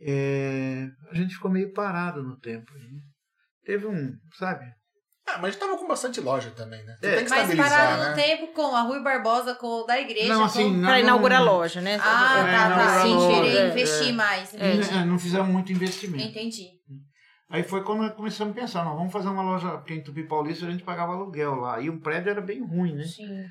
é, a gente ficou meio parado no tempo. né? Teve um, sabe?
Ah, mas tava com bastante loja também, né? Você
É.
tem que
Mas
estabilizar,
pararam um
né?
tempo com a Rui Barbosa, com o da igreja.
Não, assim,
com...
não-
Pra inaugurar a loja, né?
Ah,
É,
tá, tá.
não,
Sim,
não,
querer
é,
investir
é.
mais. Entendi.
não, não fizemos muito investimento.
Entendi.
Aí foi quando nós começamos a pensar, não, vamos fazer uma loja, porque em Tupi Paulista a gente pagava aluguel lá, e um prédio era bem ruim, né?
Sim.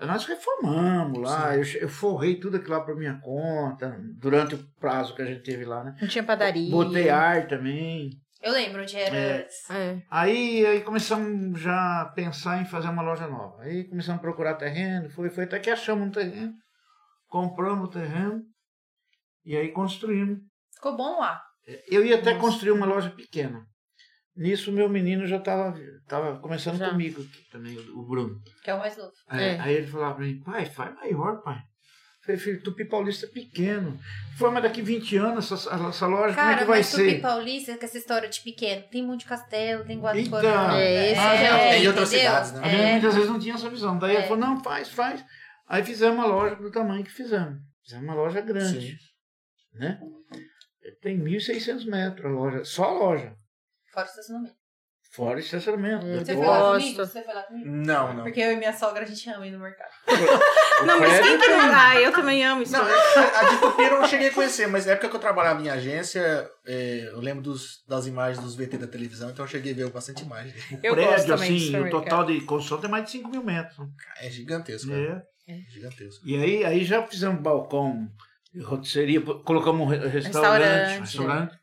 Nós reformamos lá, eu, che- eu forrei tudo aquilo lá para minha conta, durante o prazo que a gente teve lá, né?
Não tinha padaria.
Botei ar também.
Eu lembro onde era.
É.
antes.
É.
Aí, aí começamos já a pensar em fazer uma loja nova. Aí começamos a procurar terreno, foi, foi até que achamos um terreno, compramos o terreno e aí construímos.
Ficou bom lá.
Eu ia até construir uma loja pequena. Nisso, meu menino já estava tava começando
Já.
comigo aqui também, o o Bruno.
Que é o mais novo.
Aí,
É.
aí ele falava pra mim, pai, faz maior, pai. Eu Falei, filho, Tupi Paulista é pequeno. Foi, mas daqui 20 anos essa, essa loja, como é
Cara,
que vai
mas Tupi
ser?
Paulista, com essa história de pequeno. Tem Monte Castelo, tem É,
Então,
Guadalupe.
é, esse que é o-
Tem outras cidades, né?
A
é.
gente muitas vezes não tinha essa visão. Daí
É.
ele falou, não, faz, faz. Aí fizemos uma loja do tamanho que fizemos. Fizemos uma loja grande,
Sim.
né? Tem 1.600 metros a loja, só a loja.
Fora o estacionamento.
Fora o estacionamento.
É,
Você
Eu
foi lá
gosto.
comigo? Você foi lá comigo?
Não, não.
Porque eu e minha sogra, a gente ama ir no mercado.
Não, mas quem que não. Ah, eu também amo isso. é
Não, é a, a de Tupeiro eu não cheguei a conhecer, mas na época que eu trabalhava em agência, eh, eu lembro dos- das imagens dos VT da televisão, então eu cheguei a ver bastante imagem.
eu gosto também
prédio,
de
assim, o
supermercado.
total de construção tem mais de 5 mil metros. né?
É gigantesco,
É.
né? Gigantesco.
E aí, aí já fizemos balcão, rotisseria, colocamos um re- restaurante.
Restaurante,
restaurante.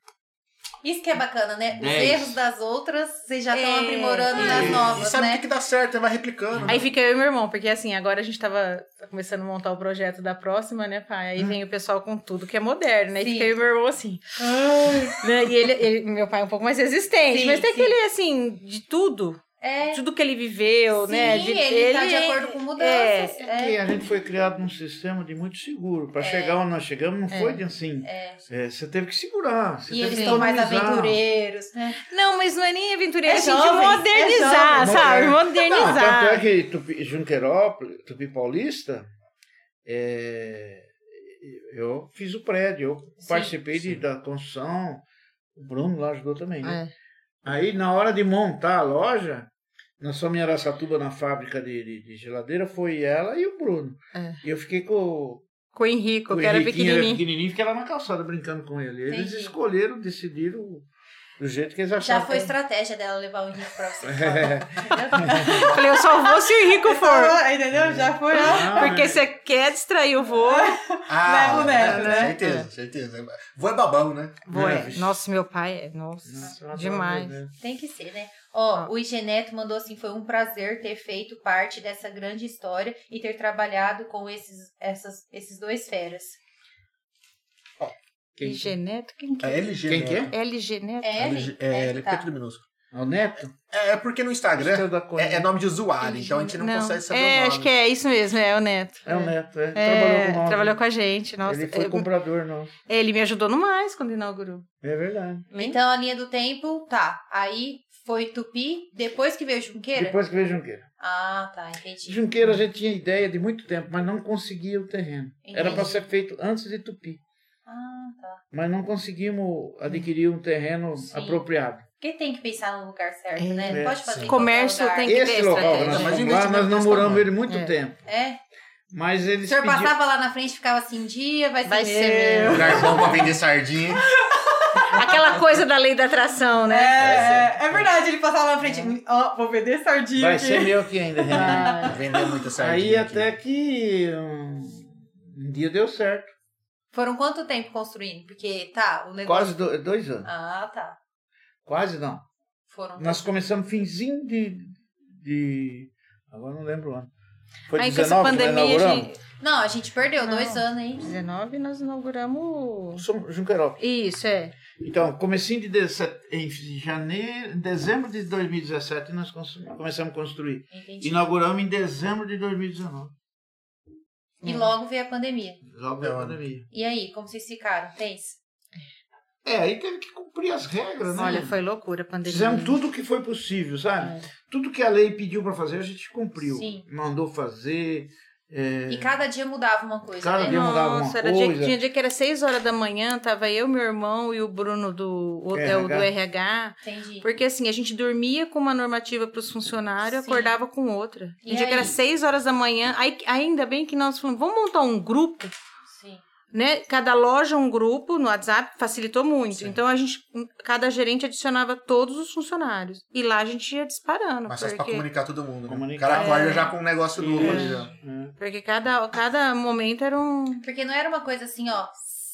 Isso que é bacana, né? Os
Dez.
erros das outras, vocês já estão
É.
aprimorando nas
E- e
novas,
sabe o
né?
que, que dá certo, vai replicando. né?
Aí fica eu e meu irmão, porque assim, agora a gente tava começando a montar o projeto da próxima, né, pai? Aí vem o pessoal com tudo que é moderno, né? E
Sim.
fica eu e meu irmão assim. né? E ele, ele- meu pai é um pouco mais resistente,
Sim,
mas tem
sim.
aquele assim, de tudo,
É.
tudo que ele viveu,
Sim,
Ah, né?
ele, tá de acordo com mudanças. É,
E a gente foi criado num sistema de muito seguro. Para chegar onde nós chegamos, não foi de assim.
é.
É, você teve que segurar. Você
E
teve
eles
que
estão mais
economizar.
aventureiros, né?
Não, mas não é nem aventureiro,
É
é assim,
jovens,
de modernizar,
é jovens.
sabe?
Não, tanto é
Modernizar.
que Tupi, Junquerópolis, Tupi Paulista, é, eu fiz o prédio, eu participei de- da construção, o Bruno lá ajudou também.
Ah,
né?
É.
Aí, na hora de montar a loja, nós fomos em Araçatuba na fábrica de, de- de geladeira, foi ela e o Bruno.
É.
E eu fiquei com,
Com o Henrico,
com
que era
Henriquinho, era
pequenininho.
pequenininho, fiquei lá na calçada brincando com ele. Eles
Entendi.
escolheram, decidiram do jeito que eles acharam.
Já foi estratégia dela levar o Henrique pra você.
Falei, eu só vou se o Henrico for.
Entendeu? Já foi.
Ah.
Porque você quer distrair o vô.
Ah,
Levo nela, né?
Certeza, certeza. Vou é babão, né?
Vô é.
vixe.
Nossa, meu pai é. Nossa, demais.
Tem que ser, né? Ó, o Igeneto mandou assim: foi um prazer ter feito parte dessa grande história e ter trabalhado com esses, essas, esses dois feras.
Quem-
LG Neto? Quem que
É
é?
LG,
Quem
né?
que é?
LG Neto?
É,
LG,
ele?
é, ele
tá.
fica tudo minúsculo.
É o Neto?
É, é porque no Instagram
Seu da Cunha.
é, é nome de usuário, então a gente não, consegue saber
É,
o nome.
acho que é isso mesmo, é o Neto.
É o Neto, é.
É,
trabalhou com nós.
trabalhou com a gente, nossa.
Ele foi
Eu-
comprador nosso.
ele me ajudou no mais quando inaugurou.
É verdade.
Lembra?
Então a linha do tempo, tá. Aí foi Tupi, depois que veio Junqueira?
Depois que veio Junqueira.
Ah, tá, entendi.
Junqueira a gente tinha ideia de muito tempo, mas não conseguia o terreno. Era
Entendi.
para ser feito antes de Tupi.
Ah, tá.
Mas não conseguimos adquirir um terreno
Sim.
apropriado.
porque tem que pensar no lugar certo,
É.
né? Não
É,
pode fazer. em
sim.
Comércio
qualquer
tem que-
Esse
ter
local que
estratégia.
nós
Mas
fomos
investimento
lá, nós
desse
namoramos
tamanho.
ele muito
É.
tempo.
É.
Mas
O
eles
senhor
pediram...
passava lá na frente e ficava assim: um dia vai ser
Vai
meu.
ser
é
meu.
Lugar bom pra vender sardinha.
Aquela coisa da lei da atração, né?
É, é verdade, ele passava lá na frente. Ó, vou vender sardinha.
É. Vai ser meu aqui ainda, Renan.
Ah,
Vendeu muita
é.
sardinha.
Aí
aqui.
até que um, um dia deu certo.
Foram quanto tempo construindo? Porque, tá, o negócio.
Quase do- dois anos.
Ah, tá.
Quase não.
Foram.
Nós começamos finzinho de. de agora não lembro o ano. Foi
Aí com essa
19 que nós
pandemia, a
inauguramos?
gente...
Não, a gente perdeu
Não.
dois anos, hein?
19 nós inauguramos.
Somos Junquerópolis.
Isso, é.
Então, comecinho de, dezesse- em janeiro, em dezembro de 2017 nós cons- começamos a construir.
Entendi.
Inauguramos em dezembro de 2019.
E logo veio a pandemia.
Logo da
Não.
pandemia.
E aí, como vocês ficaram? Tens?
É, aí teve que cumprir as regras, né?
Olha, foi um loucura a pandemia.
Fizemos tudo o que foi possível, sabe? Tudo que a lei pediu para fazer, a gente cumpriu.
Sim.
Mandou fazer. é,
E cada dia mudava uma coisa,
Cada
né?
dia- mudar
Nossa,
alguma
era dia,
coisa.
tinha dia que era 6 horas da manhã, tava eu, meu irmão e o Bruno do, o, é, o do RH.
Entendi.
Porque assim, a gente dormia com uma normativa para os funcionários,
Sim.
acordava com outra.
E
Tem dia que
aí?
era 6 horas da manhã. Aí, ainda bem que nós falamos, vamos montar um grupo,
Sim.
né? Cada loja um grupo no WhatsApp, facilitou muito.
Sim.
Então a gente, cada gerente adicionava todos os funcionários. E lá a gente ia disparando.
Mas faz pra
Porque,
comunicar todo mundo. Né? O
Comunicar.
cara acorda
É.
já com um negócio novo ali já.
é.
porque cada, cada momento era um.
Porque não era uma coisa assim, ó.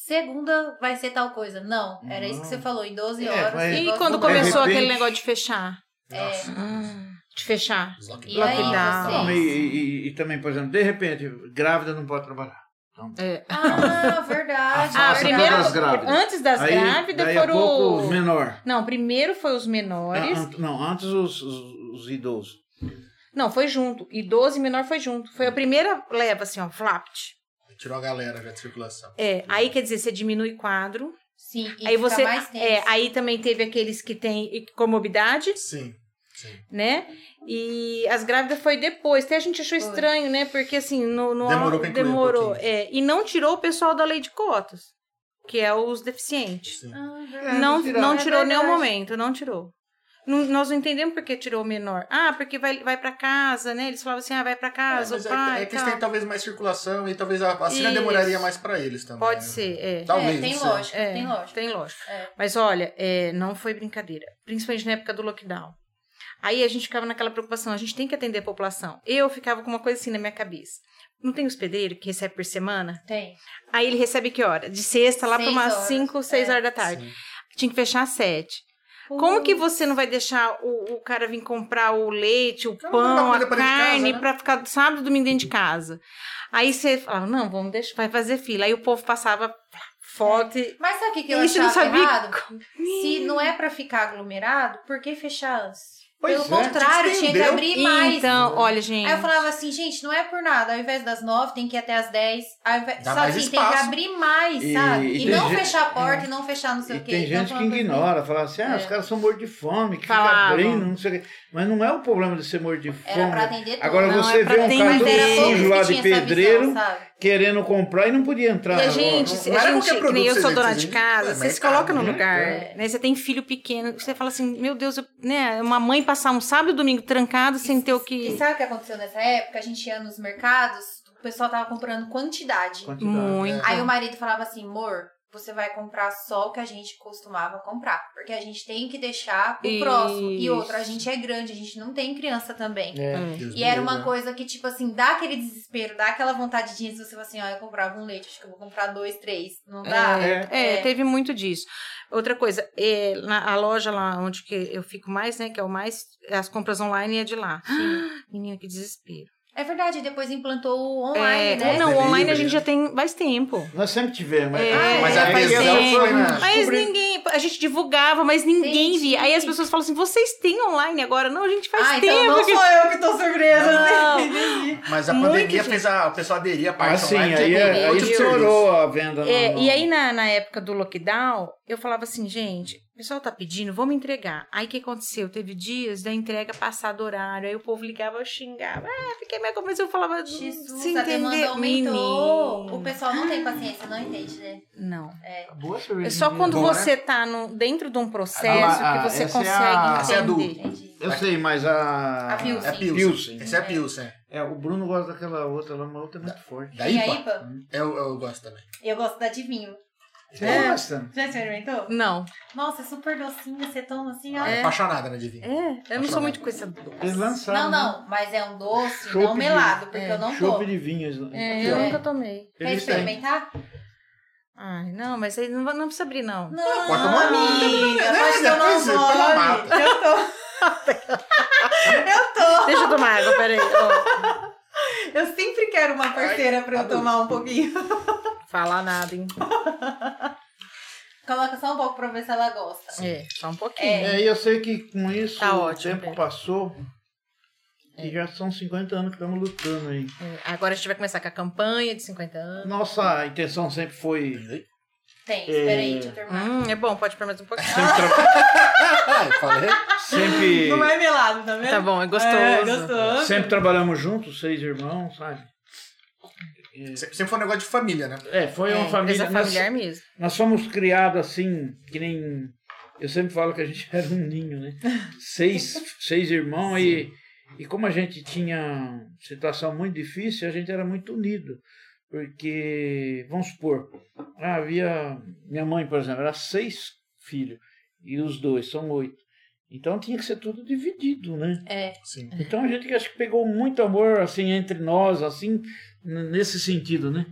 Segunda vai ser tal coisa. Não, era isso que você falou, em 12
É,
horas.
mas-
o
E
negócio
quando
mudou.
começou
De repente-
aquele negócio de fechar?
Nossa.
Hum, de fechar.
os
E aí,
Lockdown.
vocês?
Não, e, e- e também, por exemplo, de repente, grávida não pode trabalhar.
Ah, verdade.
Ah,
verdade.
primeiro-
assim, das grávidas.
Antes das
Aí,
grávidas
daí a
foram.
pouco,
o-
os menor.
Não, primeiro foi os
Ah,
menores.
an- não, antes os, os- os idosos.
Não, foi junto. E 12 menor foi junto. Foi a primeira leva, assim, ó, flapt.
Tirou a galera já de circulação.
É, aí quer dizer, você diminui quadro.
Sim, e
aí
fica
você.
mais tempo.
é, aí também teve aqueles que têm comorbidade,
Sim. Sim.
né? E as grávidas foi depois. Até a gente achou
Foi.
estranho, né? Porque assim, no, no
Demorou pra incluir um
demorou.
pouquinho.
é, e não tirou o pessoal da lei de cotas, que é os deficientes.
sim.
Ah, verdade.
É,
não,
não tiraram.
não
É
tirou nenhum
verdade.
momento, não tirou. Não- nós não entendemos por que tirou o menor. Ah, porque vai, vai para casa, né? Eles falavam assim, ah, vai para casa,
mas
o
é,
pai.
é que eles
tal.
têm talvez mais circulação e talvez a vacina
Isso.
demoraria mais pra eles também.
Pode
né?
ser, é.
Talvez.
É, tem
não sei.
lógica,
É,
tem lógica.
Tem lógica.
É.
Mas olha, é, não foi brincadeira. Principalmente na época do lockdown. Aí a gente ficava naquela preocupação, a gente tem que atender a população. Eu ficava com uma coisa assim na minha cabeça. Não tem hospedeiro que recebe por semana?
Tem.
Aí ele recebe que hora? De sexta lá para
Seis
umas
horas,
5, 6
é.
horas da tá tarde.
Sim.
tinha que fechar às sete. Como que você não vai deixar o, o cara vir comprar o leite, o
Cara, não
pão,
dá
a
comida pra dentro de
carne,
casa, né?
pra ficar sábado e domingo dentro de casa? Aí você fala, não, vamos deixar, vai fazer fila. Aí o povo passava foto e...
Mas sabe o que, que eu
Isso eu
achava
não sabia. <laughs>
errado? Se não é pra ficar aglomerado, por que fechar antes?
Pois
Pelo
é,
contrário, tinha que
estendeu.
abrir mais.
Então, olha, gente...
Aí eu falava assim, gente, não é por nada. Ao invés das nove, tem que ir até as dez. Ao invés-
Dá
Sabe
mais
assim, tem que
espaço.
abrir mais,
E-
sabe?
e
E,
tem
não
gente-
fechar a porta, e não fechar não sei
E
o quê.
tem
Então,
gente que
falando pra-
ignora, fala assim, ah,
É.
os caras são mortos de fome, que fica
Falavam.
abrindo, não sei o quê. Mas não é o problema de ser morto de
Era pra
fome.
atender tudo.
Agora
Não,
você
é pra
vê um
ter-
cara
mas
Mas
todo
era
Sim.
poucos
sujo lá
que
de
tinha essa
pedreiro,
visão, sabe?
querendo comprar e não podia entrar.
E a
na
gente,
loja.
não
a
era
gente
qualquer
que nem eu
produto que
sou
você
dona
vende,
de
você vende.
casa,
É
você se
mercado,
coloca no
né?
lugar,
É.
né? Você tem filho pequeno, você fala assim, meu Deus, eu- né? Uma mãe passar um sábado e domingo trancado sem ter o
E
que...
sabe o que aconteceu nessa época? A gente ia nos mercados, o pessoal tava comprando quantidade.
é
Quantidade.
né?
Muito.
Aí o marido falava assim, amor, você vai comprar só o que a gente costumava comprar. Porque a gente tem que deixar pro
Isso.
próximo. E outra, a gente é grande, a gente não tem criança também.
É.
Deus
E
me
era
livre,
uma
né?
coisa que, tipo assim, dá aquele desespero, dá aquela vontade de você fala assim, ó, eu comprava um leite, acho que eu vou comprar dois, três. Não dá?
né?
É.
É,
É.
teve muito disso. Outra coisa, é, na, a loja lá onde que eu fico mais, né? Que é o mais. As compras online é de lá. <gasps> Menina, que desespero.
É verdade, depois implantou o
É,
online, né?
Não,
Delivery,
online a
né?
gente já tem mais tempo.
Nós sempre tivemos. né?
É,
mas
aí
a
eu
visão
fui,
foi, né?
né,
Mas
descobri-
ninguém. A gente divulgava, mas ninguém
Entendi.
via. Aí as pessoas falam assim: vocês têm online agora? Não, a gente faz
ah,
tempo.
então não
que...
sou eu que tô
tá
surpresa,
Não.
né? Entendi.
Mas a
Muito
pandemia
gente.
fez a, o pessoal aderir à parte
Ah, sim,
online.
aí,
tinha
é- aí
outro tipo de serviço.
estourou a venda.
<laughs>
no-
É,
no-
e aí, na, na época do lockdown, eu falava assim, gente, o pessoal tá pedindo, vamos entregar. Aí o que aconteceu? Teve dias da entrega passar do horário, aí o povo ligava, eu xingava. Ah, fiquei meio com- mas eu falava,
Jesus,
se
a demanda
entender,
aumentou. O
menino.
pessoal não tem paciência, não entende, né?
Não.
Boa cerveja.
É só quando
Bom, né?
você tá no, dentro de um processo
Ah, ah,
que você
essa é
consegue
a-
Essa é a do-
entender.
Entendi.
Eu sei, mas a.
A né? Pilsen.
É Pilsen.
Pilsen.
Esse é Pilsen.
É, o Bruno gosta daquela outra lá, uma outra é muito forte.
Da
E a
IPA?
IPA?
Eu, eu gosto também.
Eu gosto da de vinho.
Você
É.
gosta?
Já experimentou?
Não.
Nossa, é super docinha, você toma assim, ó.
Ah, Apaixonada, né, Divinho?
É, eu não sou muito coisa doce.
É, Eles lançaram. né?
Não, não, mas é um doce
Chope
não
de-
melado, porque
é,
eu não
Chope
tomo.
de vinhos.
É, eu
É.
nunca tomei.
Quer
Eles têm.
experimentar?
Ai, não, mas aí não, vai- não precisa abrir, não.
Ah,
Não,
corta uma
amiga,
né?
pode tomar
Depois você põe na mata.
Eu tô. eu tô.
Deixa eu tomar água, <laughs> peraí. ó.
Eu sempre quero uma parceira pra eu tomar
tá
um pouquinho.
falar nada, hein?
Coloca só um pouco pra ver se ela gosta.
É, só um pouquinho.
É.
É, e eu sei que com isso
Tá
o
ótimo,
tempo
é.
passou e já são 50 anos que estamos lutando aí.
É, Agora a gente vai começar com a campanha de 50 anos.
Nossa intenção sempre foi
Tem,
É.
espera aí, deixa eu terminar.
Hum, é bom, pode pôr mais um pouquinho.
sempre, tra-
Ah, eu falei.
sempre,
Não é melado, tá vendo?
<laughs> Tá bom, é gostoso.
É, gostoso.
sempre trabalhamos juntos, seis irmãos, sabe?
Se- Sempre foi um negócio de família, né?
É, foi uma
É,
família.
coisa
nós-
familiar mesmo.
Nós fomos criados assim, que nem. Eu sempre falo que a gente <laughs> era um ninho, né? Seis, seis irmãos e, e como a gente tinha situação muito difícil, a gente era muito unido. Porque, vamos supor, ah, havia. Minha mãe, por exemplo, era seis filhos e os dois são oito. Então tinha que ser tudo dividido, né?
É.
Sim.
Então a gente que acho que pegou muito amor assim entre nós, assim, n- nesse sentido, né?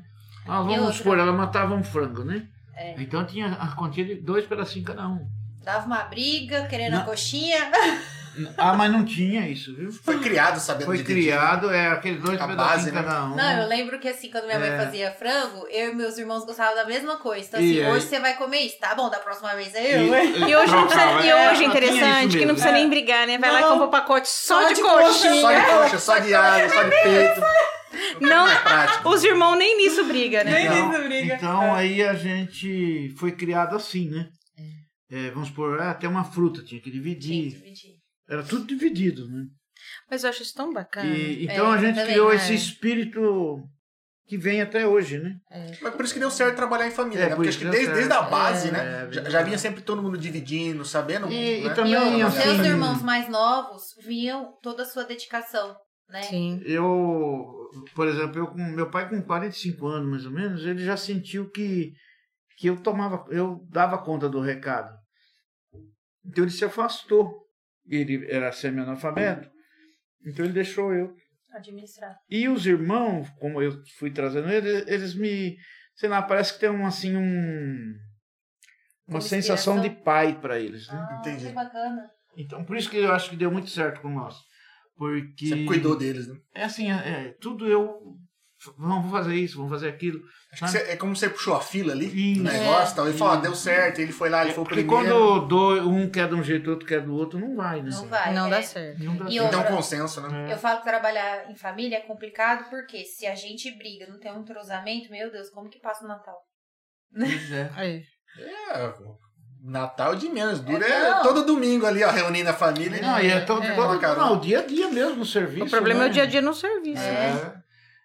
Ah,
E outra?
vamos supor, ela matava um frango, né?
É.
Então tinha a quantia de dois pedacinhos cada um.
Dava uma briga, querendo a
Não.
coxinha.
Ah, mas não tinha isso, viu?
Foi criado sabendo
Foi
dividir.
criado, é, aqueles dois
A
pedacinhos
base, né?
cada um.
Não, eu lembro que assim, quando minha mãe
É.
fazia frango, eu e meus irmãos gostavam da mesma coisa. Então assim,
E aí?
hoje você vai comer isso. Tá bom, da próxima vez é eu, hein?
E,
E hoje, não precisa,
trocava,
e
é,
hoje é
só tinha
interessante
isso
que não
mesmo.
precisa nem brigar, né? Vai lá e
Não.
compra um pacote só,
Só
de,
de
coxinha.
coxinha.
Só de coxa, só de alho, só de peito.
<laughs> Não,
É prático.
os irmãos nem nisso brigam, né?
Nem
Então,
nisso briga.
Então aí a gente foi criado assim, né? É, vamos supor, ah, até uma fruta tinha
Tinha
que
que
dividir.
dividir.
Era tudo dividido, né?
Mas eu acho isso tão bacana.
E,
É,
então a gente
também,
criou
é.
esse espírito que vem até hoje, né?
É,
Mas por isso que deu certo trabalhar em família,
É,
né?
por
Porque
isso
acho que
deu
desde,
certo.
desde a base,
É,
né?
é
já, já
verdade.
vinha sempre todo mundo dividindo, sabendo.
E- e
né?
também, é
E
Também,
os
assim-
seus irmãos mais novos viam toda a sua dedicação, né?
Sim.
Eu, por exemplo, eu com meu pai com 45 anos mais ou menos, ele já sentiu que que eu tomava, eu dava conta do recado. Então ele se afastou. Ele era semi-analfabeto. Então ele deixou eu.
Administrar.
E os irmãos, como eu fui trazendo eles, eles me, sei lá, parece que tem um assim um
Como
uma sensação de
inspiração.
pai para eles. Né?
Ah,
Entendi.
que bacana.
Então, por isso que eu acho que deu muito certo com nós. Porque.
Você cuidou deles, né?
É assim, é, é, tudo eu. Vamos fazer isso, vamos fazer aquilo.
Acho que você- é como você puxou a fila ali
Isso.
no negócio, tal. Ele falou, ah,
Isso.
deu certo, ele foi lá, ele
É,
foi o
porque
primeiro.
quando dois- um quer de um jeito, outro quer do outro, não vai, né?
Não vai.
Não
é.
dá certo.
Não dá
E
certo.
Então, consenso, né?
Eu falo que trabalhar em família é complicado porque se a gente briga, não tem um entrosamento, meu Deus, como que passa o Natal?
Pois
<laughs>
é.
Aí.
É, Natal de menos. Dura
É,
é
não.
todo domingo ali, ó, reunindo a família.
Não, e é todo,
É.
todo-
Cara.
não, o dia a dia mesmo no serviço.
O problema
né?
é o dia a dia no serviço. né?
É.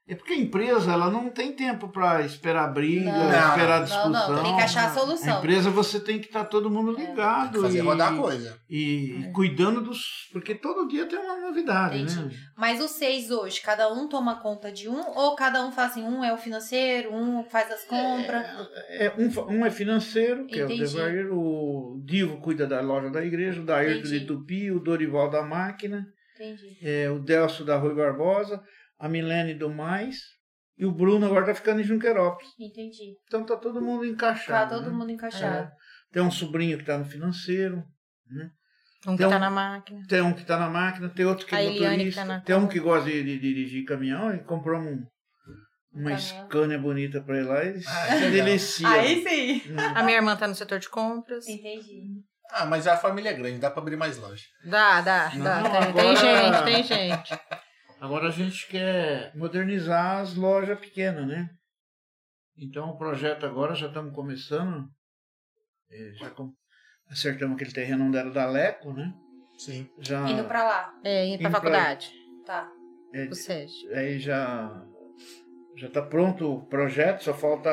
É porque a empresa ela não tem tempo para esperar briga,
Não.
esperar
Não,
discussão.
não, tem que achar a
A
solução. É.
empresa você tem que estar todo mundo
Tem que
ligado
fazer
e,
rodar a coisa.
e cuidando dos, porque todo dia tem uma novidade,
Entendi.
né?
Mas os seis hoje, cada um toma conta de um ou cada um faz assim, um é o financeiro, um faz as compras?
É, um, fa- um é financeiro, que é o
Entendi.
Devair, o Divo cuida da loja da igreja, o Daírto de
Entendi.
Tupi, o Dorival da máquina,
Entendi.
é, o Delcio da Rui Barbosa, a Milene do Mais e o Bruno agora tá ficando em Junquerópolis.
Entendi.
Então tá todo mundo
Tá
encaixado.
todo
né?
mundo encaixado.
Tem um sobrinho que está no financeiro,
Um que
Então-
tá na máquina.
tem um que está na máquina, tem outro que é
A Eliane que
motorista,
tá na
tem um que gosta de, de dirigir caminhão e comprou um- uma
Caminhão.
Scania bonita para ele lá e
Ah,
se
legal.
delicia. Hum.
sim.
A minha irmã tá no setor de compras.
Entendi.
Ah, mas a família é grande, dá pra abrir mais loja.
Dá, dá,
Não,
dá. Tem,
agora-
tem gente, tem gente.
Agora a gente quer modernizar as lojas pequenas, né? Então o projeto agora já estamos começando. eh, Já com- acertamos aquele terreno onde era da Leco, né?
Sim.
Já,
Indo pra lá.
É, indo pra
Indo pra-
faculdade.
Tá.
eh,
O Sérgio.
aí já já tá pronto o projeto, só falta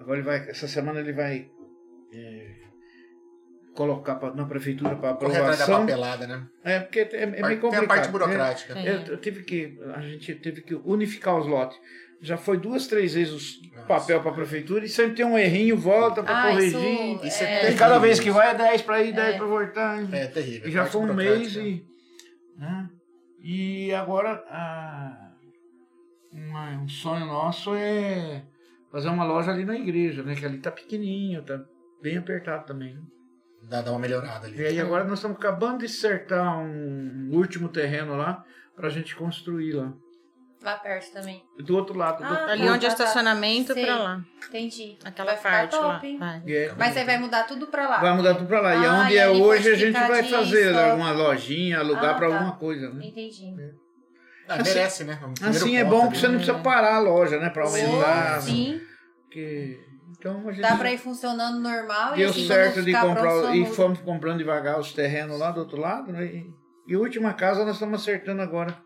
agora ele vai essa semana ele vai eh, colocar pra- na prefeitura para
Correr atrás da
aprovação.
papelada, né?
É porque é, é meio
Tem
complicado.
a parte
né?
burocrática.
Tem.
Eu, eu tive que a gente teve que unificar os lotes. Já foi duas, três vezes o
Nossa.
papel para a prefeitura e sempre tem um errinho, volta para
Ah, isso
corrigir.
Isso
é-
é
E cada
terrível.
vez que vai é 10 para ir, 10
É.
para voltar.
É terrível.
E já
parte
foi um mês
burocrática.
e. né? E agora ah, uma- um sonho nosso é fazer uma loja ali na igreja, né? Que ali tá pequenininho, tá bem apertado também. né?
Dá, dá uma melhorada
E
ali.
aí agora nós estamos acabando de acertar um último terreno lá pra gente construir lá.
Lá perto também.
Do outro lado. do-
Ah,
Ali onde é o
tá, tá.
estacionamento,
Sei.
pra lá.
Entendi.
Aquela
Vai ficar
parte lá.
top, hein?
Vai.
E é-
Mas aí vai mudar tudo pra lá.
vai mudar tudo pra lá. e
Ah,
onde
e
é
ali
hoje
pode
a gente
ficar
vai
de
fazer
estoque.
alguma lojinha, alugar
Ah,
pra
tá.
alguma coisa, né?
Entendi.
Ah,
Assim-
merece, né? Um primeiro
Assim é
ponto
bom
ali.
que você não precisa parar a loja, né? Pra
Sim,
aumentar. né?
Sim.
Porque, então a gente
Dá pra ir funcionando normal e
deu
assim, quando
certo de
ficar
comprar o-
pronto,
e
só muda.
fomos comprando devagar os terrenos lá do outro lado, né? E, e a última casa nós estamos acertando agora.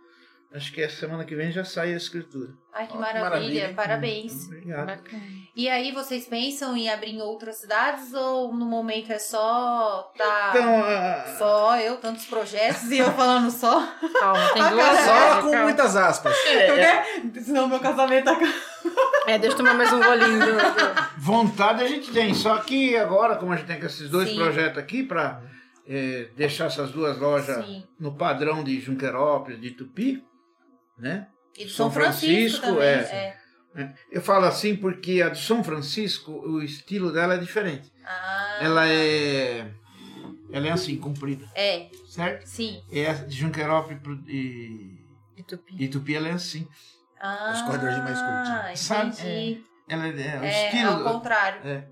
Acho que essa semana que vem já sai a escritura.
Ai, que
Ó, que
maravilha.
maravilha, hein?
Parabéns.
Obrigado.
Bacana.
E aí, vocês pensam em abrir em outras cidades ou no momento é só tá
Então, a-
só eu, tantos projetos
<laughs>
e eu falando só?
Calma, tem
A
duas
cara-
horas,
Só com
calma.
muitas aspas.
É,
Porque senão meu casamento acaba.
É, deixa eu tomar mais um golinho. do- do-
vontade a gente tem, só que agora, como a gente tem com esses dois
Sim.
projetos aqui para deixar essas duas lojas
Sim.
no padrão de Junquerópolis, de Tupi, né?
E do
São
São Francisco,
Francisco,
também.
é. É, Eu falo assim porque a de São Francisco, o estilo dela é diferente.
Ah,
Ela é. Ela é assim, comprida,
é,
certo?
sim.
E essa de Junquerópolis pro- e,
de tupi.
e Tupi, ela é assim.
Ah,
Os corredores mais curtinhos.
Sabe?
Entendi.
Ela é, é o
É, ao
estilo.
contrário.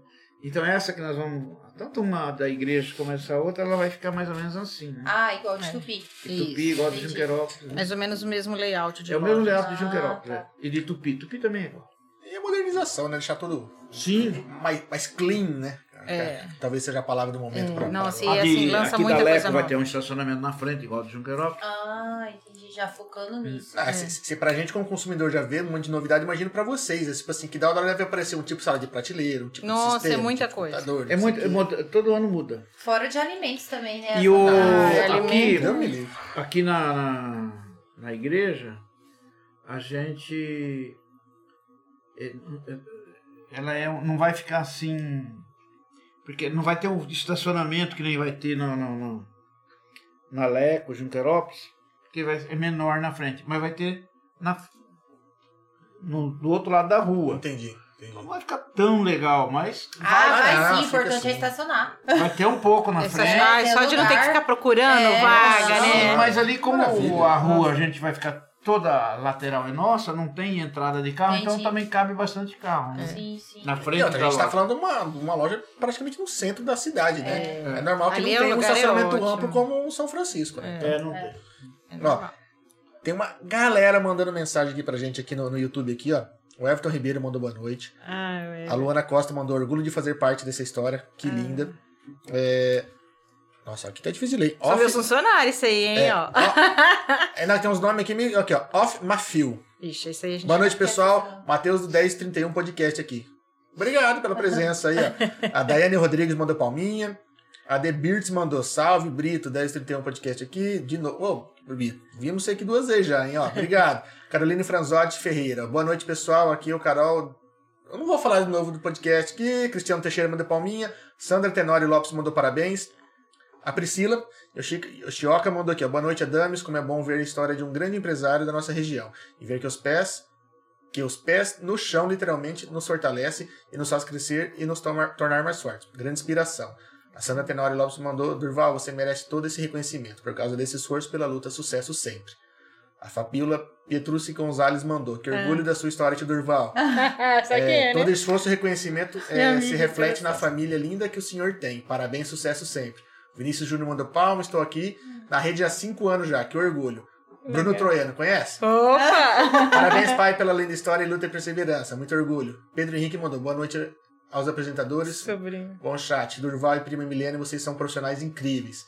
Então, essa que nós vamos. Tanto uma da igreja como essa outra, ela vai ficar mais ou menos assim, né?
Ah, igual de
É.
Tupi.
E Tupi,
Isso,
igual a de
entendi.
Junquerópolis. né?
Mais ou menos o mesmo layout de
É o
loja.
mesmo layout de
Ah,
Junquerópolis.
tá.
é. E de Tupi. Tupi também é igual.
E a modernização, né? Deixar tudo
Sim.
mais, mais clean, né?
É.
Talvez seja a palavra do momento.
É,
pra-
não,
pra-
assim, E, lança muita coisa
vai
nova.
ter um estacionamento na frente, igual a de Junquerópolis.
Ah, entendi. Já
Hum,
focando nisso.
é,
Ah, se, se pra gente como consumidor já vê um monte de novidade, imagino pra vocês. É, tipo assim, que da hora deve aparecer um tipo sala de prateleiro, um tipo
Nossa,
de sistema,
é
um tipo
muita
de
coisa.
computador,
É
não
muito,
sei
é
o quê.
muito- todo ano muda.
Fora de alimentos também, né?
E o
Essa-
Ah,
aqui,
Deus me livre.
aqui na, na, na igreja, a gente é, ela é, não vai ficar assim, porque não vai ter um estacionamento que nem vai ter na, na, na, na Leco, Junquerópolis, porque vai, é menor na frente, mas vai ter na, no, do outro lado da rua.
Entendi.
Não vai ficar tão legal, mas
Ah,
Vai
vai
parar,
sim,
fica
importante é
assim.
estacionar.
vai ter um pouco na
Essa-
frente.
ai, só de não ter que ficar procurando
É,
vaga,
não,
né?
Mas ali, como
Maravilha.
a rua a gente vai ficar toda a lateral é nossa, não tem entrada de carro,
Entendi.
então também cabe bastante carro. né?
Sim, sim.
Na
E
frente
outra,
da
a gente tá
loja.
falando de uma, uma loja praticamente no centro da cidade, né? É, normal que
Ali
não
é o
tenha um
lugar, é
estacionamento
ótimo.
amplo como o São Francisco, né?
É, não tem.
É normal.
Tem uma galera mandando mensagem aqui pra gente aqui no, no YouTube aqui, ó. O Everton Ribeiro mandou boa noite.
Ah, é.
A Luana Costa mandou orgulho de fazer parte dessa história. Que linda. É... Nossa, aqui tá difícil de ler.
São meus
Off...
funcionários isso aí, hein,
É,
ó.
ó- é, nós temos uns nomes aqui, meio- aqui, ó. Off Mafil.
Ixi, isso aí a gente... <laughs>
Boa noite, pessoal. Matheus do 1031 Podcast aqui. Obrigado pela presença aí, ó. A Daiane Rodrigues mandou palminha. A The Beards mandou salve, Brito, 1031 Podcast aqui. De novo. Ô, Brito, vimos você aqui duas vezes já, hein? Ó, obrigado. Caroline Franzotti Ferreira. Boa noite, pessoal. Aqui é o Carol. Eu não vou falar de novo do podcast aqui. Cristiano Teixeira mandou palminha. Sandra Tenório Lopes mandou parabéns. A Priscila Yoshi- Yoshioka mandou aqui, ó. Boa noite, Adames. Como é bom ver a história de um grande empresário da nossa região. E ver que os pés que os pés no chão literalmente nos fortalece e nos faz crescer e nos toma- tornar mais fortes. Grande inspiração. A Sandra Tenório Lopes mandou, Durval, você merece todo esse reconhecimento por causa desse esforço pela luta, sucesso sempre. A Fabíola Pietrucci Gonzalez mandou, que orgulho da sua história, tio Durval.
Isso aqui
É,
é, né?
todo esforço e reconhecimento é,
Minha amiga,
se reflete
interessante.
na família linda que o senhor tem. Parabéns, sucesso sempre. Vinícius Júnior mandou palma, estou aqui na rede há cinco anos já, que orgulho. Bruno Troiano, conhece?
Opa!
<laughs>
Parabéns, pai, pela linda história e luta e perseverança. Muito orgulho. Pedro Henrique mandou boa noite aos apresentadores.
Sobrinho.
Bom chat. Durval e prima Milene, vocês são profissionais incríveis.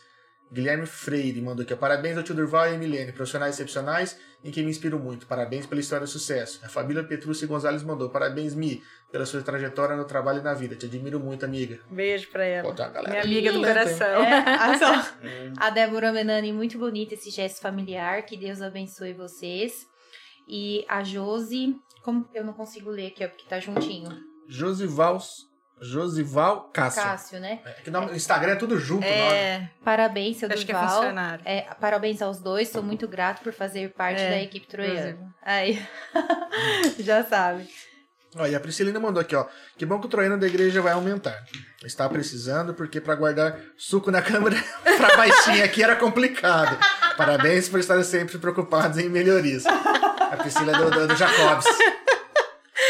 Guilherme Freire mandou aqui. ó, Parabéns ao tio Durval e Milene, profissionais excepcionais em que me inspiro muito. Parabéns pela história e sucesso. A família Petrucci Gonzalez mandou. Parabéns, Mi, pela sua trajetória no trabalho e na vida. Te admiro muito, amiga.
Beijo pra
Pô,
ela.
tá, galera.
É. Minha amiga do
Ih, <laughs>
coração.
É, a, só- a Débora Menani, muito bonita esse gesto familiar. Que Deus abençoe vocês. E a Josi, como eu não consigo ler aqui, ó, porque tá juntinho.
Josival, Josival Cássio.
Cássio, né?
É, que não- o Instagram é tudo junto, nome.
É,
Parabéns, seu
acho que é
Durval.
funcionário.
É, parabéns aos dois, sou muito grato por fazer parte
É,
da equipe troiana. Aí, <laughs> já sabe.
Ó, e a Priscilina mandou aqui, ó. Que bom que o troiano da igreja vai aumentar. Está precisando, porque para guardar suco na câmera <laughs> pra baixinha aqui era complicado. Parabéns por estarem sempre preocupados em melhorias. A Priscila do, do, do Jacobs.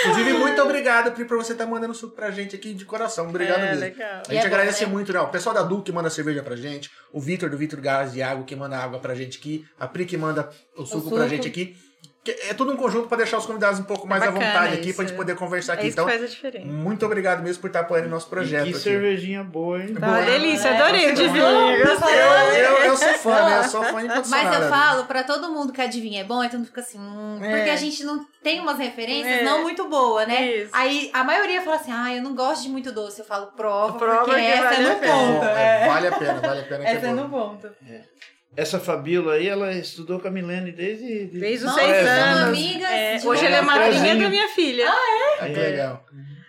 Inclusive, muito obrigado, Pri, por você estar mandando suco pra gente aqui de coração. Obrigado
é,
mesmo.
legal.
A
E
gente
é bom,
agradece
né?
muito, né? O pessoal da Du que manda cerveja pra gente, o Vitor do Vitor Gás e Água que manda água pra gente aqui, a Pri que manda o suco, pra
suco.
gente aqui. Que É tudo um conjunto pra deixar os convidados um pouco mais à
É bacana
vontade aqui,
isso,
pra gente
é.
poder conversar
É
aqui.
isso que
Então,
faz a diferença.
muito obrigado mesmo por estar apoiando o nosso projeto.
E que
aqui.
cervejinha boa, hein?
Tá uma
Boa.
delícia,
É,
adorei o
você
divino.
falou,
Eu
você
gostei.
falou.
<laughs>
Eu, eu sou fã, né? Eu sou fã incondicional.
Mas eu falo pra todo mundo que adivinha é bom, aí todo mundo fica assim, hum,
É.
porque a gente não tem umas referências
É.
não muito boa, né?
Isso.
Aí a maioria fala assim, ah, eu não gosto de muito doce. Eu falo, prova,
Prova
porque
que
essa
vale a
não
pena.
conta.
É,
É.
Vale a pena, vale a pena. que é
Essa
bom.
não conta.
Essa Fabíola aí, ela estudou com a Milene desde... né? de-
Desde os
Nossa,
seis
são
anos.
amigas
É,
de
hoje ela é
uma
madrinha
coisinha.
da minha filha.
Ah,
É.
que legal.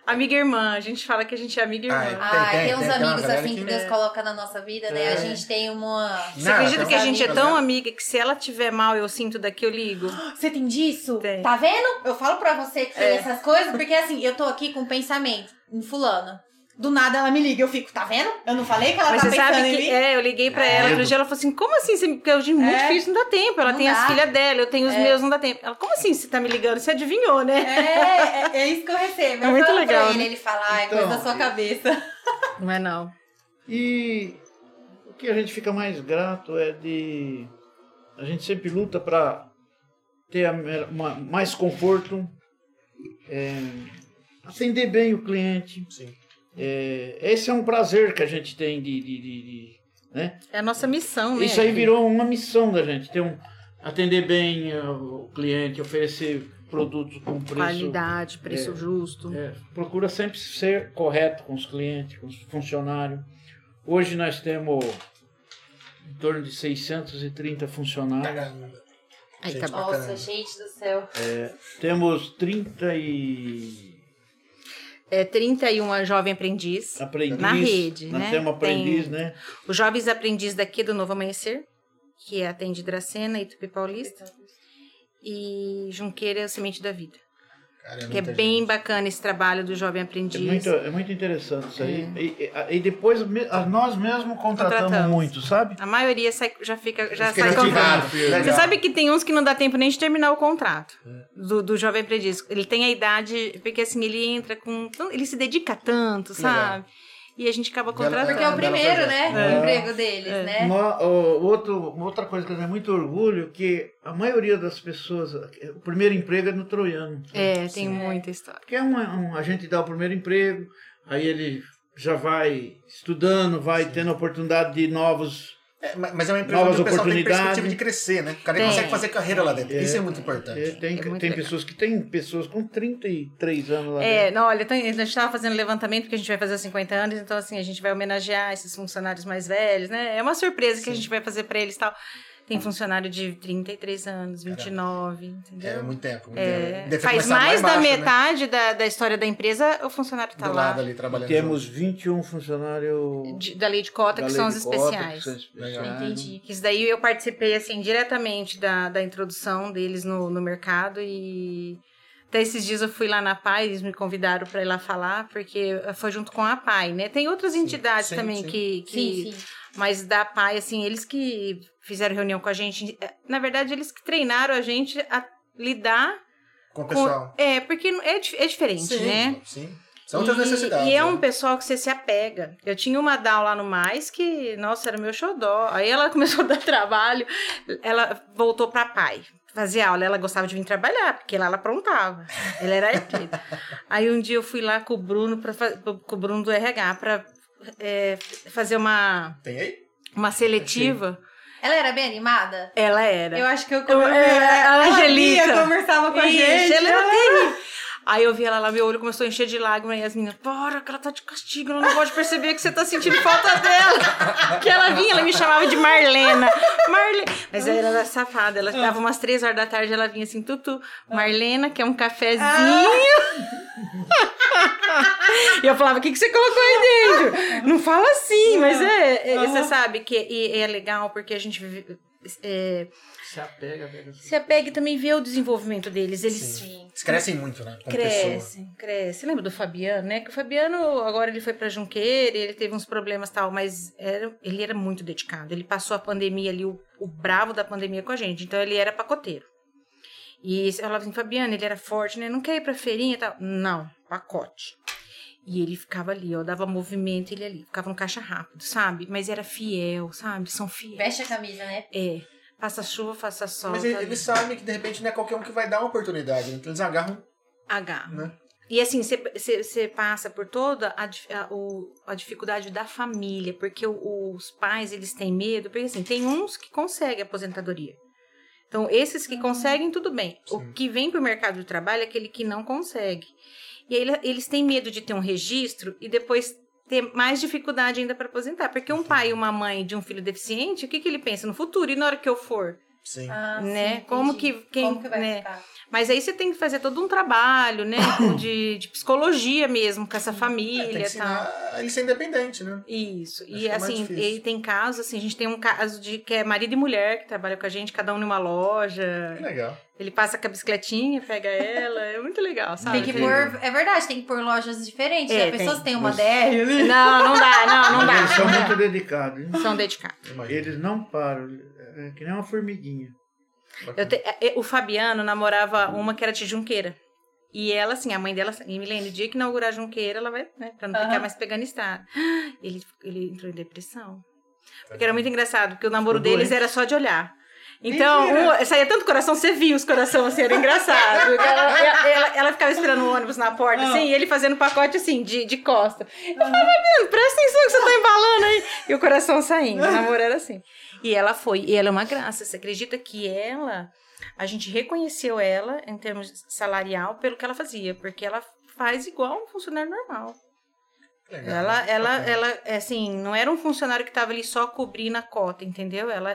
Amiga e irmã. A gente fala que a gente é amiga e
Ah,
irmã.
Ah, tem,
tem, tem,
uns
tem uma
amigos
galera
assim que
que-
Deus coloca na nossa vida, né? A
É.
gente tem uma. <gasps>
Você
Não,
acredita
tem
que a
uns
gente é
amigos,
tão
né?
amiga que se ela tiver mal, eu sinto daqui, eu ligo?
Você tem disso?
Tem. É.
Tá vendo? Eu falo pra você que tem essas coisas, porque assim, eu tô aqui com um pensamento em fulano. Do nada ela me liga, eu fico, tá vendo? Eu não falei que ela
Mas
tá
você
pensando
sabe
em
que.
mim?
É, eu liguei pra
É.
ela outro dia. Ela falou assim: como assim? Você... Porque hoje é muito
É.
difícil, não dá tempo. Ela
Não
tem
dá.
as filhas dela, eu tenho os meus, não dá tempo. Ela, como assim você tá me ligando? Você adivinhou, né?
É, é, é isso que eu recebo.
É
Eu
muito
falo
legal,
Pra ele,
né?
ele fala, ah, é
Então,
coisa da sua cabeça.
Não é, não.
E o que a gente fica mais grato é de. A gente sempre luta para ter a me- uma- mais conforto, é, atender bem o cliente.
Sim.
É, esse é um prazer que a gente tem de. de- de- de- né?
É a nossa missão, né?
Isso aí
aqui.
virou uma missão da gente, ter um, atender bem eh, o cliente, oferecer produtos com preço.
Qualidade, preço
É.
justo.
É, procura sempre ser correto com os clientes, com os funcionários. Hoje nós temos em torno de 630 funcionários.
Aí tá
Gente,
bom.
Nossa, Bacana.
gente do céu.
Temos 30 e
É 31 jovem aprendiz.
aprendiz.
Na rede,
nós
né?
temos aprendiz,
Tem-
né?
Os jovens aprendiz daqui do Novo Amanhecer, que atende Dracena e Tupi Paulista. E Junqueira é o Semente da Vida.
Cara,
Que é
muita
bem bacana esse trabalho do jovem
É
aprendiz.
muito, é muito interessante isso aí. E, e- e depois me- a- nós mesmos contratamos,
É. Contratamos.
muito, sabe?
A maioria sai- já fica já
Fiquei
sai
motivado,
comprando.
filho.
Você
Legal.
sabe que tem uns que não dá tempo nem de terminar o contrato do, do jovem aprendiz. Ele tem a idade, porque assim, ele entra com. tão- Ele se dedica tanto, sabe? E a gente acaba
Bela-
contratando.
Porque é o
Belo
primeiro, né?
projeto.
É.
O emprego deles,
É.
né?
Nó- ó, outro, outra coisa que eu tenho muito orgulho que a maioria das pessoas, o primeiro emprego é no troiano.
É, tem muita história.
Porque é um, um- a gente dá o primeiro emprego, aí ele já vai estudando, vai tendo a oportunidade de novos.
É, ma- mas é uma empresa
Novas
onde o pessoal tem
oportunidades.
perspectiva de crescer, né? O cara
Tem.
consegue fazer carreira lá dentro.
É.
Isso é muito importante.
eh, Tem,
É muito
tem
legal.
pessoas que tem pessoas com 33 anos lá
É,
dentro.
não, olha, então, a gente estava fazendo levantamento porque a gente vai fazer os 50 anos, então assim, a gente vai homenagear esses funcionários mais velhos, né? É uma surpresa que a gente vai fazer para eles e tal. Tem funcionário de 33 anos, 29, entendeu?
É muito tempo. muito
É,
tempo. Deve ter
faz
começado lá
mais da
embaixo, né?
metade da, da história da empresa, o funcionário está
Do
lá.
lado ali trabalhando.
Temos 21 funcionários
de- da lei de cota,
da
que
lei
são
de
os
cota,
especiais.
que são especiais.
Entendi.
Isso daí eu participei, assim, diretamente da, da introdução deles no, no mercado e... Até esses dias eu fui lá na PAI, eles me convidaram para ir lá falar, porque foi junto com a PAI, né? Tem outras entidades
sim,
também
sim.
que... que
Sim, sim.
Mas da PAI, assim, eles que fizeram reunião com a gente. eh, Na verdade, eles que treinaram a gente a lidar
Com o
com...
pessoal.
É, porque é, dif- é diferente,
sim,
né?
sim. São outras
e,
necessidades.
E
né?
é um pessoal que você se apega. Eu tinha uma Down lá no Mais que, nossa, era o meu xodó. Aí ela <laughs> começou a dar trabalho, ela voltou pra pai. Fazia aula, ela gostava de vir trabalhar, porque lá ela aprontava. Ela era artista. Aí um dia eu fui lá com o Bruno, pra, fa- com o Bruno do RH, pra é, fazer uma,
Tem aí?
uma seletiva.
Ela era bem animada?
Ela era.
Eu acho que eu
Eu-
conver-
é, a Angelica.
Ela via, conversava com a
Ixi,
gente.
ela era terrível. Aí eu vi ela lá, meu olho começou a encher de lágrimas e as meninas, bora, que ela tá de castigo, ela não pode perceber que você tá sentindo falta dela. que ela vinha, ela me chamava de Marlena. Ah. Marlena. Mas ela era safada, ela dava umas três horas da tarde, ela vinha assim, tutu, Marlena, quer um cafezinho? <laughs> e eu falava, o que, que você colocou aí dentro? Não fala assim, mas é, é- você sabe que e- é legal porque a gente vive- é,
Se apega, pega.
se apega e também vê o desenvolvimento deles. Eles
Sim.
Eles crescem muito, né? Como pessoa.
crescem, crescem. Você lembra do Fabiano, né? Que o Fabiano, agora ele foi pra Junqueira, ele teve uns problemas e tal, mas era- ele era muito dedicado. Ele passou a pandemia ali, o, o bravo da pandemia com a gente. Então ele era pacoteiro. E eu falava assim, Fabiano, ele era forte, né? Não quer ir pra feirinha e tal? Não, pacote. E ele ficava ali, ó, dava movimento, ele ali, ficava no caixa rápido, sabe? Mas era fiel, sabe? São fiéis.
Veste a camisa, né?
É, passa chuva, faça sol.
Mas
tá
ele-
ali.
eles sabem que de repente não é qualquer um que vai dar uma oportunidade. né? Então eles agarram.
H.
Né?
E assim, você passa por toda a, dif- a- o- a dificuldade da família, porque o- os pais, eles têm medo, porque assim, tem uns que conseguem a aposentadoria. Então, esses
Ah,
que conseguem, tudo bem.
Sim.
O que vem para o mercado de trabalho é aquele que não consegue. E aí, ele- eles têm medo de ter um registro e depois ter mais dificuldade ainda para aposentar. Porque um pai e uma mãe de um filho deficiente, o que, que ele pensa no futuro? E na hora que eu for?
Sim.
Ah,
né?
sim,
Como
entendi.
que quem,
Como que vai
né?
ficar?
Mas aí você tem que fazer todo um trabalho,
<coughs>
né? De, de psicologia mesmo, com essa família
É, tem que
e tal.
ensinar a ele ser independente, né?
Isso.
Acho que
E
é mais
assim,
difícil.
e tem casos, assim, a gente tem um caso de que é marido e mulher que trabalham com a gente, cada um numa loja.
Que legal.
Ele passa com a bicicletinha, pega ela. É muito legal, sabe?
Tem que pôr. É verdade, tem que pôr lojas diferentes. né?
É,
Pessoas
tem.
têm uma
Mas-
DR ali.
<laughs> Não, não dá, Ah, não, não
Mas Eles são
dá. <laughs>
muito dedicados. hein?
São dedicados.
Imagina.
Eles não param. É que nem uma formiguinha.
Eu te- eh, o Fabiano namorava uma que era de Junqueira. E ela, assim, a mãe dela, assim, Milene, o dia que inaugurar Junqueira, ela vai, né, pra não
Aham.
ficar mais pegando estrada. Ele, ele entrou em depressão. Porque era muito engraçado, porque o namoro
Ficou
deles
doente.
era só de olhar. Então, um- saía tanto coração, você via os coração, assim, era engraçado. Ela, ela- ela- ela ficava esperando o ônibus na
Ah.
porta, assim, e ele fazendo pacote, assim, de, de costa. Eu falava, Fabiano, presta atenção que você tá embalando aí. E o coração saindo, o namoro era assim. E ela foi, e ela é uma graça. Você acredita que ela, a gente reconheceu ela em termos salarial pelo que ela fazia, porque ela faz igual um funcionário normal.
Legal.
Ela, ela,
Bacana.
ela, é assim, não era um funcionário que estava ali só cobrindo a cota, entendeu? Ela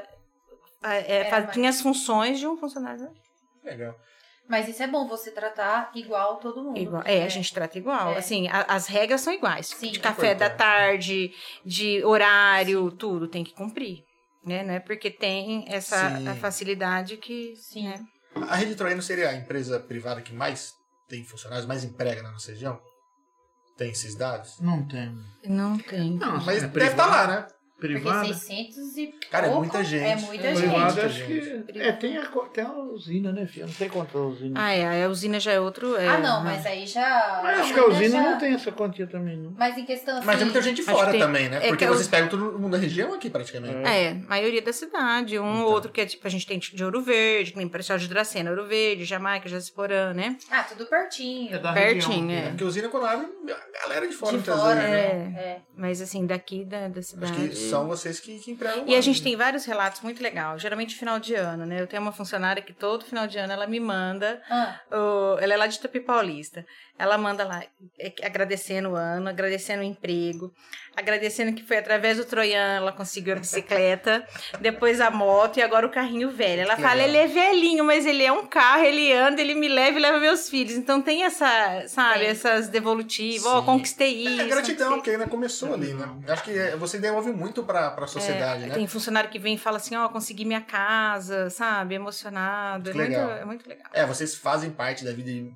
é, é,
Era
faz-
mais-
tinha as funções de um funcionário
Legal.
Mas isso é bom você tratar igual todo mundo.
igual. É, a gente trata igual.
É.
Assim, a- as regras são iguais.
Sim,
de café da
importante.
tarde, de horário, tudo tem que cumprir. Né? Não é porque tem essa
Sim.
a facilidade que.
Sim.
né?
A Rede Troiano seria a empresa privada que mais tem funcionários, mais emprega na nossa região? Tem esses dados?
Não tem.
Não tem.
Não,
Mas
é
deve estar
privada.
lá, né?
Privada.
Porque 600 e
Cara, é
pouco
muita gente.
É muita
É
gente.
privada.
Privado,
gente.
acho que. É, tem a, co- tem a usina, né, filho? Não tem contra a usina.
Ah, é. A usina já é outro. é,
Ah, não, mas aí já...
Mas acho que a usina
já-
não tem essa quantia também, não.
Mas em questão assim...
Mas tem muita gente
Acho
fora
que tem-
também, né?
é
Porque
que eu-
vocês pegam todo mundo da região aqui, praticamente.
É, maioria da cidade. Um
Então.
ou outro que é tipo, a gente tem de Ouro Verde, que nem pessoal de Dracena, Ouro Verde, Jamaica, Jaciporã, né?
Ah, tudo pertinho.
da
Pertinho, é.
Porque a usina, quando abre, a galera de fora
De
muitas
fora,
vezes, né?
É.
Mas assim, daqui da, da
Acho
cidade.
que são vocês que, que empregam.
E a gente tem vários relatos muito legais. Geralmente final de ano, né? Eu tenho uma funcionária que todo final de ano ela me manda.
Ah,
ô, ela é lá de Tupi Paulista. Ela manda lá é, que- agradecendo o ano, agradecendo o emprego, agradecendo que foi através do Troian ela conseguiu a bicicleta, <laughs> depois a moto e agora o carrinho velho. Ela
Que
fala,
legal.
ele é velhinho, mas ele é um carro, ele anda, ele me leva e leva meus filhos. Então tem essa, sabe,
Tem.
essas devolutivas, ó,
Sim.
conquistei isso. né?
É gratidão,
conquistei
porque ainda começou ali, né? Acho que é, você devolve muito pra, pra sociedade, né?
É, Tem funcionário que vem e fala assim, ó, consegui minha casa, sabe? Emocionado. É
Que
muito,
legal.
é muito legal.
É, vocês fazem parte da vida de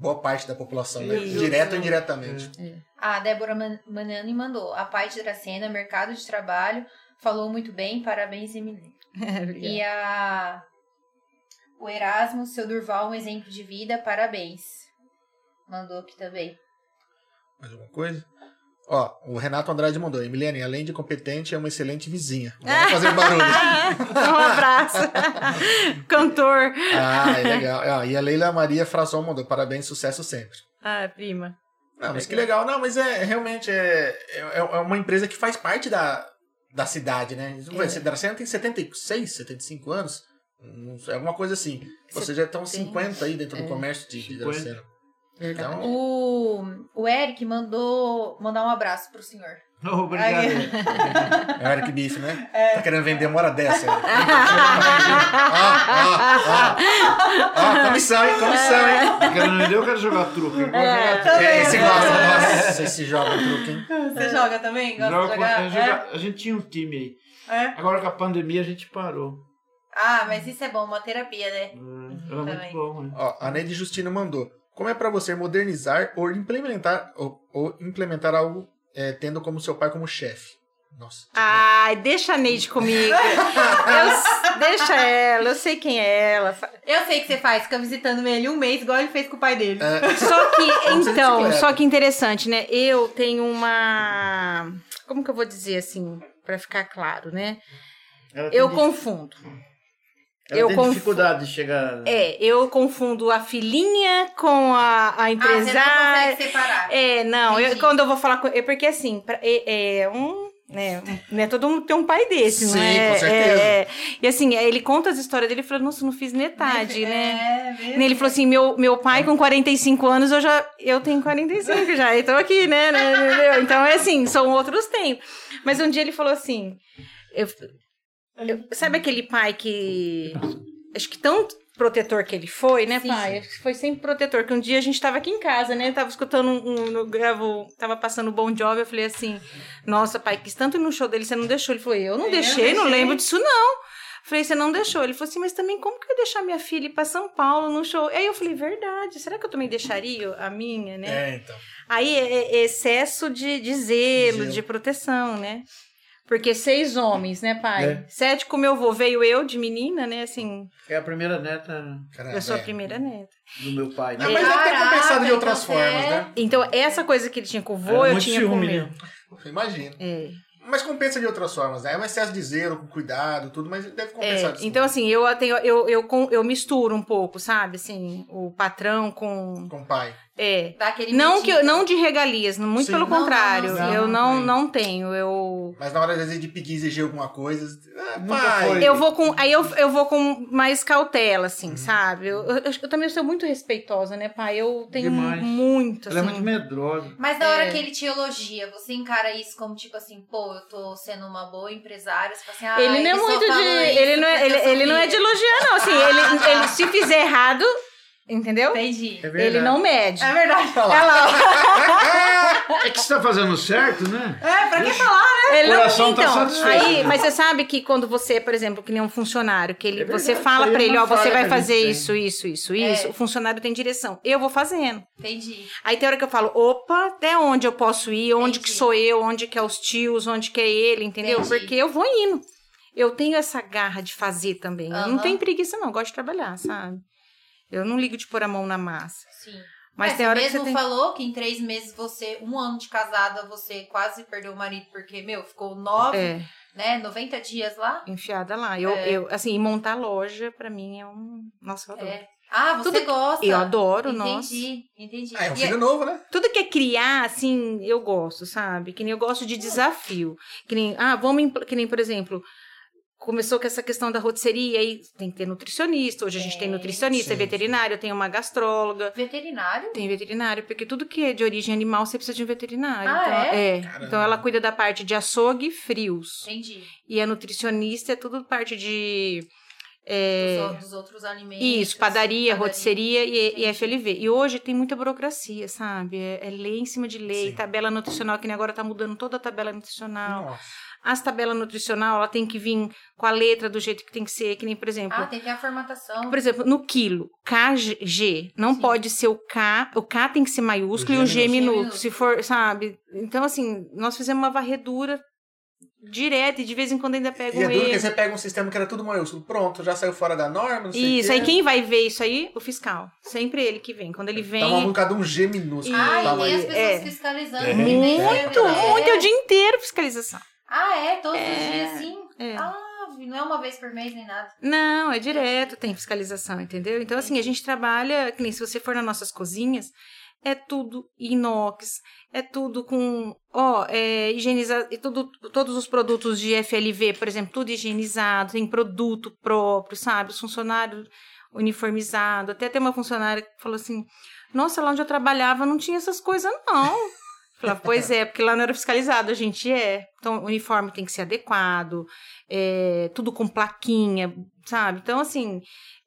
boa parte da população, né?
Isso.
Direto ou indiretamente.
É. <laughs>
a Débora Man- Manani mandou. A Pai de Dracena, mercado de trabalho, falou muito bem, parabéns, Emily.
É, <laughs>
E a... O Erasmo, seu Durval, um exemplo de vida, parabéns. Mandou aqui também.
Mais alguma coisa? Ó, o Renato Andrade mandou. Emiliane, além de competente, é uma excelente vizinha. Vamos fazer
<laughs>
barulho.
um abraço. <laughs> Cantor.
ah, é legal. Ah, e a Leila Maria Frazão mandou. Parabéns, sucesso sempre.
Ah, prima.
Não, mas que legal. Não, mas é realmente é, é, é uma empresa que faz parte da, da cidade, né? Você Dracena tem 76, 75 anos. não sei, Alguma coisa assim. Vocês já estão 50 aí dentro do comércio de, de
50.
Dracena. Então,
O, o Eric mandou mandar um abraço pro senhor.
Não, obrigado.
É o Eric Biff, né? Tá querendo vender uma hora dessa. né? Eric.
<laughs>
Ah, ah, ah. Ó, comissão, hein? Comissão, hein?
Eu quero não eu quero jogar truque. Eu quero jogar truque.
É,
né?
esse gosta, nossa, esse joga o truque, hein?
É.
Você joga também? Gosta
Joga
de
com-
jogar?
eu
é.
joga- A gente tinha um time aí.
É? É?
Agora com a pandemia a gente parou. É,
Ah, mas isso é bom, uma terapia, né?
Era
também.
muito bom, né?
Ó, a Neide Justino mandou. Como é pra você modernizar ou implementar, ou, ou implementar algo é, tendo como seu pai como chefe? Nossa.
<laughs> Ah, Ai, deixa a Neide comigo. Eu s- deixa ela, eu sei quem é ela.
Eu sei o que você faz, fica visitando ele um mês, igual ele fez com o pai dele.
<laughs>
Só que,
Vamos ser
então,
bicicleta.
só que interessante, né? Eu tenho uma. Como que eu vou dizer assim, pra ficar claro, né?
Ela tem
Eu
dif-
confundo.
ela
eu
tem
confu-
dificuldade de chegar.
É, eu confundo a filhinha com a, a
Ah, você não
empresária.
consegue separar.
é, não, eu,
Entendi.
quando eu vou falar com. É porque assim, pra- é, é um. Né, um- né, todo mundo tem um pai desse,
Sim,
não é?
com certeza.
É, é. E assim, aí ele conta as histórias dele e fala: Nossa, não fiz metade, né?
É, mesmo.
Ele falou assim: meu, meu pai com 45 anos, eu já. Eu tenho 45 já, e tô aqui, né? né, entendeu? Então é assim, são outros tempos. Mas um dia ele falou assim. eu- eu- sabe aquele pai que. Acho que tão protetor que ele foi, né,
Sim.
pai? Acho que Foi sempre protetor. Que um dia a gente tava aqui em casa, né? Tava escutando um. um no- gravou, tava passando um bom job. Eu falei assim: Nossa, pai, quis tanto ir no show dele, você não deixou. Ele falou: Eu não
Eu
deixei, não
deixei.
lembro disso, não. Falei, você não deixou. Ele falou assim, mas também como que eu ia deixar minha filha ir pra São Paulo num show? Aí eu falei, verdade, será que eu também deixaria a minha, né?
É, então.
Aí é, é excesso de, de zelo,
Zelo.
de proteção, né? Porque seis homens, né, pai?
É.
Sete com meu avô, veio eu de menina, né? Assim,
É a primeira neta
Caramba,
eu sou a
é.
primeira neta.
do meu pai. né?
Ah, mas deve ter
Caraca,
compensado de outras
então
formas,
é-
né?
Então, essa coisa que ele tinha com o vô,
Era
é
eu
muito
tinha com o
ciúme,
meu.
né?
Imagina.
É.
Mas compensa de outras formas, né? É um excesso de zelo, com cuidado, tudo, mas deve compensar.
É,
disso.
então, assim, eu, tenho, eu, eu, com- eu misturo um pouco, sabe? Assim, o patrão com...
Com o pai.
É,
Dá aquele
Não,
medinho.
que eu, não de regalias, não- muito
Sim.
pelo
Não, não,
contrário.
não,
eu
não,
não,
é.
não tenho. Eu.
Mas na hora, às vezes, de pedir, exigir alguma coisa. Ah,
Nunca
pai!
foi.
Eu vou com. Aí eu, eu vou com mais cautela, assim, sabe? Eu, eu- eu também sou muito respeitosa, né, pai? Eu tenho
Demais.
muito, assim.
Ela é muito medrosa.
Mas na hora
É.
que ele te elogia, você encara isso como tipo assim, pô, eu tô sendo uma boa empresária. Você fala assim, ah,
Ele não é
só
muito de.
falou isso
Ele não é,
porque
ele,
eu sou
ele não é de
filho.
elogiar, não. Assim, ele, ele se fizer errado, entendeu?
Entendi.
É verdade.
Ele não mede.
É verdade.
Olha lá, ó.
Ah, É que você é tá fazendo certo, né?
É, pra que falar,
Ele não-
Coração tá
então,
satisfeito.
aí, mas você sabe que quando você, por exemplo, que nem um funcionário, que ele,
É verdade,
você fala
isso aí
pra
é
ele,
uma
ó, você
falha
vai
que a gente
fazer
tem.
isso, isso, isso,
É.
isso, o funcionário tem direção. Eu vou fazendo.
Entendi.
Aí tem hora que eu falo, opa, até onde eu posso ir? Onde que
Entendi.
sou eu? Onde que é os tios? Onde que é ele? Entendeu?
Entendi.
Porque eu vou indo. Eu tenho essa garra de fazer também. Eu não
Aham.
tenho preguiça, não. Eu gosto de trabalhar, sabe? Eu não ligo de pôr a mão na massa.
Sim.
Mas
É,
tem hora que
mesmo
você tem...
falou que em três meses você, um ano de casada, você quase perdeu o marido, porque, meu, ficou nove,
É,
né? 90 dias lá.
enfiada lá. Eu,
É.
eu, assim, e montar loja, pra mim, é um... Nossa, eu adoro.
É. Ah, você
Tudo que-
gosta.
Eu adoro,
entendi,
nossa.
Entendi, entendi.
Ah, é um
E é-
filho novo, né?
Tudo que é criar, assim, eu gosto, sabe? Que nem eu gosto de desafio. Que nem, ah, vamos. impl- Que nem, por exemplo, começou com essa questão da rotisseria, aí tem que ter nutricionista. Hoje a gente
Tem.
tem nutricionista, é
Sim.
veterinário, eu tenho uma gastróloga,
Veterinário?
tem veterinário, porque tudo que é de origem animal você precisa de um veterinário.
Ah,
então, é?
Caramba.
Então ela cuida da parte de açougue e frios.
Entendi.
E a nutricionista é tudo parte de. é,
Dos, o- dos outros alimentos.
assim,
isso, padaria,
padaria.
rotisseria e, é e
Entendi.
FLV. E hoje tem muita burocracia, sabe? É, é lei em cima de lei,
Sim.
tabela nutricional, que nem agora tá mudando toda a tabela nutricional.
Nossa.
As tabelas nutricional, ela tem que vir com a letra do jeito que tem que ser, que nem, por exemplo.
Ah, tem que ter a formatação.
Por exemplo, no quilo, KG, não
Sim.
pode ser o K, o K tem que ser maiúsculo
O
e o
G
G
minúsculo.
minúsculo, se for, sabe? Então, assim, nós fizemos uma varredura direta e de vez em quando ainda pega
E é
um
duro que
erro.
você pega um sistema que era tudo maiúsculo. Pronto, já saiu fora da norma, não sei é.
Isso,
o quê.
aí quem vai ver isso aí? O fiscal. Sempre ele que vem. Quando ele vem.
Tava um cada um G minúsculo.
Ah, e
Tava
tem
aí.
as pessoas
é.
fiscalizando.
É.
que nem
Muito,
deve, né?
muito, é o dia inteiro fiscalização.
Ah, é? Todos
É.
os dias, sim?
É.
Ah, não é uma vez por mês nem nada.
Não, é direto, tem fiscalização, entendeu? Então, assim, a gente trabalha, que nem se você for nas nossas cozinhas, é tudo inox, é tudo com, ó, é, higieniza- e tudo, todos os produtos de FLV, por exemplo, tudo higienizado, tem produto próprio, sabe? Os funcionários uniformizados. Até tem uma funcionária que falou assim: nossa, lá onde eu trabalhava não tinha essas coisas, não. Falava, pois é, porque lá não era fiscalizado, a gente é. Então, o uniforme tem que ser adequado, é, tudo com plaquinha, sabe? Então, assim,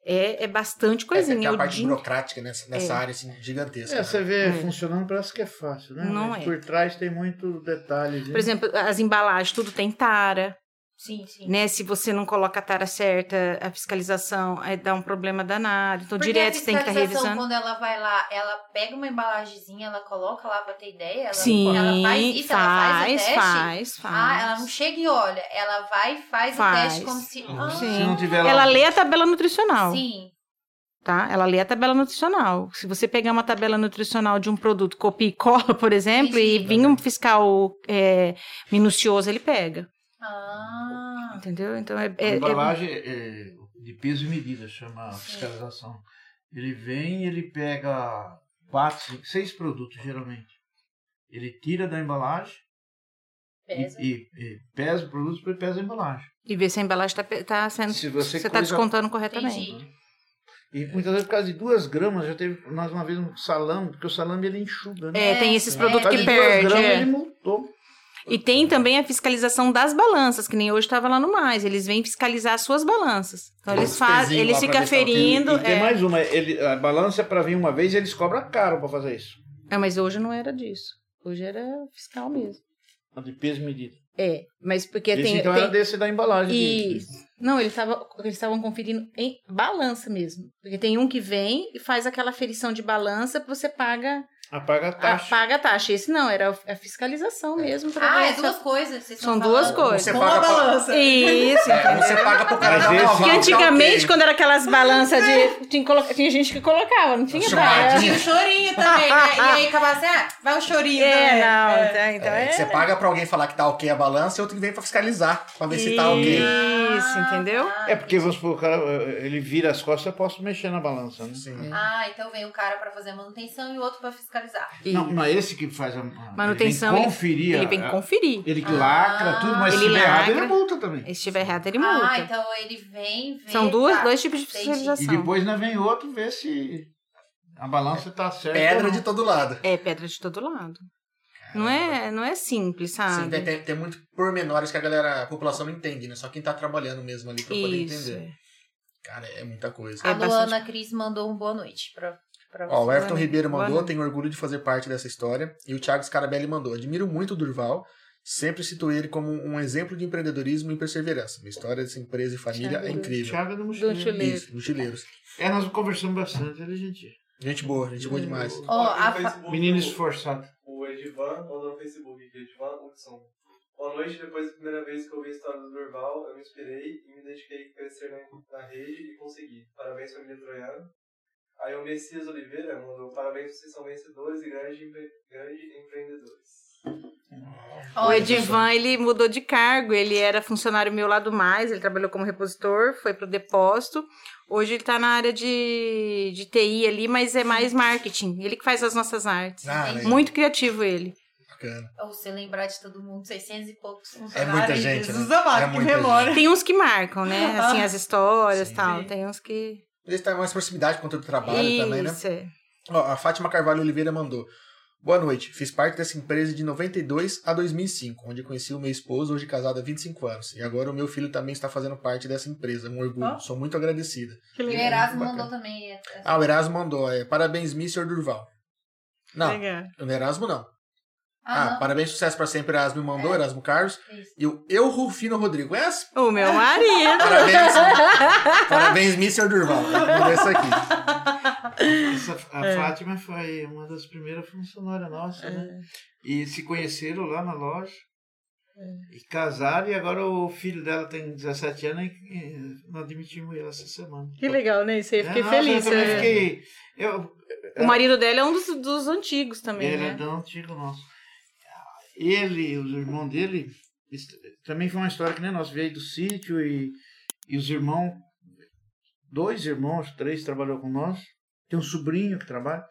é, é bastante
É, tem
coisinha.
a
o
parte
dia
burocrática nessa, nessa
É.
área assim, gigantesca.
É,
né?
você vê
É.
funcionando, parece que é fácil, né?
Não
Mas
é.
Por trás tem muito detalhe. né?
Por exemplo, as embalagens, tudo tem tara,
Sim, sim.
né? Se você não coloca a tara certa, a fiscalização é, dá um problema danado. Então,
Porque
direto
a
você tem que estar
fiscalização,
revisando.
Quando ela vai lá, ela pega uma embalagenzinha, ela coloca lá pra ter ideia. Ela,
Sim,
ela faz isso, ela faz o
faz,
teste.
faz, faz.
Ah, ela não chega e olha. Ela vai e faz, o
Faz.
teste como se. Ah,
Sim.
Se não tiver lá-
Ela lê a tabela nutricional,
Sim.
tá? Ela lê a tabela nutricional. Se você pegar uma tabela nutricional de um produto copia e cola, <laughs> por exemplo, e
Sim.
vir um fiscal é, minucioso, ele pega.
Ah.
Entendeu? Então
A
é. é- é-
embalagem é de peso e medida, chama
Sim.
fiscalização. Ele vem, ele pega quatro, cinco, seis produtos geralmente. Ele tira da embalagem e,
Pesa.
e- e pesa o produto e pesa a embalagem.
e ver se a embalagem tá, pe- tá sendo.
Se você
Você tá
coisa-
descontando corretamente.
Entendi.
E muitas vezes por causa de duas gramas, já teve nós uma vez um salame, porque o salame ele enxuga, né?
É, tem esses
É,
produtos
por
que
Por causa de duas
perde.
gramas
é.
ele multou.
E tem também a fiscalização das balanças, que nem hoje estava lá no mais. Eles vêm fiscalizar as suas balanças. Então
Tem
eles
uns
fazem,
pezinhos
eles
lá pra
ficam
ver se tá ok.
ferindo.
E tem
é.
mais uma, ele, a balança pra vir uma vez eles cobram caro pra fazer isso.
É, mas hoje não era disso. Hoje era fiscal mesmo.
A De peso e medida.
É, mas porque
Esse
tem.
então
tem-
era desse da embalagem. que-
Isso. Não, eles estavam eles estavam conferindo em balança mesmo. Porque tem um que vem e faz aquela ferição de balança que você paga
Apaga a
a,
taxa.
paga a taxa. Esse não, era a fiscalização mesmo. pra
Ah,
ver
é
se-
duas coisas. Vocês
São
estão
duas
falando.
coisas.
Você
Com
paga pra- <laughs>
Isso,
É, você paga pro cara
Mas
dar uma
esse-
volta,
Porque
tá
antigamente,
ok.
quando era aquelas balanças de. Tinha, que colocar- tinha gente que colocava, não tinha É,
Chamadinha.
balança.
E o chorinho também, né? E aí acaba assim, ah, vai o chorinho
É,
também.
não,
É.
então- então
É,
é.
Você paga pra alguém falar que tá ok a balança e outro que vem pra fiscalizar, pra ver se tá ok.
Isso, entendeu?
Ah,
É porque vamos supor, o cara, eh, ele vira as costas, eu posso mexer na balança, né?
Sim.
Ah, então vem um cara pra fazer a manutenção e o outro pra fiscalizar.
E
um
Não, não é esse que faz a a-
Manutenção,
Ele
ele-
vem conferir.
Ele
é.
vem
a-
conferir.
ele que
Ah.
lacra tudo, mas se
Ele
tiver errado,
lacra.
ele multa também.
Se estiver errado, ele
Ah,
multa.
então ele vem, vem.
São duas,
tá.
dois tipos de
Entendi.
E
fiscalização.
depois ainda vem outro ver se a balança tá certa. ou
Pedra
não.
de todo lado.
É pedra de todo lado. Não é, não é simples,
Sim, tem,
sabe?
tem, tem muito pormenores que a galera, a população não entende, né? Só quem tá trabalhando mesmo ali pra poder
Isso.
entender. Cara, é muita coisa.
A
É bastante-
Luana Cris mandou um boa noite pra, pra
Ó, o
você.
Everton Ribeiro
Boa
mandou,
noite.
tenho orgulho de fazer parte dessa história. E o Thiago Scarabelli mandou, admiro muito o Durval Sempre situei ele como um exemplo de empreendedorismo e perseverança. Minha história dessa empresa e família é incrível.
Thiago é do
Do
mochileiro.
chuleiro.
Isso, mochileiros.
É, nós conversamos bastante, ele é gentil.
Gente boa, gente boa demais.
Uhum.
Ó, a fa-
Menino esforçado.
O Edivan mandou no Facebook aqui, Edivan Hudson. Boa noite, depois da primeira vez que eu ouvi a história do Durval, eu me inspirei e me dediquei a crescer na, na rede e consegui. Parabéns, família Troiano. Aí o Messias Oliveira mandou parabéns, vocês são vencedores e grandes empre- grandes empreendedores.
O
é
Olha,
Edivan, ele mudou de cargo, ele era funcionário meu lá do mais, ele trabalhou como repositor, foi pro depósito. Hoje ele tá na área de, de TI ali, mas é mais marketing. Ele que faz as nossas artes.
Ah, né?
Muito criativo ele.
bacana.
Ou se lembrar de todo mundo, 600 e poucos
É
funcionários.
muita gente.
Jesus
né?
amado,
é
que
muita
memória.
gente.
Tem uns que marcam,
<laughs>
né? Assim, as histórias
Sim.
e tal. Tem uns que.
Ele está mais proximidade com todo o trabalho também, né?
Isso, é.
Ó, a Fátima Carvalho Oliveira mandou. Boa noite. Fiz parte dessa empresa de 92 a 2005, onde conheci o meu esposo, hoje casado há 25 anos. E agora o meu filho também está fazendo parte dessa empresa. Um orgulho.
Ó.
Sou muito agradecida.
Que
E o
legal.
Erasmo
Bacana.
mandou também. é- é-
Ah, o Erasmo mandou. É, parabéns, Miss Sr. Durval. Não,
Legal.
o Erasmo não. Ah,
Ah, não.
parabéns, sucesso para sempre, Erasmo mandou,
É.
Erasmo Carlos.
Isso.
E o Eu Rufino Rodrigo. É as...
O meu marido.
Parabéns, parabéns, Miss Sr. Durval. Mandou isso aqui.
Essa, a
É.
Fátima foi uma das primeiras funcionárias nossas, né?
É.
E se conheceram lá na loja. E casaram, e agora o filho dela tem 17 anos e e nós admitimos ela essa semana.
Que legal, né? Isso aí eu fiquei
É, nossa,
feliz.
Eu, também
né?
fiquei, eu,
O marido dela é um dos, dos antigos também,
Ele é
né?
do antigo nosso. Ele, os irmãos dele, isso também foi uma história que nem nós veio do sítio e, e os irmãos, dois irmãos, três trabalhou com nós. Tem um sobrinho que trabalha.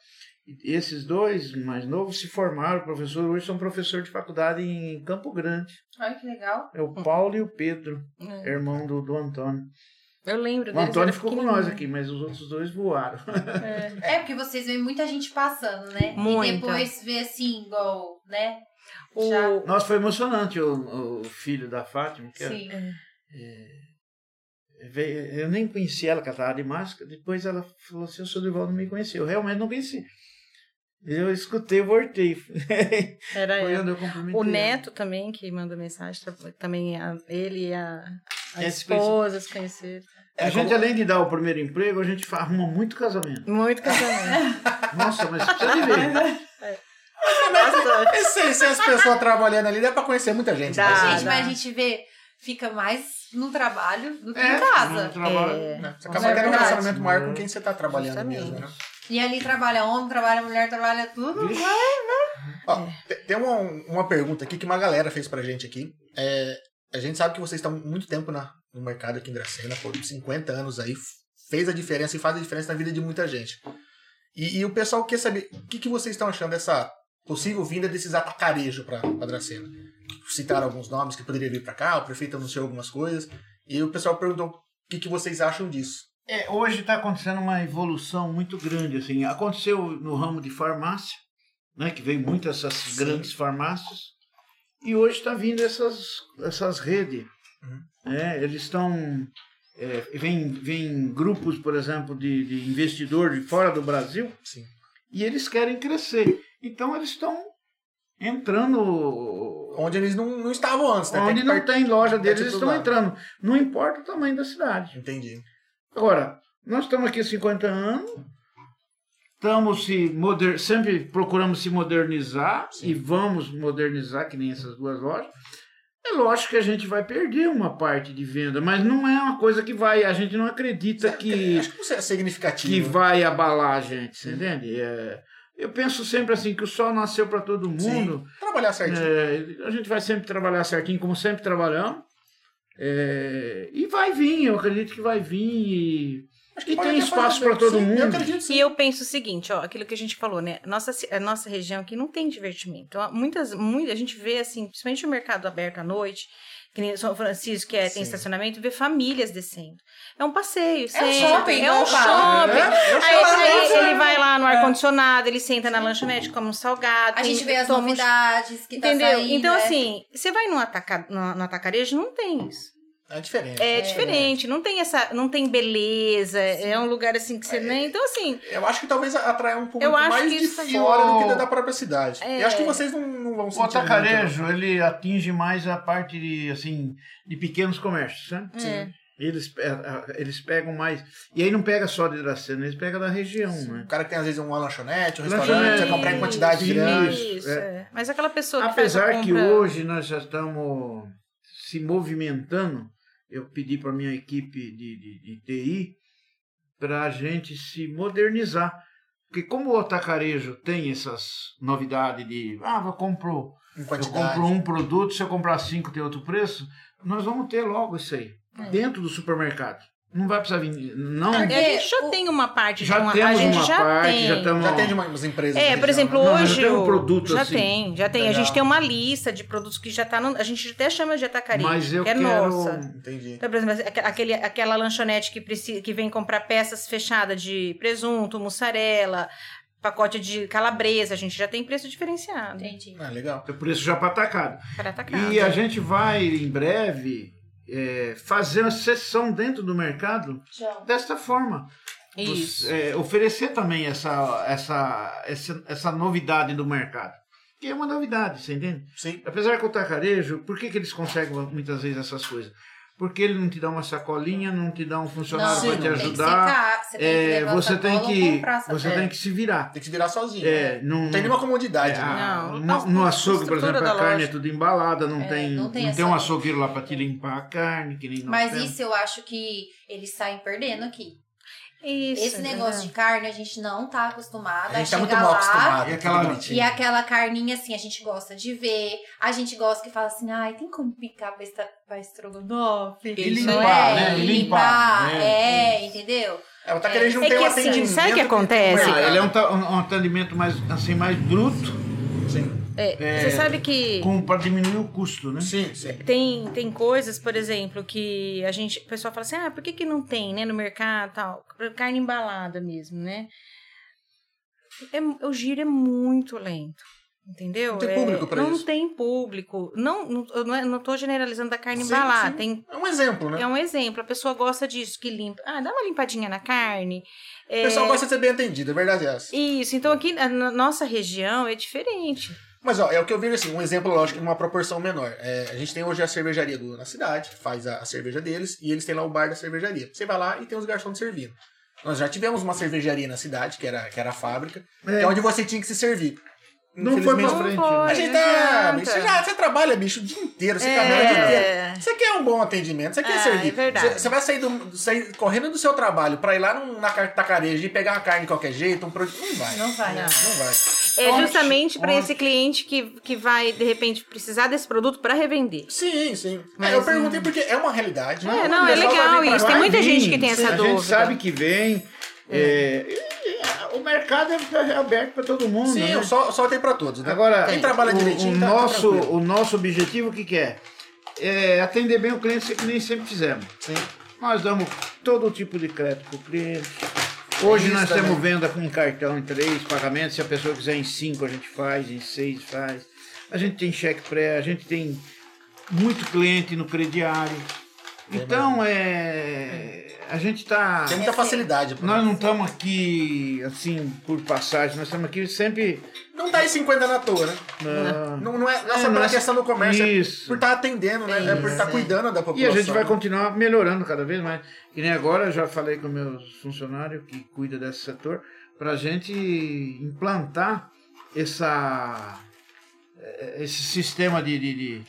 E esses dois mais novos se formaram, professor, hoje são professor de faculdade em Campo Grande.
Olha que legal.
É o Paulo e o Pedro,
É.
irmão do, do Antônio.
Eu lembro
O
deles,
Antônio
era
ficou com
pequenininho.
nós aqui, mas os outros dois voaram.
É. porque vocês veem muita gente passando, né? E
Muita.
depois vê assim, igual, né?
O-
Já.
Nossa, foi emocionante o, o filho da Fátima, que é era
Sim.
Veio- Eu nem conhecia ela, que ela estava de máscara. Depois ela falou assim: o seu Durval não me conheceu. Eu realmente não conheci. Eu escutei, eu voltei.
<laughs>
<laughs>
Era
Foi um
ela.
onde eu cumprimentei.
O
ela.
Neto também, que mandou mensagem, tra- também é a- ele e a, a
É, se conhece-
esposa se conheceram.
A gente, além de dar o primeiro emprego, a gente fa- arruma muito casamento.
Muito
<laughs>
casamento.
Nossa, mas precisa de ver.
Bastante.
E se, se as pessoas trabalhando ali, dá pra conhecer muita gente.
Dá,
Ah,
né?
gente,
dá.
mas a gente vê, fica mais no trabalho do que em
no
casa.
trabalho.
É.
Você acaba tendo um
Verdade.
relacionamento maior com quem você tá trabalhando
Justamente.
mesmo, né?
E ali trabalha homem, trabalha mulher, trabalha tudo.
Vixe.
Ó, te- tem uma, uma pergunta aqui que uma galera fez pra gente aqui. É, a gente sabe que vocês estão muito tempo na- no mercado aqui em Dracena, pô, 50 anos aí, f- fez a diferença e faz a diferença na vida de muita gente. E, e o pessoal quer saber o que, que vocês estão achando dessa possível vinda desses atacarejos pra, pra Dracena. Citaram alguns nomes que poderiam vir pra cá, o prefeito anunciou algumas coisas, e o pessoal perguntou o que, que vocês acham disso.
É, hoje está acontecendo uma evolução muito grande. assim. Aconteceu no ramo de farmácia, né, que veio muitas essas grandes farmácias, e hoje está vindo essas, essas redes.
Uhum.
né, eles estão. É, vem, vem grupos, por exemplo, de, de investidor de fora do Brasil,
Sim.
e eles querem crescer. Então eles estão entrando
Onde eles não, não estavam antes, né?
onde
que
não
part-
tem loja deles,
partir
eles
pro
estão
lado.
entrando. Não importa o tamanho da cidade.
Entendi.
Agora, nós estamos aqui há 50 anos, estamos se moder... sempre procuramos se modernizar
Sim.
e vamos modernizar, que nem essas duas lojas. É lógico que a gente vai perder uma parte de venda, mas não é uma coisa que vai. A gente não acredita que,
Acho que isso é
que
significativo.
vai abalar a gente, você entende? É, Eu penso sempre assim que o sol nasceu para todo mundo.
Trabalhar certinho.
É, a gente vai sempre trabalhar certinho, como sempre trabalhamos. É, e vai vir, eu acredito que vai vir. E, e
Pode
tem
até
espaço
fazer.
para todo
Sim,
mundo.
Eu acredito sim.
E eu penso o seguinte, ó, aquilo que a gente falou, né? Nossa, ci- a nossa região aqui não tem divertimento. Então, Muitas, muita, a gente vê, assim, principalmente o mercado aberto à noite, que nem São Francisco, que é,
Sim.
tem estacionamento, vê famílias descendo. É um passeio, senta,
shopping,
é um
eu falo.
shopping.
É, eu
Aí
chamo a
ele,
atenção.
ele vai lá no ar-condicionado, ele senta na lanchonete, come um salgado.
A
tem-
gente vê as
toma um chá,
novidades que
Entendeu?
tá saindo.
então,
é.
assim, você vai no, ataca, no, no atacarejo, não tem isso.
É diferente.
É, diferente, não tem essa. Não tem beleza. É um lugar assim que você nem. Então, assim,
Eu acho que talvez atraia um público
Eu acho
mais
que É.
de
isso aí-
fora do que da própria cidade. Eu acho que vocês não, não vão
O
sentir
atacarejo, ele atinge mais a parte de, assim, de pequenos comércios, sabe?
É.
Eles, pe- a- a- eles pegam mais. E aí não pega só de Dracena, eles pegam da região, né?
O cara que tem, às vezes, uma lanchonete, um
Lanchonete.
restaurante, vai comprar em quantidade
Isso.
grande.
Isso, é. Mas aquela pessoa que faz a
Apesar que
compra-
hoje nós já estamos se movimentando, eu pedi para minha equipe de, de, de TI para a gente se modernizar. Porque como o atacarejo tem essas novidades de ah, eu compro,
Em
eu
quantidade.
compro um produto, se eu comprar cinco tem outro preço, nós vamos ter logo isso aí, dentro do supermercado. Não vai precisar vir. Não,
É, a gente
Porque
já
o-
tem uma parte de
já
uma, a
temos
gente
uma
já
parte,
tem.
já estamos.
Já tem umas empresas.
É,
de
por
região,
exemplo,
né?
Não, já
hoje.
tem um
o-
produto
já
assim.
tem, já tem. A
Legal.
gente tem uma lista de produtos que já tá no. A gente até chama de atacarejo,
Mas eu
que é
quero.
nossa.
Entendi.
Então, por exemplo, aque- aquele, aquela lanchonete que, precisa, que vem comprar peças fechadas de presunto, mussarela, pacote de calabresa, a gente já tem preço diferenciado
Entendi.
Ah, legal.
O preço já para atacado.
para atacar.
E é a gente vai, em breve, eh, fazer uma sessão dentro do mercado
Tchau.
desta forma.
Isso.
Você, eh, oferecer também essa, essa, essa, essa novidade do mercado. Que é uma novidade, você entende?
Sim.
Apesar que o tacarejo, por que, que eles conseguem muitas vezes essas coisas? Porque ele não te dá uma sacolinha, não te dá um funcionário
Não,
para te
tem que
ajudar.
Você tem que
Eh,
levar
você
essa
tem
bola ou
que,
comprar essa
você
bola.
tem que se virar.
Tem que se virar sozinho. né?
É, não,
Não tem nenhuma comodidade.
é,
né?
ah,
Não,
no, no
a
açougue, por
estrutura
exemplo,
da
a carne
loja.
é tudo embalada, não,
É,
tem,
não
não,
tem
tem,
açougue.
um açougueiro lá para te limpar a carne, que nem nós
Mas
temos.
isso eu acho que eles saem perdendo aqui.
Isso, né?
Esse negócio de carne a gente não tá acostumado
A gente tá
chegar
muito mal
lá.
acostumado.
E aquela-
tudo bonitinho.
E aquela carninha assim, a gente gosta de ver. A gente gosta que fala assim, ai, tem como picar pra, estra... pra estrogonofe?
E
Não
limpar,
é?
né?
E limpar,
E limpar,
é,
né?
entendeu?
É, o tacarejo não
É
tem
que
um
assim,
atendimento.
sabe o que acontece?
Ah, ele é um, ta- um- um atendimento mais, assim, mais bruto
Sim,
É, Você sabe que.
para diminuir o custo, né?
sim, sim.
Tem, tem coisas, por exemplo, que a gente. O pessoal fala assim: ah, por que, que não tem, né, no mercado e tal? Carne embalada mesmo, né? É, o giro é muito lento. Entendeu?
Não tem
É,
público pra
Não
isso.
tem público. Não, não, eu não é- não tô generalizando da carne
Sim,
embalada.
sim.
Tem,
É um exemplo, né?
é um exemplo. A pessoa gosta disso, que limpa. Ah, dá uma limpadinha na carne.
O
É,
pessoal gosta de ser bem atendido, a verdade é essa.
Isso. Então aqui na na nossa região é diferente.
Mas ó, é o que eu vejo assim, um exemplo lógico, uma proporção menor. É, a gente tem hoje a cervejaria do, na cidade, que faz a, a cerveja deles, e eles têm lá o bar da cervejaria. Você vai lá e tem os garçons servindo. Nós já tivemos uma cervejaria na cidade, que era, que era a fábrica,
É.
que é onde você tinha que se servir.
Não foi
Infelizmente,
pra frente.
A
foi.
gente
Não
tá.
adianta.
Você, já, você trabalha, bicho, o dia inteiro, você caminha o dia inteiro.
É.
Você quer um bom atendimento, você quer
Ah,
servir.
é verdade.
Você, você vai sair, do, sair correndo do seu trabalho pra ir lá num- na car- tacareja e pegar uma carne de qualquer jeito, um produto. Não vai.
Não vai. né?
Não.
Não vai. Então,
É
Ontem,
justamente para
ontem.
esse cliente que, que vai, de repente, precisar desse produto para revender.
Sim, sim.
Mas,
É, eu perguntei porque é uma realidade.
É, não,
O
é
pessoal
legal
vai vir pra
isso.
cá
Tem
e
muita
vir.
gente que tem
Sim.
essa
a
dúvida.
gente sabe que vem. é, e- e- o mercado é aberto para todo mundo.
Sim,
né?
o sol, o sol tem pra todos, né?
Agora,
Quem trabalha
o,
direitinho
o
tá- tá
nosso,
tranquilo.
o nosso objetivo o que, que é? É atender bem o cliente, que nem sempre fizemos.
Sim.
Nós damos todo tipo de crédito para o cliente. Hoje
É Isso
nós
também.
temos venda com um cartão em três pagamentos. Se a pessoa quiser em cinco, a gente faz, em seis faz. A gente tem cheque pré, a gente tem muito cliente no crediário. Então é. A gente está.
Tem
é,
muita facilidade. pô.
Nós não estamos aqui assim por passagem, nós estamos aqui sempre.
Não dá em 50 na toa, né?
na-
Não, não é, nossa,
É,
pela
nós-
questão do comércio, é
Isso.
por estar atendendo, né? É por estar cuidando da
E
população.
a gente vai continuar melhorando cada vez mais. Que nem agora, eu já falei com meus funcionários que cuida desse setor, para a gente implantar essa, eh, esse sistema de, de, de,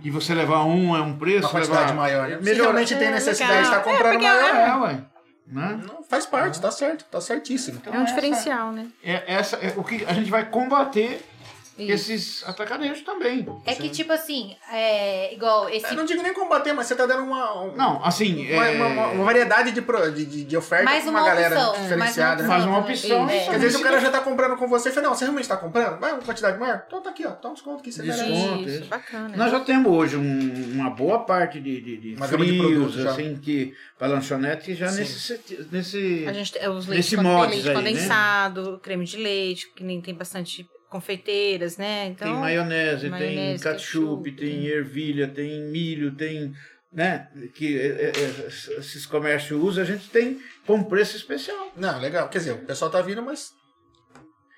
de você levar um é um preço,
Uma quantidade
levar...
maior, né? Se
Melhor-
realmente tem
É,
necessidade de
legal.
estar comprando
porque
maior,
É, ué. Né?
Não, faz parte, tá certo, tá certíssimo.
É um diferencial, né?
É, essa, é o que a gente vai combater
Isso.
esses atacadeiros também.
É que, tipo assim, é igual esse
Eu não digo nem combater, mas você tá dando uma, um-
Não, assim...
uma,
é-
uma- uma- uma variedade de, pro- de, de, de oferta
Mais
pra
uma
uma, galera
opção, mais uma
diferenciada. né?
Faz uma opção.
Isso.
e
É.
Porque Às vezes o cara já tá comprando com você e fala, não, você realmente tá comprando? Vai, uma quantidade maior? Então tá aqui, ó, tá um desconto aqui, você
Desconto.
merece.
isso.
Isso, bacana.
Nós já temos hoje um- uma boa parte de, de, de
Uma gama de
frios,
produtos, já.
assim, que para lanchonete que já
Sim.
nesse, senti- nesse
A gente tem os leites
Nesse
con- tem
moldes
leite
aí, né?
condensado, creme de leite, que nem tem bastante confeiteiras, né? Então,
tem maionese, tem
maionese, né?
ketchup,
ketchup,
tem ervilha, tem milho, tem né, que é, é, é, esses comércios usam, a gente tem com um preço especial.
Não, legal. Quer dizer, o pessoal tá vindo, mas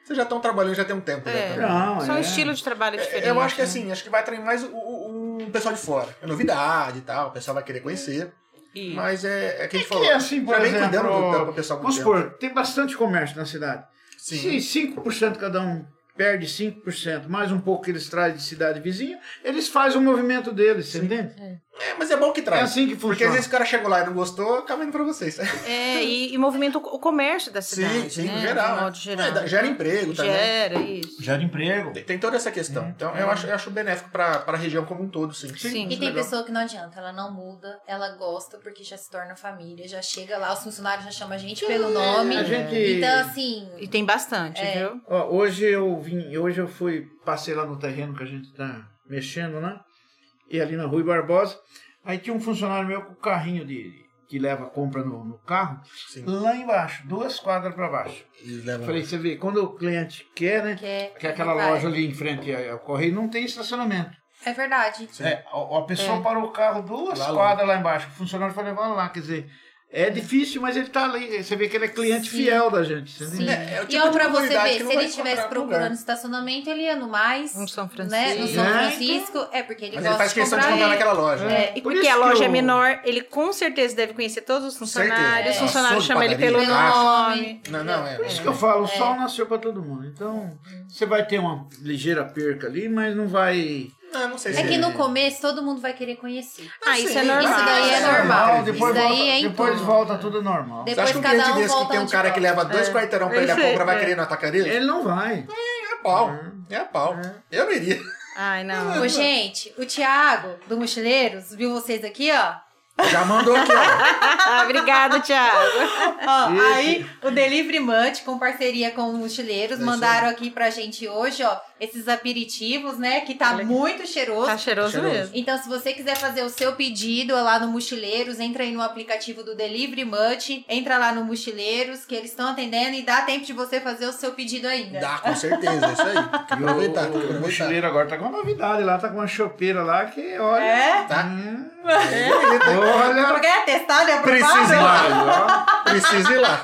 Vocês já estão trabalhando já tem um tempo. já
É.
também.
Não,
Só
é.
um estilo de trabalho diferente.
Eu acho que
né?
assim, acho que vai atrair mais o, o- o pessoal de fora. É novidade e tal, o pessoal vai querer conhecer.
E-
Mas é, é quem
É que
falou.
é assim, por
já vem
exemplo,
cuidando do do- do pessoal há
Vamos
muito tempo.
supor, tem bastante comércio na cidade.
Sim.
Se 5% cada um perde 5%, mais um pouco que eles trazem de cidade vizinha, eles fazem o movimento deles, você entende?
É, mas é bom que
É
traz.
assim que
porque às
funciona.
vezes o cara chegou lá e não gostou, acaba indo pra vocês.
É, e, e movimenta o o comércio da cidade.
sim, sim,
né?
no geral.
De modo geral.
É, dá- gera emprego também.
Gera, isso.
Gera emprego.
Tem, tem toda essa questão. Então eu acho, eu acho benéfico pra, pra região como um todo, sim.
Sim.
E tem
Legal.
pessoa que não adianta, ela não muda, ela gosta porque já se torna família, já chega lá, os funcionários já chamam a gente pelo nome.
A gente...
Então, assim,
E tem bastante, viu?
Ó, hoje eu vim, hoje eu fui, passei lá no terreno que a gente tá mexendo, né? E ali na Rui Barbosa. Aí tinha um funcionário meu com o carrinho de, que leva a compra no, no carro,
Sim. É.
lá embaixo, duas quadras para baixo.
E leva-
Eu falei, você vê, quando o cliente quer, né?
quer.
Que aquela
vai.
loja ali em frente ao ao correio não tem estacionamento.
É verdade.
Sim.
É, a, a pessoa parou o carro duas
Lá longe.
quadras lá embaixo. O funcionário foi levar lá, quer dizer, é difícil, mas ele tá ali. Você vê que ele é cliente
Sim.
fiel da gente, entendeu?
Sim.
É, é o
e
tipo
ó,
de
pra você
comunidade
ver,
que não
se
vai
ele estivesse
encontrar
procurando
lugar.
estacionamento, ele ia no mais.
No São Francisco.
Né? No São
É, então-
Francisco. É porque ele
Mas ele
gosta
faz
de
questão de
comprar.
comprar
ele.
naquela loja.
É.
E
Por
porque
isso
a
que
loja
eu-
é menor, ele com certeza deve conhecer todos os funcionários.
Certeza.
Os funcionários
Açougue,
chamam ele
padaria,
pelo
caixa.
nome.
Não, não, é.
Por isso que eu falo, o sol nasceu pra todo mundo. Então,
Uhum.
você vai ter uma ligeira perca ali, mas não vai.
Ah, Não, não sei se
É que no começo todo mundo vai querer conhecer.
Ah, isso é
Isso
normal.
daí é
isso
normal. Isso
Depois,
daí
volta,
é em
depois
tudo.
volta tudo normal.
Depois
Você acha que um
cada
cliente
um
desse
volta
que tem um
onde
cara que
volta.
leva dois quarteirão pra ele a
Eu sei,
compra vai
é.
querer no atacarejo?
Ele não vai.
É pau. É pau. Eu não iria.
Ai, não.
Ô, gente, o Thiago, do Mochileiros, viu vocês aqui, ó?
Já mandou aqui, ó.
<laughs> Ah, Obrigada, Thiago.
Ó, aí o Delivery Munch, com parceria com o Mochileiros,
É isso
mandaram aqui pra gente hoje, ó, esses aperitivos, né? Que tá
Legal.
muito cheiroso.
Tá cheiroso,
Cheiroso.
mesmo.
Então, se você quiser fazer o seu pedido é lá no Mochileiros, entra aí no aplicativo do Delivery Munch, entra lá no Mochileiros, que eles estão atendendo e dá tempo de você fazer o seu pedido ainda.
Dá, com certeza. É isso aí. Tem que aproveitar, tem que
O, o
aproveitar.
mochileiro agora tá com uma novidade lá, tá com uma chopeira lá que, olha.
É?
<laughs>
Tá?
Hum,
Não
olha.
quer testar, né?
Precisa ir
Provável?
lá. Precisa ir lá.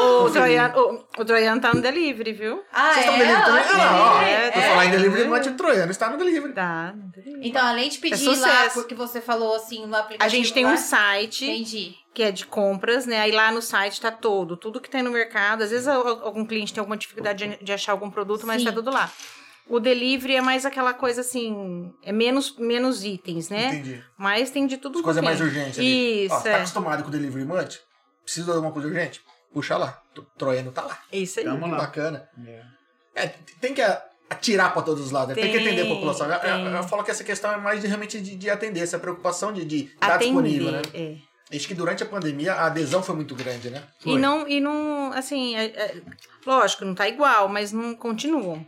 O Troiano, o, o Troiano tá no delivery, viu?
Ah,
Vocês
é?
estão delivery também? Olha lá, ó.
É,
Vou
é.
falar em delivery, não é de troiano, está no delivery.
Tá. no delivery.
Então, além de pedir
É
lá,
sucesso.
porque você falou assim no aplicativo.
A gente tem
lá,
um site
Entendi.
que é de compras, né? Aí lá no site tá todo, tudo que tem no mercado. Às vezes al- algum cliente tem alguma dificuldade de- de achar algum produto, mas
Sim.
tá tudo lá. O delivery é mais aquela coisa assim, é menos, menos itens, né?
Entendi.
Mas tem de tudo um
As coisas mais
pouquinho.
urgentes ali.
Isso,
Ó, tá
é.
acostumado com o delivery munch? Precisa de alguma coisa urgente? Puxa lá. T- Troiano tá lá.
É isso aí.
Vamos lá.
Bacana.
É.
É, t- tem que a- atirar pra todos os lados, né? tem, que
Tem,
atender a população. Eu- Eu,
tem.
eu falo que essa questão é mais de, realmente de, de atender, essa preocupação de estar
Atender,
disponível, né?
é.
Acho que durante a pandemia a adesão foi muito grande, né?
E não, e não, assim, é- é- lógico, não tá igual, mas não continuam.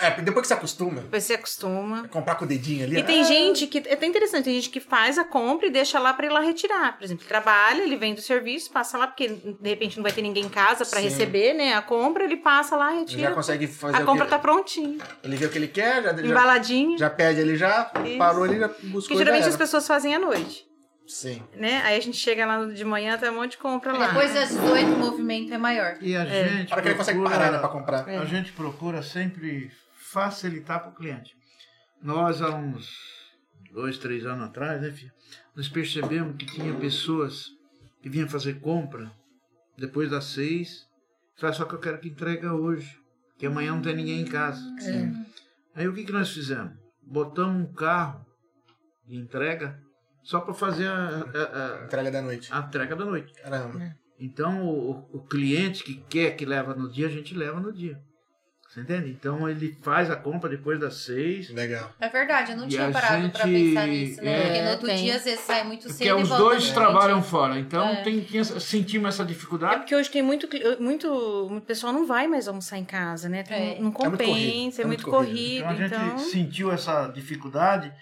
É, porque depois que você acostuma,
Depois você acostuma.
comprar com o dedinho ali.
E
né?
tem gente que. É até interessante, tem gente que faz a compra e deixa lá pra ir lá retirar. Por exemplo, ele trabalha, ele vem do serviço, passa lá, porque de repente não vai ter ninguém em casa pra
Sim.
receber, né? A compra, ele passa lá,
Ele já
retira.
consegue fazer
A
o
compra
que...
tá prontinha,
Ele vê o que ele quer, já, já,
embaladinha.
já pede ali, já
Isso.
parou ali, já
Porque
buscou e já
geralmente
era.
as pessoas fazem à noite,
Sim.
né? Aí a gente chega lá de manhã, tem um monte de compra
Ah.
lá.
Depois das 18, o movimento é maior.
E a gente.
Para que ele consegue
procura-
parar, né, pra comprar.
A gente procura sempre facilitar para o cliente. Nós, há uns dois, três anos atrás, né, filho, nós percebemos que tinha pessoas que vinham fazer compra depois das seis, falavam só que eu quero que entrega hoje, que amanhã não tem ninguém em casa. Aí o que, que nós fizemos? Botamos um carro de entrega só para fazer a, a-
Entrega da noite.
a- a entrega da noite.
Caramba.
Então, o, o cliente que quer que leva no dia, a gente leva no dia. Você entende? Então, ele faz a compra depois das seis.
Legal.
É verdade, eu não
E
tinha
a
parado pra
gente-
pensar nisso, né?
é,
Porque no outro
tem.
dia, às vezes, sai muito cedo
Porque
e
os
volta
dois
muito
trabalham
tarde.
fora. Então,
É.
tem, tinha- sentimos essa
É
dificuldade.
porque hoje tem muito, cli- muito. O pessoal não vai mais almoçar em casa, né? Tem-
É.
Não
corrido,
compensa, é muito corrido.
Então, a gente
então...
sentiu essa dificuldade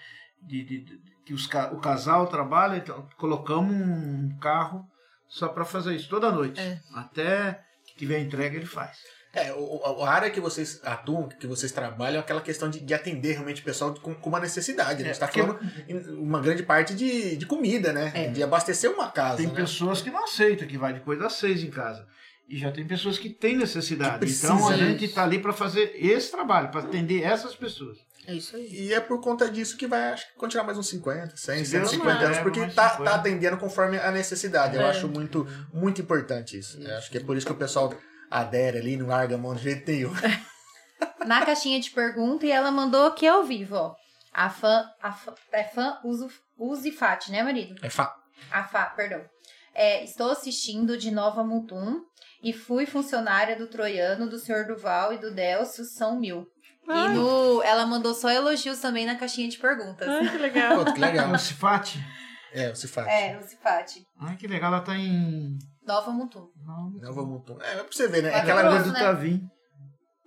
de, de- de- que os ca- o casal trabalha. Então, colocamos um carro só para fazer isso toda noite. Até que tiver entrega, ele faz.
É, o, o- a área que vocês atuam, que vocês trabalham, é aquela questão de, de atender realmente o pessoal com, com uma necessidade. Né? A gente tá
É, porque É.
falando em uma grande parte de, de comida, né? De abastecer uma casa.
Tem
né?
pessoas que não aceitam que vai depois das seis em casa. E já tem pessoas que têm necessidade.
Que precisa,
então a
né?
gente está ali para fazer esse trabalho, para atender essas pessoas.
É isso aí.
E é por conta disso que vai acho que, continuar mais uns 50, 100,
Se Deus
150
quiser,
anos, porque
mais
tá,
50.
tá atendendo conforme a necessidade. Eu
É.
acho muito, muito importante isso. Eu acho que é por isso que o pessoal adere ali, não larga a mão de jeito nenhum.
na caixinha de pergunta e ela mandou aqui ao vivo, ó. A fã, a fã, é fã Usu- Uzifat, né, marido?
É fa-
A Fá, perdão. É, estou assistindo de Nova Mutum e fui funcionária do Troiano, do Senhor Duval e do Delcio São Mil.
E
Ah,
no, ela mandou só elogios também na caixinha de perguntas.
Ai, que <laughs> legal.
Pô, que
É
legal.
o Cifate.
É, você faz.
É, Uzifat.
Ah, que legal, ela está em.
Nova Mutum.
Não,
Não vamos. É, é pra você ver, né? É
Mas
aquela
eu-
coisa.
do
né?
Tavim.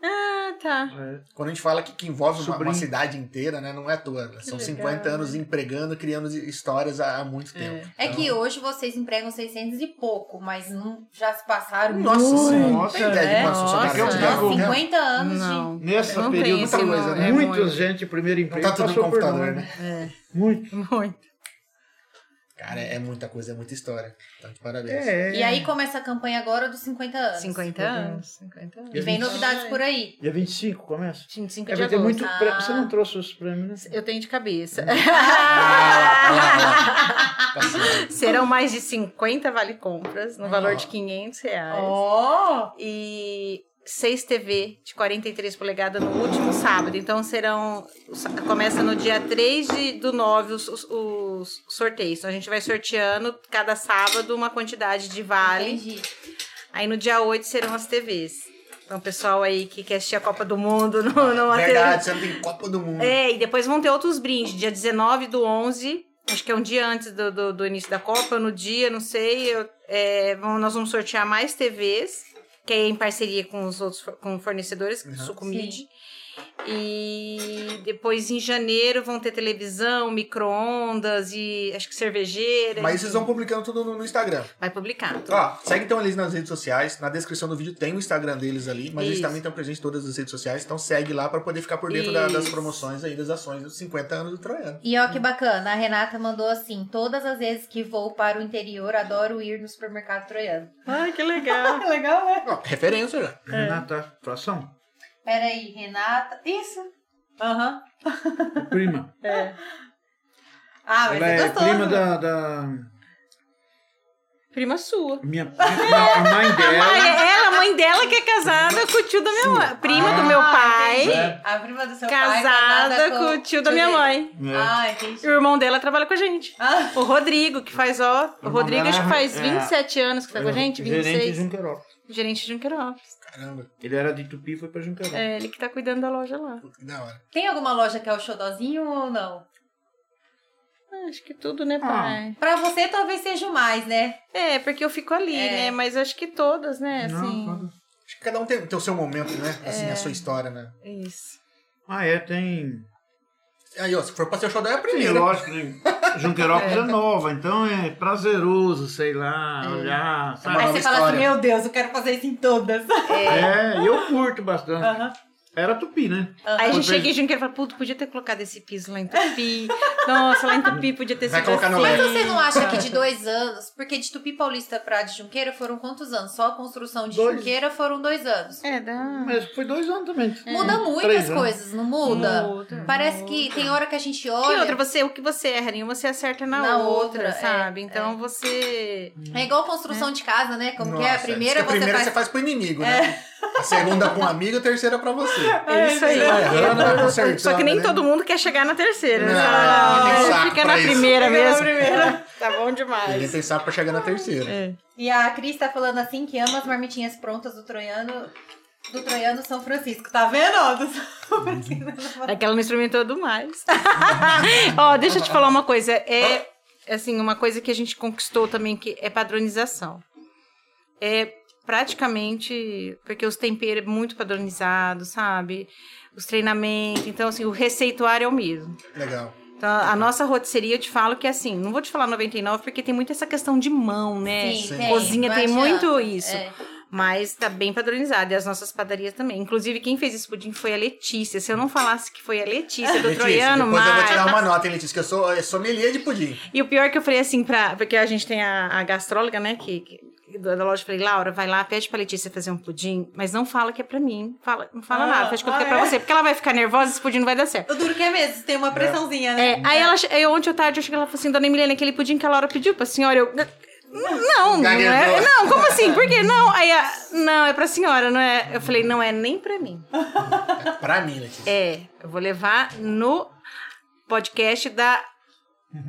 Ah, tá.
É.
Quando a gente fala que, que envolve uma,
Sobrinho.
uma cidade inteira, né? Não é à toa. né? São
legal.
50 anos empregando, criando histórias há, há muito tempo.
É
Então-
que hoje vocês empregam 600 e pouco, mas não, já se passaram
Nossa senhora, não
Nossa,
tem ideia de quantos
né?
funcionários
Nossa,
tem,
né?
não,
Nossa,
né?
50 anos de...
Não.
Nessa
Não tem
período,
esse
coisa,
não,
né?
é
muita
muito.
gente, primeiro emprego,
tá tudo no
passou por
computador,
nós,
né?
É.
Muito.
<laughs> Muito.
Cara, é muita coisa, é muita história. Então, de parabéns.
É.
E aí começa a campanha agora dos 50 anos.
50 anos. 50 anos.
E vem novidades por aí.
Dia 25 começa?
25
É,
de
vai ter
agosto.
muito
Ah.
prêmio. Você não trouxe os prêmios, né?
Eu tenho de cabeça. <laughs>
Hum.
Ah, tá certo.
Serão mais de 50 vale compras, no valor de 500 reais.
Ó!
E 6 TV de 43 polegadas no último sábado. Então serão. Começa no dia 3 de, do 9 os, os- os sorteios. Então a gente vai sorteando cada sábado uma quantidade de vale.
Entendi.
Aí no dia 8 serão as TVs. Então, o pessoal aí que quer assistir a Copa do Mundo <laughs> no, numa TV.
Verdade, você não tem Copa do Mundo.
É, e depois vão ter outros brindes, dia 19 do 11, acho que é um dia antes do, do, do início da Copa, no dia, não sei, eu- é, vão- nós vamos sortear mais TVs, que é em parceria com os outros for- com fornecedores,
Uhum.
Sucumid. E depois em janeiro vão ter televisão, micro-ondas e acho que cervejeira.
Mas vocês vão publicando tudo no, no Instagram.
Vai publicar.
Ó, segue então eles nas redes sociais. Na descrição do vídeo tem o Instagram deles ali, mas eles
Isso.
também estão presentes em todas as redes sociais. Então segue lá pra poder ficar por dentro da- das
Isso.
promoções aí, das ações dos 50 anos do Troiano.
E ó que bacana, a Renata mandou assim: todas as vezes que vou para o interior, adoro ir no supermercado troiano.
Ai, Ah, que legal.
Legal, né?
Ó, referência já.
É.
Renata, fração?
Peraí, Renata. Isso! Aham.
Prima.
Ah, mas
Ela
é
é
gostoso.
prima da, da
<laughs> Prima sua.
minha, minha- a mãe
Ah,
dela.
é ela, a mãe dela que é casada com o tio da minha mãe. Prima
Ah,
do meu pai.
entendi. A prima do seu pai.
casada com o tio da minha
dele.
mãe.
né?
<laughs> Ah,
E
entendi.
o irmão dela trabalha com a gente.
Ah,
O Rodrigo, que faz, ó. O
irmão
Rodrigo
dela
acho que faz
é-
27 anos que tá com a gente,
Gerente de um-
26.
Junqueiró.
Gerente de Junqueirópolis.
Caramba,
Ele era de Tupi e foi pra Junqueiró.
É, ele que tá cuidando da loja lá.
pô, que da hora.
tem alguma loja que é o Xodozinho ou não?
Ah, Acho que tudo, né, pai?
Pra você talvez seja o mais, né?
É, porque eu fico ali,
É.
né? Mas acho que todas, né?
Não,
Assim.
quando-
Acho que cada um tem, tem o seu momento, né?
É.
Assim, a sua história, né?
Isso.
Ah, é, tem.
Aí, ó, se for pra ser o Xodó, é a
Sim,
primeira.
lógico, né?
<laughs>
Junqueirópolis é. nova, então é prazeroso, sei lá, olhar,
Uma
Aí
sabe?
nova
você fala assim:
história.
meu Deus, eu quero fazer isso em todas.
É, e eu curto bastante. Era Tupi, né?
Aí a gente
Pois bem.
chega em Junqueiro e fala, puto, podia ter colocado esse piso lá em Tupi. Nossa, lá em Tupi podia ter
Vai
sido
colocar
assim.
no
<laughs> Mas você não acha que de dois anos, porque de Tupi Paulista pra de Junqueira foram quantos anos? Só a construção de
Dois.
Junqueira foram dois anos.
É, dá...
Mas foi dois anos também.
É.
Muda muito
É. Três
as
anos.
coisas, não muda?
Muda.
Parece que tem hora que a gente
Que
olha.
outra, você, o que você erra em uma, você acerta na,
Na outra,
outra,
é,
sabe? Então você.
É igual construção de casa, né? Como que é? A
Nossa,
primeira
diz que
você
a primeira
faz.
você faz pro inimigo, né? A segunda com um amigo, a terceira pra você.
É isso aí.
Vai errando, vai consertando,
Só que nem
né?
todo mundo quer chegar na terceira. né?
Não,
Sabe?
tem
Você
saco
fica
pra
na
isso.
primeira
Fica na
mesmo.
primeira.
<laughs> tá bom
Ninguém
demais.
tem saco pra chegar na terceira.
É.
E a Cris tá falando assim que ama as marmitinhas prontas do Troiano. Do Troiano São Francisco. Tá vendo? <laughs> ó? Do São Francisco.
É que ela não experimentou
<laughs>
do mais. Ó, deixa eu te falar uma coisa. É, assim, uma coisa que a gente conquistou também, que é padronização. É praticamente... Porque os temperos é muito padronizado, sabe? Os treinamentos. Então, assim, o receituário é o mesmo.
Legal.
Então, a nossa rotisseria, eu te falo que assim, não vou te falar 99, porque tem muito essa questão de mão, né?
Sim.
Cozinha
não
tem
adianta.
muito isso.
É.
Mas tá bem padronizado. E as nossas padarias também. Inclusive, quem fez esse pudim foi a Letícia. Se eu não falasse que foi a Letícia do Troiano,
depois eu vou te dar
mas.
uma nota, hein, Letícia, que eu sou é sommelier de pudim.
E o pior é que eu falei assim, pra... porque a gente tem a, a gastróloga, né? Que, que da da loja e falei, Laura, vai lá, pede pra Letícia fazer um pudim, mas não fala que é pra mim. Fala, não fala
Ah,
nada, faz de conta que é
ah,
pra
é?
você, porque ela vai ficar nervosa, esse pudim não vai dar certo.
O duro que é mesmo, tem uma pressãozinha, né?
É, aí ela, che- aí ontem à tarde, eu cheguei ela falou assim, dona Emiliana, aquele pudim que a Laura pediu pra senhora, eu... Não, não é.
Gaguejou.
Não, como assim? Por quê? Não, aí a, não, é pra senhora, não é. Eu falei, não é nem pra mim.
Pra mim, Letícia.
É, eu vou levar no podcast da.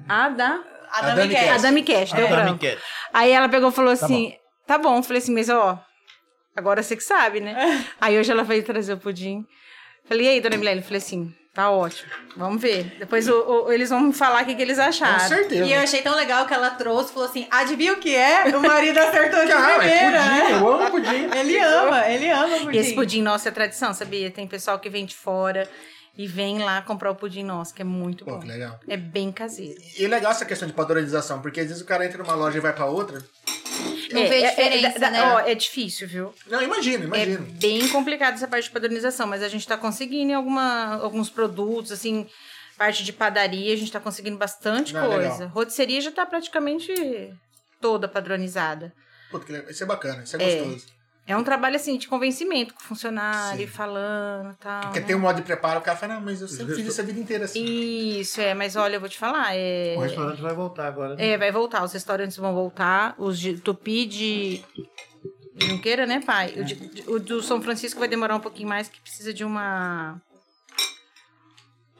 Ah, da.
A
A
Dami
Dami
Cash.
A Dami
Ah,
Cash,
tá,
né, deu branco. Aí ela pegou e falou assim: tá bom. Eu falei assim, mas ó, agora você que sabe, né?
<laughs>
Aí hoje ela veio trazer o pudim. Falei, e aí, dona Milene? Eu Falei assim, tá ótimo, vamos ver. Depois o- o- eles vão me falar o que, que eles acharam.
Com certeza.
E eu achei tão legal que ela trouxe, falou assim: adivinha o que é? O marido acertou de
Cara,
primeira.
é
né?
pudim, eu amo pudim.
Ele ama, ele ama pudim.
E esse pudim nosso é tradição, sabia? Tem pessoal que vem de fora e vem lá comprar o pudim nosso, que é muito
Pô,
bom.
que legal.
É bem caseiro.
E legal essa questão de padronização, porque às vezes o cara entra numa loja e vai pra outra.
Não vê a diferença,
é, da- da-
né?
ó, é difícil, viu?
Não, imagino,
É
imagino.
bem complicado essa parte de padronização, mas a gente tá conseguindo em alguma, alguns produtos, assim, parte de padaria, a gente tá conseguindo bastante
Ah, legal.
coisa. Rotisseria já tá praticamente toda padronizada.
Puta, que legal. Isso é bacana, isso é
É.
gostoso.
É um trabalho, assim, de convencimento com o funcionário,
Sim.
falando e tal.
Porque
né?
tem um modo de preparo, o cara fala, não, mas eu sempre fiz
resto-
isso a vida inteira assim.
Isso, é, mas olha, eu vou te falar, é...
O restaurante vai voltar agora. né?
É, vai voltar, os restaurantes vão voltar, os de tupi de... de Junqueira, né, pai? O, de- de- o do São Francisco vai demorar um pouquinho mais, que precisa de uma...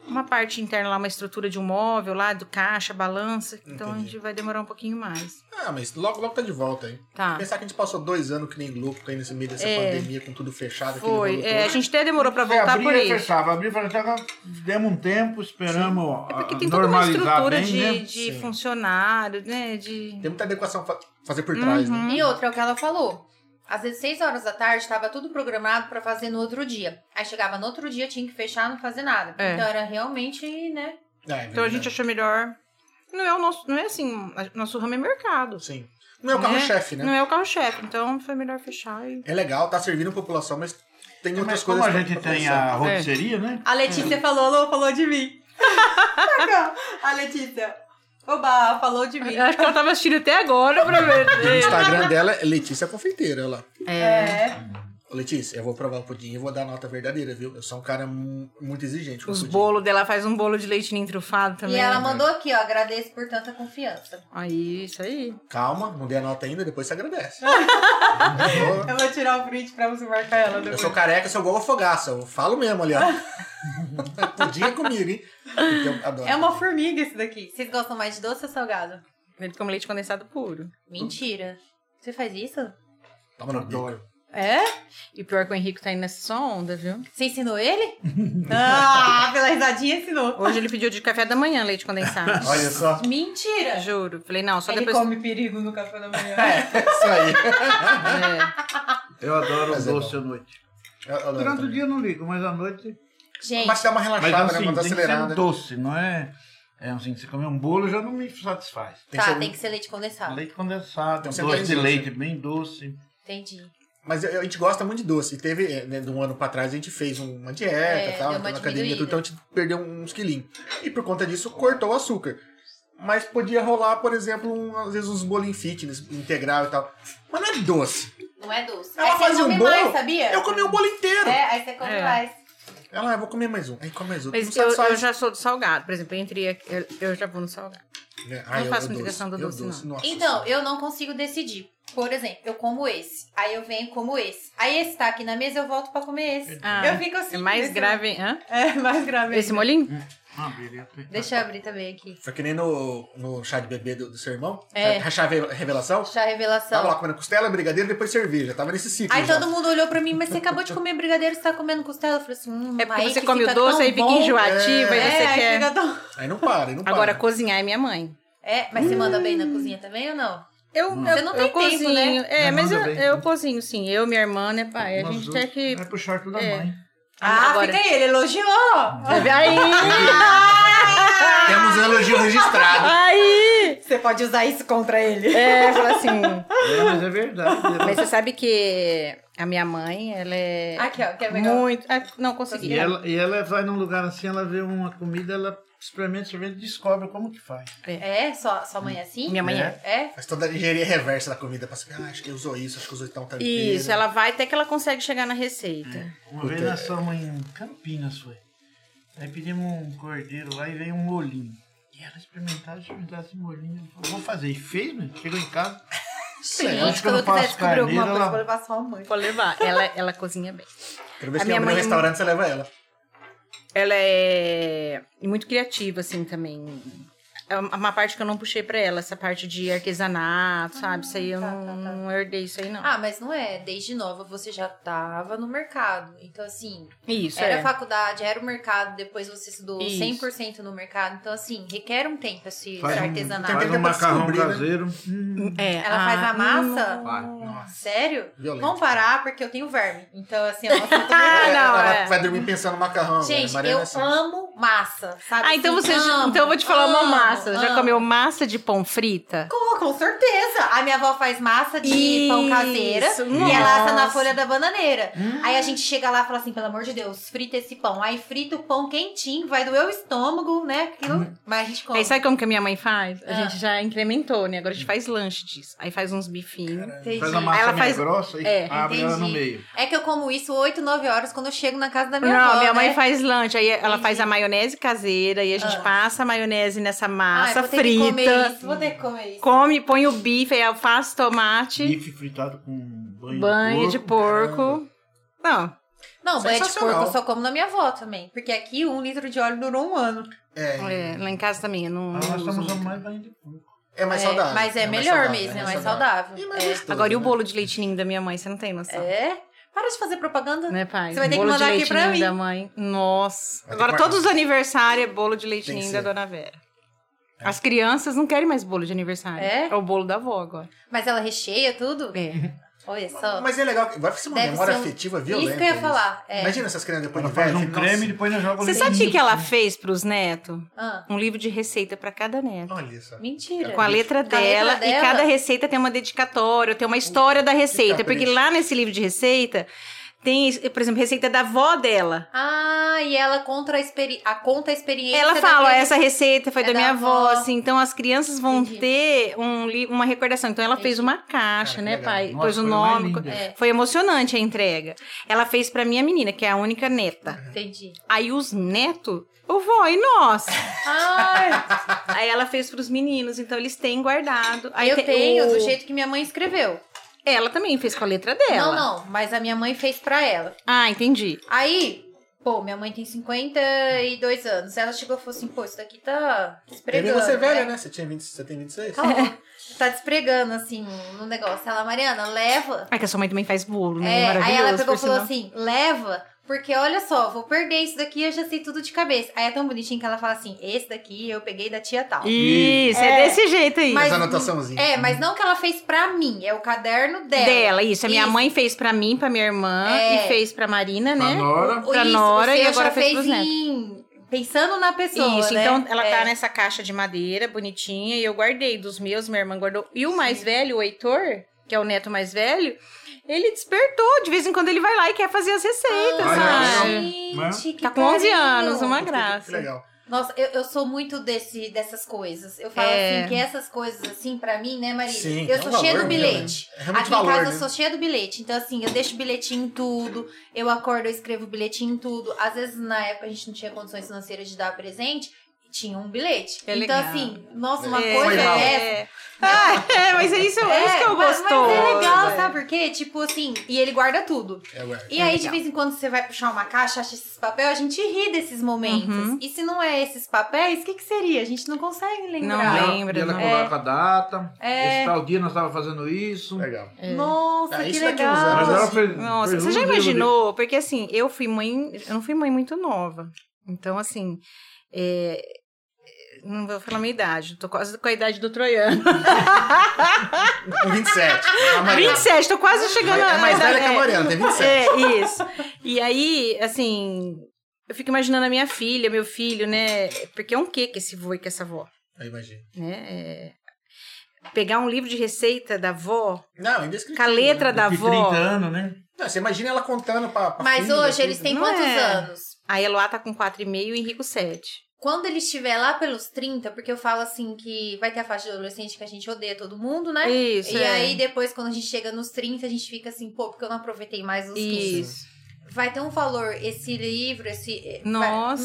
Uma parte interna lá, uma estrutura de um móvel lá, do caixa, balança. Então a
Entendi.
gente vai demorar um pouquinho mais.
Ah, mas logo, logo tá de volta, hein?
Tá.
Pensar que a gente passou dois anos que nem louco aí nesse meio dessa
É.
pandemia, com tudo fechado. aquele
Foi.
rolo
É, a
todo.
gente até demorou pra
É,
Você
voltar
abria
por
e
isso.
fechava, abria e
"Tá,
fechava, demos um tempo, esperamos
É porque
ah,
tem toda uma
normalizar
estrutura
bem,
de,
né?
de
Sim. É
funcionário, né? De...
Tem muita adequação pra fazer por trás,
Uhum.
né?
E outra, é o que ela falou. Às vezes, 6 horas da tarde, tava tudo programado pra fazer no outro dia. Aí chegava no outro dia, tinha que fechar, não fazer nada.
É.
Então era realmente, né?
Ah, é
Então a
verdade.
gente achou melhor. Não é o nosso, não é assim, a- nosso ramo é mercado.
Sim. Não é o carro-chefe, né?
Não é o carro-chefe, então foi melhor fechar
<laughs>
e.
É legal, tá servindo a população, mas tem
Mas
outras coisas
como a
pra-
gente
pra
tem
É.
pensar.
a rotisseria, né?
A Letícia falou, Lô, falou de
<laughs>
mim. Aqui, ó. a Letícia. Oba, falou de mim.
Eu acho que ela tava assistindo até agora pra
E o
ver.
Instagram dela é Letícia Confeiteira, olha lá.
É.
Ô, Letícia, eu vou provar o pudim e vou dar a nota verdadeira, viu? Eu sou um cara mu- muito exigente com
Os
pudim.
bolos dela faz um bolo de leite ninho trufado também.
E ela mandou aqui, ó, agradeço por tanta confiança.
Aí, isso aí.
Calma, não dei a nota ainda, depois você agradece. eu,
Eu vou tirar o print pra você marcar ela
sou, <laughs> eu
depois.
sou careca, sou igual a fogaça, eu falo mesmo ali, ó. <laughs> pudim é comigo, hein? Porque eu adoro.
É uma formiga esse daqui. Vocês gostam mais de doce ou salgado?
Ele come leite condensado puro.
Mentira. Você faz isso?
Toma no bico.
É?
E pior que o Henrique tá indo nessa só onda, viu?
Você ensinou
<laughs>
ele?
Ah, pela risadinha ensinou.
Hoje ele pediu de café da manhã leite condensado.
<laughs> Olha só.
Mentira!
Juro. Falei, não, só
Ele
depois.
come perigo no café da manhã.
É isso aí. <laughs>
É.
Eu adoro
Mas é
doce
bom.
à noite.
Eu- eu adoro
Durante o
também.
dia eu não ligo, mas à noite...
Gente,
Mas dá uma relaxada,
Mas
né?
assim,
Uma
tem que ser um
acelerada.
doce, não é... É assim, você comer um bolo já não me satisfaz.
Tem que
tá,
ser-
tem que ser leite condensado.
Leite condensado,
Tem
um
que ser
doce de
doce,
leite bem doce.
Entendi.
Mas eu- a gente gosta muito de doce. E teve, eh, né, de um ano pra trás, a gente fez uma dieta
É,
e tal,
deu
entrou
uma
na academia, tudo,
diminuída.
então a gente perdeu uns quilinhos. E por conta disso, cortou o açúcar. Mas podia rolar, por exemplo, um- às vezes uns bolinhos fitness integral e tal. Mas não é doce.
Não é doce.
Ela
aí
faz
você
um
come
bolo,
mais, sabia?
Eu comi o bolo inteiro.
É, aí você come
É.
mais.
Ela, eu vou comer mais um. Aí come mais outro.
Mas eu, eu já sou do salgado. Por exemplo, eu entrei aqui, eu, eu já vou no salgado.
É,
não faço muita questão do doce, não.
Então, eu não consigo decidir. Por exemplo, eu como esse. Aí eu venho e como esse. Aí esse tá aqui na mesa, eu volto pra comer esse.
Ah,
Eu fico assim.
é mais
nesse-
grave. Hã?
É, mais grave.
Esse molinho?
Ah, beleza.
Deixa eu abrir também aqui.
Foi que nem no, no chá de bebê do, do seu irmão.
É.
Chá, chá ve- revelação.
Chá revelação.
Tava lá comendo costela, brigadeiro, depois cerveja. Tava nesse ciclo
Aí
já.
todo mundo olhou pra mim, mas você acabou de comer brigadeiro, você tá comendo costela? Eu falei assim, hum,
É
um
porque
aí
você
que
come o
fica
doce,
tão
aí fica
bom.
enjoativa e
É,
você
É, aí
quer.
fica tão...
Aí não para, aí não para.
Agora, cozinhar é minha mãe.
É, mas você manda
Hum.
bem na cozinha também ou não?
Eu,
Você não tem tempo,
cozinho.
né?
É,
Não,
mas eu,
Hum. manda bem.
eu cozinho, sim. Eu, minha irmã, né, pai? A
Nós
gente
duas.
tem que.
Vai pro short da
É.
mãe.
Ah,
Agora-
fica aí, ele elogiou.
Aí!
Ah, Temos um elogio registrado.
Aí!
Você pode usar isso contra ele.
É, fala assim.
É, mas é verdade.
Mas você sabe que a minha mãe, ela é
Aqui, ó, quer pegar?
muito. Ah, não consegui.
E ela, e ela vai num lugar assim, ela vê uma comida, ela experimenta sorvete e descobre como que faz.
É? Sua, sua mãe é assim?
Minha mãe é.
É?
Faz toda a engenharia reversa da comida. Passa, ah, acho que usou isso, acho que usou tal tempero.
Isso, ela vai até que ela consegue chegar na receita.
Uma
Puta,
vez nós fomos em Campinas, foi. Aí pedimos um cordeiro lá e veio um molinho. E ela experimentava, experimentava esse molinho. Ela falou, vou fazer. E fez, né? Chegou em casa.
Sei lá.
acho que eu não faço carneiro, ela-
vou levar sua mãe.
Vou levar. Ela, ela cozinha bem.
Cada vez
A
que
minha
abrir um
mãe-
é
restaurante, você leva ela.
Ela é muito criativa, assim, também. É uma parte que eu não puxei pra ela, essa parte de artesanato, sabe? Isso aí eu
tá,
não,
tá, tá.
não herdei isso aí, não.
Ah, mas não é. Desde nova você já tava no mercado. Então, assim,
isso,
era
é.
a faculdade, era o mercado, depois você estudou
Isso.
100% no mercado. Então, assim, requer um tempo esse,
Faz
esse
um-
artesanato.
Tem
Faz um
tempo pra
macarrão
descobrir, né?
caseiro. Hum.
É,
Ela faz a massa?
Vai.
Sério?
Violento.
Vamos parar, porque eu tenho verme. Então, assim, eu não assunto
<laughs> Ah,
melhor.
não,
ela
é.
vai dormir pensando no macarrão.
Gente,
né?
eu
Mariana é assim.
amo massa, sabe?
Ah, então
Assim,
você.
amo,
então eu vou te falar uma
amo,
massa. Já
amo.
comeu massa de pão frita?
Com, com certeza. A minha avó faz massa de pão caseira
Isso,
e ela assa na
nossa.
folha da bananeira.
Hum.
Aí a gente chega lá e fala assim, pelo amor de Deus, frita esse pão. Aí frita o pão quentinho, vai doer o estômago, né? Aquilo,
Hum.
mas a gente come.
Aí sabe como que a minha mãe faz? A
Ah.
gente já incrementou, né? Agora a gente faz lanche disso. Aí faz uns bifinhos.
Entendi.
Faz a
Aí
massa
ela
meio
faz-
grossa e
é,
abre ela no
entendi.
meio.
É que eu como isso 8, 9 horas quando eu chego na casa da minha
não,
avó,
minha mãe
né?
faz lanche. Aí ela
Entendi.
faz a maionese caseira e a gente
Ah.
passa a maionese nessa
Ai,
massa
Ah, vou ter que comer
frita.
isso, vou ter que comer isso.
Come, põe o bife, aí alface, tomate,
Bife fritado com banho,
banho
de
de
porco.
porco. Não,
Não, banha de
Sensacional.
porco eu só como na minha avó também. Porque aqui um litro de óleo durou um ano.
É,
é, lá em casa também, eu não.
Ah,
não
nós
uso
estamos
muito.
usando mais banho de porco.
é mais
É,
saudável.
Mas é,
mais
melhor
saudável,
mesmo, é mais saudável.
E mais
É.
gostoso,
Agora, e o
tá.
né?
bolo de leite ninho da minha mãe? Você não tem noção.
É? Para de fazer propaganda.
Né, pai?
Você vai ter que
Bolo de
mandar aqui
leite
pra
ninho
mim.
da mãe. Nossa.
Vai ter
Agora,
que guardar.
todos os aniversários é bolo de leite
Tem que
ninho da
ser. É.
dona Vera. As crianças não querem mais bolo de aniversário.
É?
o bolo da avó agora.
Mas ela recheia tudo?
É.
Olha só.
Mas é legal, que- vai ser uma
Deve
memória
ser um-
afetiva violenta.
Isso que eu ia falar. É.
Imagina essas crianças depois
Ela
de
faz
velho.
um
fica,
creme e depois nós jogamos
Você sabe o que que ela fez pros netos?
Ah,
Um livro de receita pra cada neto.
"Nossa, Olha só.
mentira.
Com a letra
letra
dela,
dela?
e cada receita tem uma dedicatória, tem uma história da receita. Porque
capricho.
lá nesse livro de receita, tem, por exemplo, receita da avó dela.
Ah, e ela contra a, experi... a conta a experiência.
Ela fala, ó,
daquele-
essa receita foi
é
da,
da
minha
avó.
avó, assim, então as crianças vão
Entendi.
ter um li- uma recordação. Então ela fez uma
Cara,
caixa,
que
né,
legal.
pai?
Nossa,
Pôs o
foi mais
nome.
linda.
É,
Foi emocionante a entrega. Ela fez pra minha menina, que é a única neta.
entendi.
Aí os netos, o vó e nós.
Ai,
Aí ela fez pros meninos, então eles têm guardado. Aí
eu
tem
tenho
o-
do jeito que minha mãe escreveu.
Ela também fez com a letra dela.
Não, não, mas a minha mãe fez pra ela.
Ah, entendi.
Aí, pô, minha mãe tem 52 anos. Ela chegou e falou assim, pô, isso daqui tá
Primeiro
despregando.
você é velha,
né?
né? Você, tinha 20, você tem 26?
Calma. Tá despregando, assim, no negócio. Ela, Mariana, leva.
É que a sua mãe também faz bolo, né?
É, aí
Maravilhoso.
ela pegou
por
e falou
sinal.
assim, leva, porque olha só, vou perder isso daqui, eu já sei tudo de cabeça. Aí é tão bonitinho que ela fala assim, esse daqui eu peguei da tia tal.
Isso, é,
É.
desse jeito aí.
Mas-
As anotaçãozinhas.
É, mas não que ela fez pra mim, é o caderno dela.
Dela, isso. A minha
Isso.
mãe fez pra mim, pra minha irmã
É.
e fez pra Marina,
Pra
né?
Nora.
O-
pra
isso,
nora
o
e
seu
agora
já
fez
fez
pros netos.
em... Pensando na pessoa,
isso,
né?
então ela
É.
tá nessa caixa de madeira bonitinha e eu guardei dos meus, minha irmã guardou. E o mais velho, o Heitor, que é o neto mais velho, ele despertou. De vez em quando ele vai lá e quer fazer as receitas,
Olha,
sabe?
Né?
Gente, que
Tá com 11
carinho.
anos, uma
Que
graça.
legal. É
Nossa, eu, eu sou muito desse, dessas coisas. Eu falo
É.
assim, que essas coisas, assim, pra mim, né, Maria?
Sim,
eu
é um
sou cheia
valor,
do
né?
bilhete.
É realmente
Aqui
valor,
em casa
né?
eu sou cheia do bilhete. Então, assim, eu deixo bilhetinho em tudo. Eu acordo, eu escrevo bilhetinho em tudo. Às vezes, na época, a gente não tinha condições financeiras de dar presente. e Tinha um bilhete.
É
então,
legal.
assim, nossa, uma
É,
coisa
mal.
é essa.
é. Ah, é, <laughs> mas é isso, é, isso que eu
mas-
gostoso.
Mas é legal, sabe por quê? Tipo assim, e ele guarda tudo.
É, ué.
E
É
aí, de
legal.
vez em quando, você vai puxar uma caixa, acha esses papéis, a gente ri desses momentos.
Uhum.
E se não é esses papéis, o que, que seria? A gente não consegue
Não
lembrar.
Ela-
lembra,
e ela
não.
coloca a data.
É.
Esse tal dia nós estávamos fazendo isso.
Legal.
Nossa,
Ah,
que
isso daqui a uns
legal.
anos,
ela fez-
Nossa,
fez
você
um livro de-
já
né?
imaginou? Porque assim, eu fui mãe, eu não fui mãe muito nova. Então, assim, é, não vou falar minha idade, tô quase com a idade do Troiano.
Tá
<laughs>
Com 27. A Mariana.
27, tô quase chegando
É
na
mais
idade-
velha que a Mariana, tem 27.
É, isso. E aí, assim, eu fico imaginando a minha filha, meu filho, né? Porque é um quê que esse vô e que essa avó,
Eu imagino.
né? É, pegar um livro de receita da avó,
Não, é indescritível.
com a letra da
Daqui 30
avó.
anos, né?
Não, você imagina ela contando pra. pra
Mas
filha,
hoje
tudo.
eles têm
Não
quantos
é.
anos?
A Eloá tá com 4,5 e o Henrico 7.
Quando ele estiver lá pelos 30, porque eu falo assim que vai ter a faixa de adolescente que a gente odeia todo mundo, né?
Isso.
e
é.
aí depois, quando a gente chega nos 30, a gente fica assim, pô, porque eu não aproveitei mais os 15.
Isso.
Vai ter um valor esse livro, esse. eh,
Nossa,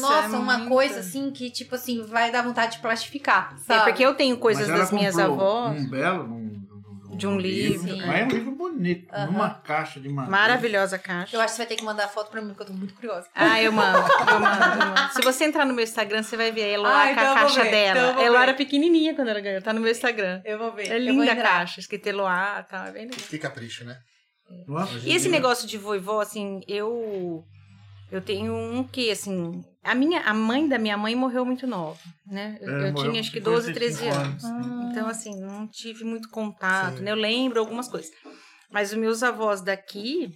vai- Nossa,
é
uma
muito.
coisa assim que, tipo assim, vai dar vontade de plastificar.
É
Sabe?
porque eu tenho coisas
Mas ela
das minhas
comprou
avós.
Um belo. um-
De um livro,
Sim.
Mas é um livro bonito.
Aham.
Numa caixa de madeira.
Maravilhosa caixa.
Eu acho que você vai ter que mandar foto pra mim, porque eu tô muito curiosa.
Ah, eu mando, eu mando, eu
<laughs>
mando. Se você entrar no meu Instagram, você vai ver a Eloá
Ah,
com
então eu
a
vou
caixa
ver,
dela.
então eu vou
a Eloá
ver.
era pequenininha quando ela ganhou, tá no meu Instagram.
Eu vou ver.
É linda a caixa, escrita Eloá e tal, é bem legal.
Que capricho, né?
Nossa, É,
E esse negócio de vovó, assim, eu eu tenho um que, assim, a minha a mãe da minha mãe morreu muito nova, né? Eu,
É,
eu
morreu
tinha acho que
com
12, 13
55
anos.
anos.
Então, assim, não tive muito contato,
Sim.
né? Eu lembro algumas coisas. Mas os meus avós daqui,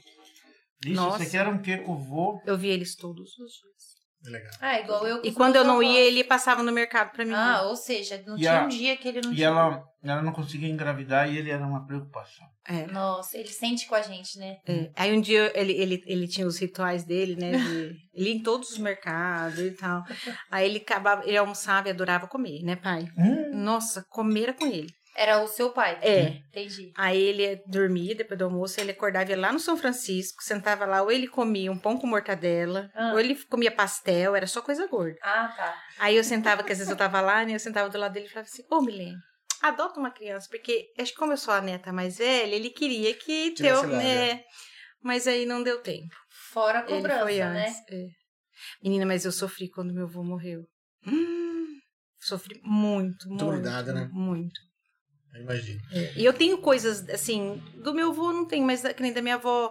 Isso,
Nossa.
você quer um quê com o vô?
eu vi eles todos os dias.
É Legal.
Ah, igual eu. com
E
os
quando eu
meus
não
avós.
ia, ele passava no mercado pra mim.
Ah, ou seja, não
E
tinha
a-
um dia que ele não
E
tinha.
ela, ela não conseguia engravidar e ele era uma preocupação.
É.
Nossa, ele sente com a gente, né?
É. Aí um dia ele, ele, ele tinha os rituais dele, né?
<laughs>
de- ele ia em todos os mercados e tal. Aí ele acabava, ele almoçava e adorava comer, né, pai?
Hum,
Nossa, comer era com ele.
Era o seu pai.
É.
Entendi.
Aí ele dormia depois do almoço, ele acordava ia lá no São Francisco, sentava lá, ou ele comia um pão com mortadela,
Ah.
ou ele comia pastel, era só coisa gorda.
Ah, tá.
Aí eu sentava, que às vezes eu tava lá, né? Eu sentava do lado dele e falava assim, ô Milene, adota uma criança, porque acho que como eu sou a neta mais velha, ele queria que
Tivesse
teu.
lá, né?
É, mas aí não deu tempo.
Fora a
Ele
cobrança,
foi
né?
antes, é. Menina, mas eu sofri quando meu avô morreu. Hum, sofri muito, muito.
grudada, né? É.
Muito.
Eu imagino.
E eu tenho coisas, assim, do meu avô não tem, mas da- que nem da minha avó.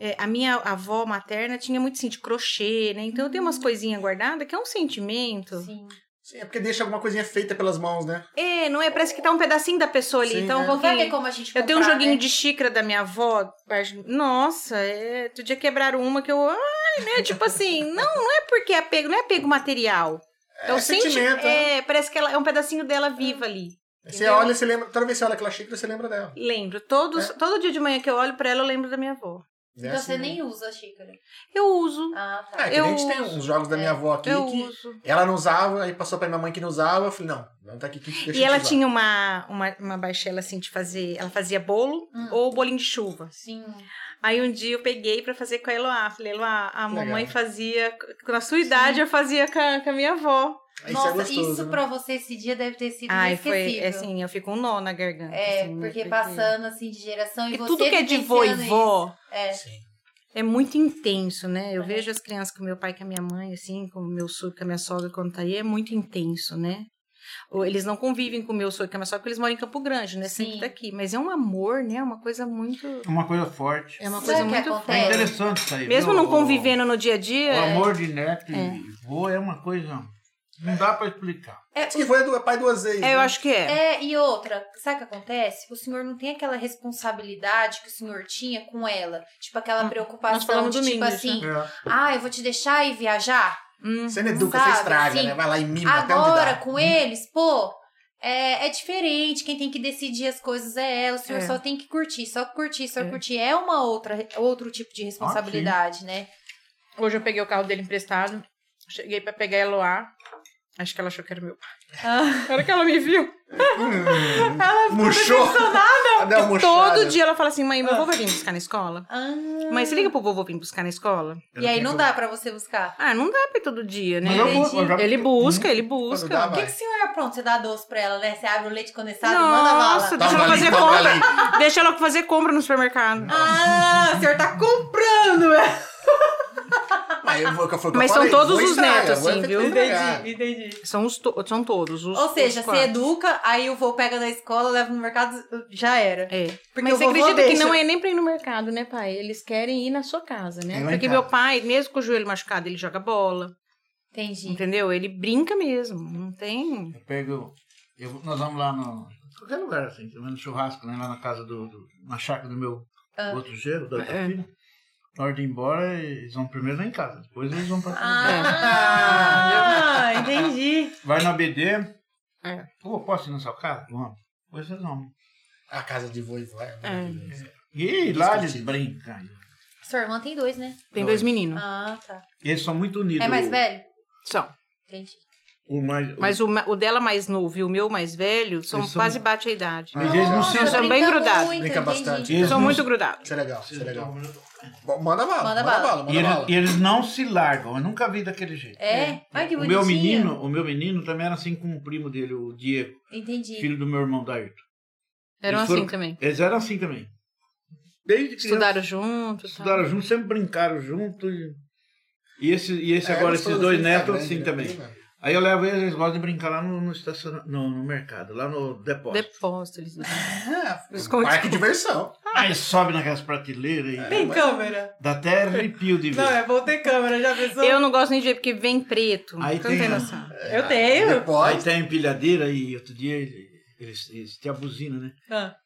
é, a minha avó materna tinha muito, assim, de crochê, né? Então eu tenho
Hum.
umas coisinhas guardadas que é um sentimento.
Sim.
Sim, é porque deixa alguma coisinha feita pelas mãos, né?
É, não é? Parece que tá um pedacinho da pessoa ali.
Sim,
então,
né?
vou
Não vai ter como a gente
Eu tenho um
comprar,
joguinho
né?
de xícara da minha avó. parte- Nossa, é... outro dia quebraram uma que eu. Ai, né?
<laughs>
Tipo assim, não, não é porque é apego, não é apego material.
É, sentimento.
senti-
né?
Então, É, parece que ela é um pedacinho dela viva ali.
Você olha, você lembra. Toda vez que você olha aquela xícara, você lembra dela.
Lembro. Todos,
É.
Todo dia de manhã que eu olho pra ela, eu lembro da minha avó.
É
Então
assim,
você
né?
nem usa a xícara.
Eu uso.
Ah,
Ah, é
tá.
que
eu
nem a gente tem
uso.
uns jogos da minha avó aqui
eu
que
uso.
ela não usava, aí passou pra minha mãe que não usava. Eu falei, não, não tá aqui que deixa eu
e ela
usar.
tinha uma, uma, uma baixela assim de fazer. Ela fazia bolo
Hum.
ou bolinho de chuva.
Sim.
Aí um dia eu peguei pra fazer com a Eloá. Falei, Eloá, a
Legal.
mamãe fazia. Na sua idade eu fazia com a, com a minha avó.
Aí
Nossa,
isso é gostoso.
isso
né?
pra você esse dia deve ter sido
Ai, foi.
inesquecível.
Assim, eu fico um nó na garganta.
É,
assim, né,
porque, passando assim de geração e
Porque
você
tudo que é de vô e
vivenciando
vó.
isso. É.
Sim.
É muito intenso, né? Eu vejo as crianças com meu pai, com a minha mãe, assim, com o meu sogro, com a minha sogra, quando tá aí, é muito intenso, né? Ou Eles não convivem com o meu sogro, com a minha sogra, porque eles moram em Campo Grande, né? Sempre
Sim.
tá aqui. Mas é um amor, né? É uma coisa muito...
Uma coisa forte.
É uma
Sabe
coisa
o que
muito...
acontece?
É
É.
interessante isso aí.
Mesmo
viu?
não
O-
convivendo no dia a dia...
O
é-
amor de neto
É.
e vô é uma coisa. Não dá pra explicar.
É,
Diz que foi do, é pai duas vezes.
É, eu acho que é.
É, e outra, sabe o que acontece? O senhor não tem aquela responsabilidade que o senhor tinha com ela. Tipo, aquela
Hum, nós
preocupação
falamos
de
domingo
tipo
disso, né?
assim,
É.
ah, eu vou te deixar e viajar.
Hum.
Você não educa,
Sabe,
você estraga,
assim,
né? Vai lá e mima até onde né?"
Agora,
dá.
com eles, pô, é, é diferente. Quem tem que decidir as coisas é ela. O senhor
É.
só tem que curtir, só curtir, só
É.
curtir. É uma outra, outro tipo de responsabilidade, né?
Hoje eu peguei o carro dele emprestado, cheguei pra pegar a Eloá. Acho que ela achou que era meu pai. Na hora que ela me viu,
Hum,
<laughs> ela
murchou. Cadê a murchada?
Todo dia ela fala assim, mãe, meu avô vai vir buscar na escola?
Ah,
Mãe, você liga pro vovô vir buscar na escola?
e aí não dá pra você buscar.
Ah, não dá pra ir todo dia, né?
Mas eu vou- Uhum. eu já-
Ele busca, ele
Quando dá,
busca.
O que,
vai.
que o senhor é pronto? Você dá doce pra ela, né? Você abre o leite condensado e manda bala.
Nossa, deixa
Toma
ela
ali,
fazer
toma
compra. Deixa ela fazer compra no supermercado.
Ah, o senhor tá comprando, é?
Mas, eu vou, que foi o que eu
Mas são
falei,
todos
vou
os
estraga,
netos,
vou
assim,
ter que
viu?
estragar.
entendi.
São, os to- são todos. Os,
Ou seja,
os
você
quatro.
educa, aí o vô pega da escola, leva no mercado, já era.
É.
Porque
Mas
o
você
vovô
acredita que
deixa.
não é nem pra ir no mercado, né, pai? Eles querem ir na sua casa, né?
É lá em
Porque
casa.
meu pai, mesmo com o joelho machucado, ele joga bola,
Entendi.
entendeu? Ele brinca mesmo, não tem...
Eu pego. Eu, vou- nós vamos lá no. Qualquer lugar assim, também no churrasco, né? Lá na casa do. do- na chácara do meu
Ah.
outro gelo, da outra
É.
filha. Na hora de ir embora, eles vão primeiro lá em casa, depois eles vão pra.
Ah, entendi.
Vai na BD.
É.
É.
Pô, posso ir na sua casa? Vamos.
coisas não.
A casa de voo e vai.
É.
E lá eles brincam.
Sua irmã tem dois, né?
Tem
é.
dois meninos.
Ah, tá.
Eles são muito unidos.
É mais velho?
São.
Entendi.
O mais, o-
Mas o, ma- o dela mais novo e o meu mais velho são
Eles são-
quase bate a idade.
Mas eles não se-
Nossa,
são bem
brinca
grudados.
muito,
Brinca
entendi.
bastante.
Ah, eles
São
não-
muito grudados.
Isso é legal, isso
Eles
é legal.
não-
Bom, Manda bala,
Manda
manda,
bala.
bala,
E
manda bala.
eles, e eles não se largam, eu nunca vi daquele jeito.
É? Ai, que
O
bonitinho.
meu menino, o meu menino também era assim
um
com o primo dele, o Diego,
Entendi.
filho do meu irmão Dairto.
Eram
Eles foram-
assim também.
Eles eram assim também. Desde criança,
Estudaram juntos.
estudaram junto, sempre brincaram junto. E, e esse, e É esse agora, esses dois netos, assim também. Aí eu levo eles, eles gostam de brincar lá no, no, estaciona- no, no mercado, lá no depósito.
Depósito. Eles...
É, parque de diversão.
Aí sobe naquelas prateleiras e
Tem mas-
câmera.
dá até arrepio de ver.
bom ter câmera, já pensou?
Eu não gosto nem de ver porque vem preto.
Aí
Aí não tem
tem a- é.
noção.
Eu tenho.
Aí
Depois,
tem a empilhadeira e outro dia ele- eles, eles têm a buzina, né?
Ah.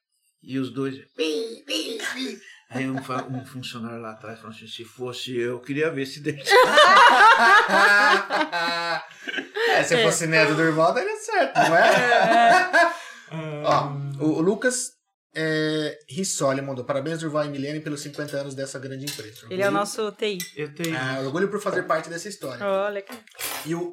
E os dois. "Pi, pi, pi". Aí um, fa- um funcionário lá atrás falou assim: se fosse eu, queria ver se deixa.
é, se eu fosse neto do irmão, daria certo, não é? Ó, o o Lucas é, Rissoli mandou parabéns, Durval e Milene, pelos 50 anos dessa grande empresa.
Ele é o nosso Ah. TI.
Eu tenho.
Ah, orgulho por fazer parte dessa história.
Olha que...
E o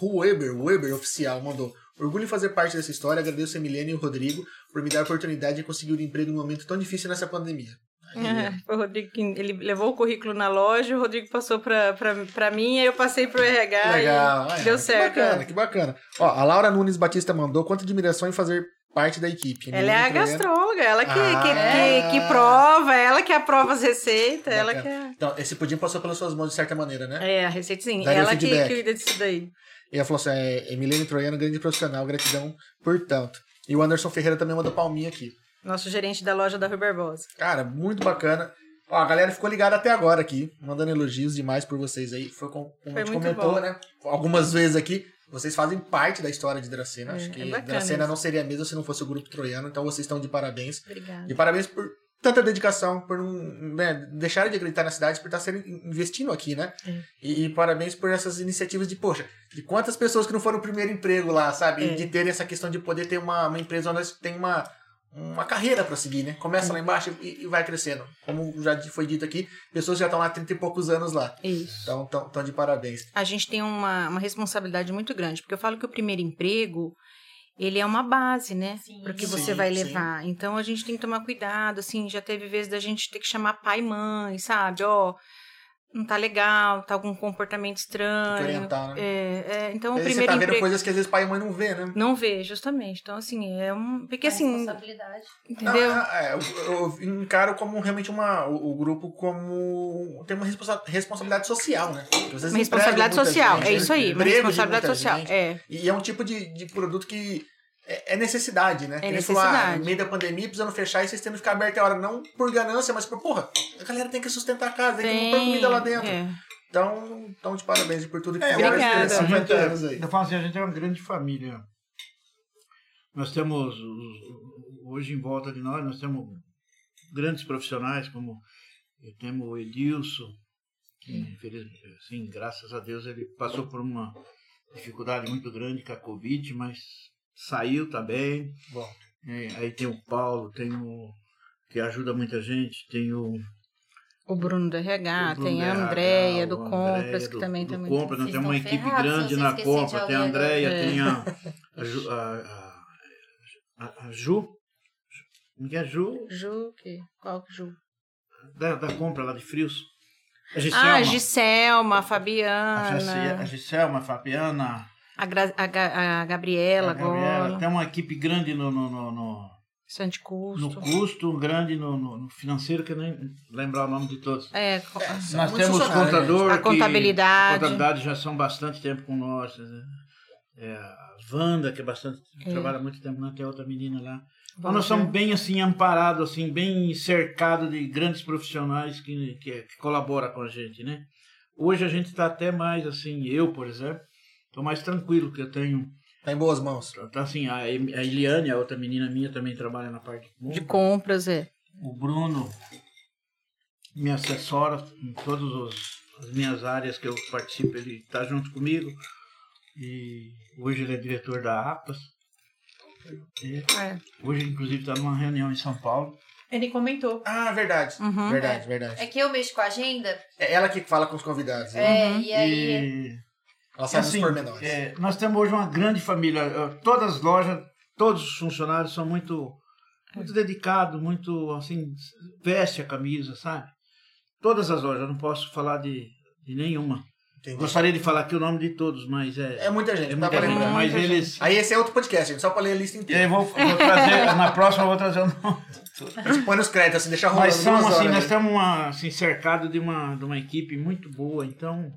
Weber, o Weber oficial, mandou. Orgulho em fazer parte dessa história. Agradeço a Milene e o Rodrigo por me dar a oportunidade de conseguir um emprego num momento tão difícil nessa pandemia. Aí,
É, <laughs> foi o Rodrigo que ele levou o currículo na loja, o Rodrigo passou pra, pra, pra mim, aí eu passei pro RH
Legal.
e
é,
deu
que
certo.
bacana, que bacana. Ó, a Laura Nunes Batista mandou. Quanta admiração em fazer parte da equipe.
Ela é a
Milene Troiano.
gastróloga, ela que, que,
Ah.
que, que prova, ela que aprova as receitas, ela que
Bacana. Então, esse pudim passou pelas suas mãos de certa maneira, né?
é. a receita sim,
Daria o
ela que
feedback.
cuida disso daí.
E ela falou assim: é, Milene Troiano, grande profissional, gratidão por tanto. E o Anderson Ferreira também mandou palminha aqui.
Nosso gerente da loja da Rui Barbosa.
Cara, muito bacana. Ó, a galera ficou ligada até agora aqui, mandando elogios demais por vocês aí. Foi com- como a
Foi
gente
muito
comentou,
bom.
né? Algumas vezes aqui. Vocês fazem parte da história de Dracena. Acho
É,
que
é bacana
Dracena
isso.
não seria a mesma se não fosse o grupo troiano. Então vocês estão de parabéns.
Obrigada.
De parabéns por tanta dedicação, por não né, deixarem de acreditar na cidade, por estar sendo, investindo aqui, né?
É.
E, e parabéns por essas iniciativas de, poxa, de quantas pessoas que não foram o primeiro emprego lá, sabe? E
É.
de terem essa questão de poder ter uma, uma empresa onde tem uma, uma carreira pra seguir, né? Começa lá embaixo e, e vai crescendo. Como já foi dito aqui, pessoas já estão lá há 30 e poucos anos lá.
Isso.
Então, tão, tão de parabéns.
a gente tem uma, uma responsabilidade muito grande, porque eu falo que o primeiro emprego, ele é uma base, né?
Sim.
Para o que
Sim,
você vai
sim.
levar. Então a gente tem que tomar cuidado, assim, já teve vezes da gente ter que chamar pai e mãe, sabe? Ó, não tá legal, tá algum
Tem
comportamento
que
estranho.
orientar, né?
É, é, então
Às
o
vezes você tá
primeiro
vendo
emprego.
coisas que às vezes pai e mãe não vê, né?
Não vê, justamente. Então, assim, é um. Porque assim,
Responsabilidade.
entendeu?
Não, é, eu, eu encaro como realmente uma, o, o grupo como um, tem uma responsa- responsabilidade social, né? Porque vocês
uma responsabilidade
empregam muita
social.
gente,
é
né?
isso aí, uma
Emprego de
responsabilidade
muita
social.
gente.
É.
E é um tipo de, de produto que é, é necessidade, né?
É
Que nem falou, ah,
necessidade.
no meio da pandemia, precisando fechar e vocês tendo que ficar aberto a hora. Não por ganância, mas por, porra, a galera tem que sustentar a casa, tem, que pôr comida lá dentro.
é.
Então, então, de parabéns por tudo que
É,
fizeram
obrigada.
esses
A
50
gente, é-
anos aí.
eu falo assim, a gente é uma grande família. Nós temos, os- hoje em volta de nós, nós temos grandes profissionais, como eu temos o Edilson, que infeliz- assim, graças a Deus ele passou por uma dificuldade muito grande com a Covid, mas saiu também.
Bom.
É, aí tem o Paulo, tem o que ajuda muita gente, tem o
O Bruno do RH,
o Bruno
Ah, tem a
RH,
Andréia do
o
Compras,
Andréia
que
do-
também
do
tá muito.
Compras, né? nós
Vocês
temos uma
estão
equipe
ferrados se
grande
eu
na
esquecer de
compra. Tem a
alguém agora.
Andréia,
É.
tem a, a, Ju, a, a- a- a Ju. Como que é a Ju?
Ju, o quê? Qual que Ju?
Da, da compra lá de frios. A Giselma.
Ah, a Giselma, a
A é. Gice- a
Fabiana,
Giselma, a Fabiana,
a, Gra- a Ga- a Gabriela
a Gabriela. é.
agora,
Tem uma equipe grande no, no, no, no,
Santi
no
Custo.
custo, um grande no, no- no financeiro, que eu nem lembrar o nome de todos.
É, co-
São
Nós
muitos
temos
funcionários, né?
contador.
a
que-
contabilidade.
contabilidade já são bastante tempo com nós. Né? É, a Wanda, que é bastante,
É.
trabalha muito tempo, né? tem outra menina lá. Então, nós somos bem assim, amparados, assim, bem cercados de grandes profissionais que, que, que colaboram com a gente, né? Hoje a gente está até mais assim, eu, por exemplo, estou mais tranquilo, que eu tenho.
Tá em boas mãos.
Tá assim, a, Em- a Eliane, a outra menina minha, também trabalha na parte de
de
compra.
compras, é.
O Bruno me assessora em todas os- as minhas áreas que eu participo, tá ele está junto comigo. E hoje ele é diretor da APAS.
É.
Hoje, inclusive, tá numa reunião em São Paulo.
Ele comentou.
Ah, verdade.
Uhum.
Verdade, verdade.
É que eu mexo com a agenda.
É ela que fala com os convidados. né?
É, e aí.
e
Ela sabe
assim,
os pormenores.
é, nós temos hoje uma grande família. eh, Todas as lojas, todos os funcionários são muito, muito dedicados, muito assim, veste a camisa, sabe? Todas as lojas, eu não posso falar de, de nenhuma.
Entendi.
Gostaria de falar aqui o nome de todos, mas é.
É muita gente,
é
não dá
muita
pra
gente,
lembrar.
mas eles.
Aí esse é outro podcast, gente, só pra ler a lista
E
inteira.
aí vou, vou trazer, na próxima eu vou trazer o nome.
A gente põe nos créditos, assim, deixa rolando
<laughs> É. Mas são,
duas
assim,
horas,
nós
né?
estamos uma, assim, cercados de uma, de uma equipe muito boa, então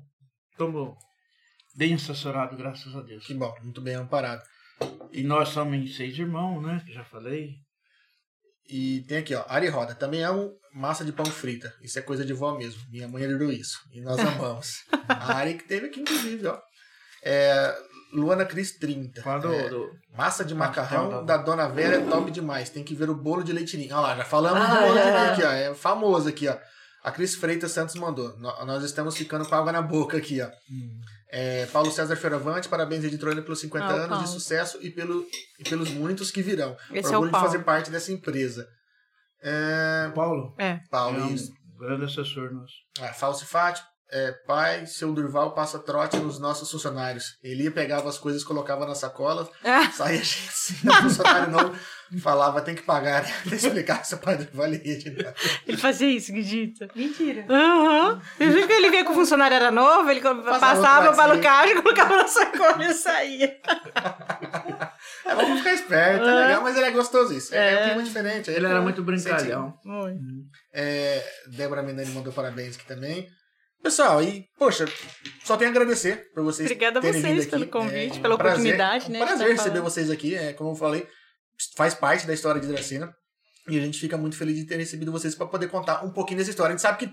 estamos bem assessorados, graças a Deus.
Que bom, muito bem amparado.
E nós somos em seis irmãos, né? Que já falei.
E tem aqui, ó, Ari Roda. Também amo massa de pão frita. Isso é coisa de vó mesmo. Minha mãe herdou isso. E
<laughs>
nós amamos. A Ari que teve aqui, inclusive, ó. É, Luana Cris 30.
Fala do,
É,
do-
massa de
Tá, tá,
macarrão
tá.
da Dona Vera é top demais. Tem que ver o bolo de leitinho. Olha lá, já falamos
Ah,
do bolo de
já.
leite aqui, ó. É famoso aqui, ó. A Cris Freitas Santos mandou. Nó- Nós estamos ficando com água na boca aqui, ó. É, Paulo César Feravante, parabéns, Editrone, pelos 50
Ah, o
anos
Paulo.
de sucesso e, pelo, e pelos muitos que virão.
Esse é
orgulho
o
de
Paulo.
fazer parte dessa empresa. É,
Paulo.
Paulo,
É um
isso.
grande assessor nosso.
Ah, Falsifate, é, pai, seu Durval passa trote nos nossos funcionários. Ele ia, pegava as coisas, colocava na sacola,
<laughs> Ah.
saía <laughs> gente assim, o funcionário novo, falava, tem que pagar. <laughs> Tem que explicar seu pai Durval ele ia de novo.
Ele fazia isso, acredita?
Mentira.
Aham. Sempre que ele via que o funcionário era novo, ele
Passava
passava
outro lado,
para
sim.
o caixa, colocava na sacola e saía.
É, vamos ficar esperto, é legal, mas ele é gostoso isso. É, é um clima diferente.
Ele era muito brincalhão.
Muito.
É, Débora Menani mandou parabéns aqui também. Pessoal, e, poxa, só tenho a agradecer por vocês
Obrigada a
terem vindo
vocês
aqui.
pelo
É,
convite,
um
pela
prazer.
oportunidade,
É um
né? de
Prazer
estar
receber
falando.
vocês aqui, é, como eu falei, faz parte da história de Dracena. E a gente fica muito feliz de ter recebido vocês para poder contar um pouquinho dessa história. A gente sabe que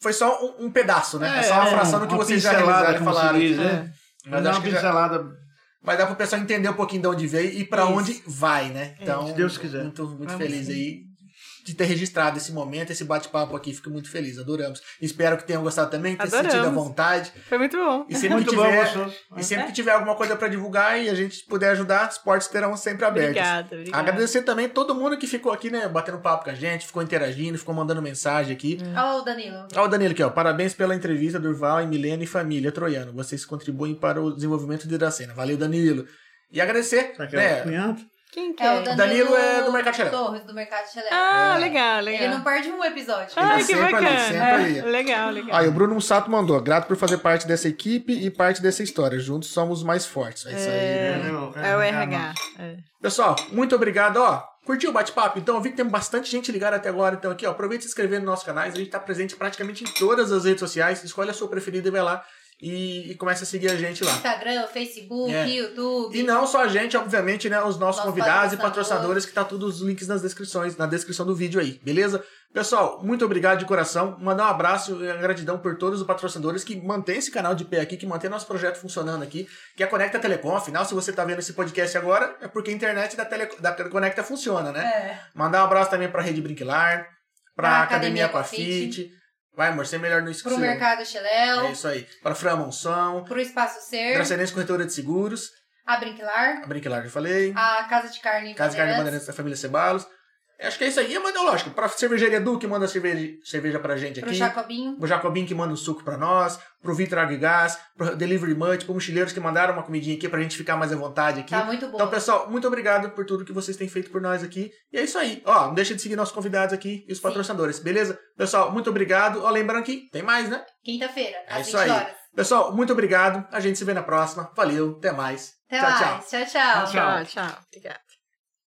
foi só um, um pedaço, né? É, só uma fração do que
uma
vocês já
pincelada,
realizaram e
como se
falaram.
diz,
Então,
É.
né?
Mas
Dá
acho
uma
que já-
pincelada.
Vai dar pro pessoal entender um pouquinho de onde veio e para
Isso.
onde vai, né? Então,
É, Se Deus quiser. Ah,
Muito, muito
Vamos
feliz
sim.
aí de ter registrado esse momento, esse bate-papo aqui. Fico muito feliz, adoramos. Espero que tenham gostado também, que tenham
Adoramos. É.
sentido à vontade.
Foi muito bom.
<laughs>
E sempre, que
Muito bom,
tiver,
gostoso.
e sempre que tiver alguma coisa para divulgar e a gente puder ajudar, as portas terão sempre abertas.
Obrigada, obrigada.
Agradecer também todo mundo que ficou aqui, né, batendo papo com a gente, ficou interagindo, ficou mandando mensagem aqui.
Olha é o Danilo.
Olha o Danilo aqui, ó. Parabéns pela entrevista, Durval e Milena e família Troiano. Vocês contribuem para o desenvolvimento de Iracema. Valeu, Danilo. E agradecer,
Tá aqui, ó,
né?
cunhado.
Quem que
É o Danilo,
é?
Danilo é do Mercado Chalé.
Torres, do Mercado Chalé.
Ah, legal, legal.
Ele não perde um episódio.
Ah.
Ai, que
É. sempre ali,
bacana. É.
sempre ali.
Legal, legal.
Aí o Bruno Sato mandou. Grato por fazer parte dessa equipe e parte dessa história. Juntos somos mais fortes. É isso aí. Bruno.
né, o
É o RH. é.
Pessoal, muito obrigado, ó. Curtiu o bate-papo? Então, eu vi que tem bastante gente ligada até agora. Então, aqui, ó, aproveita e se inscrever nos nossos canais. A gente tá presente praticamente em todas as redes sociais. Escolhe a sua preferida e vai lá e, e começa a seguir a gente lá.
Instagram, Facebook,
É.
YouTube.
E não só a gente, obviamente, né? Os nossos
Nossos
convidados e
patrocinadores.
patrocinadores, que tá todos os links nas descrições, na descrição do vídeo aí, beleza? Pessoal, muito obrigado de coração. Mandar um abraço e uma gratidão por todos os patrocinadores que mantêm esse canal de pé aqui, que mantém nosso projeto funcionando aqui, que é a Conecta Telecom. Afinal, se você tá vendo esse podcast agora, é porque a internet da, Tele... da Conecta funciona, né?
É.
Mandar um abraço também pra Rede Brinquilar, pra,
Pra
Academia,
Academia
com a
Coafit.
Fit. Vai, amor, você é melhor no
Pro
esqueceu.
Mercado Cheléu,
É isso aí. Pra Fran Monção,
pro Espaço Ser,
Dracenense Corretora de Seguros,
a Brinquilar,
a Brinquilar já falei.
a Casa de Carne em
Casa de Carne
Bandeirantes,
Bandeirantes da família Cebalos. Acho que é isso aí. E mandar, lógico, pra cervejaria Du, que manda cerveja, cerveja pra gente
pro
aqui.
Jacobinho,
Pro Jacobinho, que manda um suco pra nós. Pro Vitor Agigás. Pro Delivery Munch. Pro Mochileiros, que mandaram uma comidinha aqui pra gente ficar mais à vontade aqui.
tá muito bom.
Então, pessoal, muito obrigado por tudo que vocês têm feito por nós aqui. E é isso aí. Ó, não deixa de seguir nossos convidados aqui e os patrocinadores, beleza? Pessoal, muito obrigado. Ó, lembrando que tem mais, né?
Quinta-feira,
É
às
isso
20
aí.
horas.
Pessoal, muito obrigado. A gente se vê na próxima. Valeu, até mais.
Até
tchau, tchau.
mais. tchau. tchau.
Tchau, tchau. Obrigada.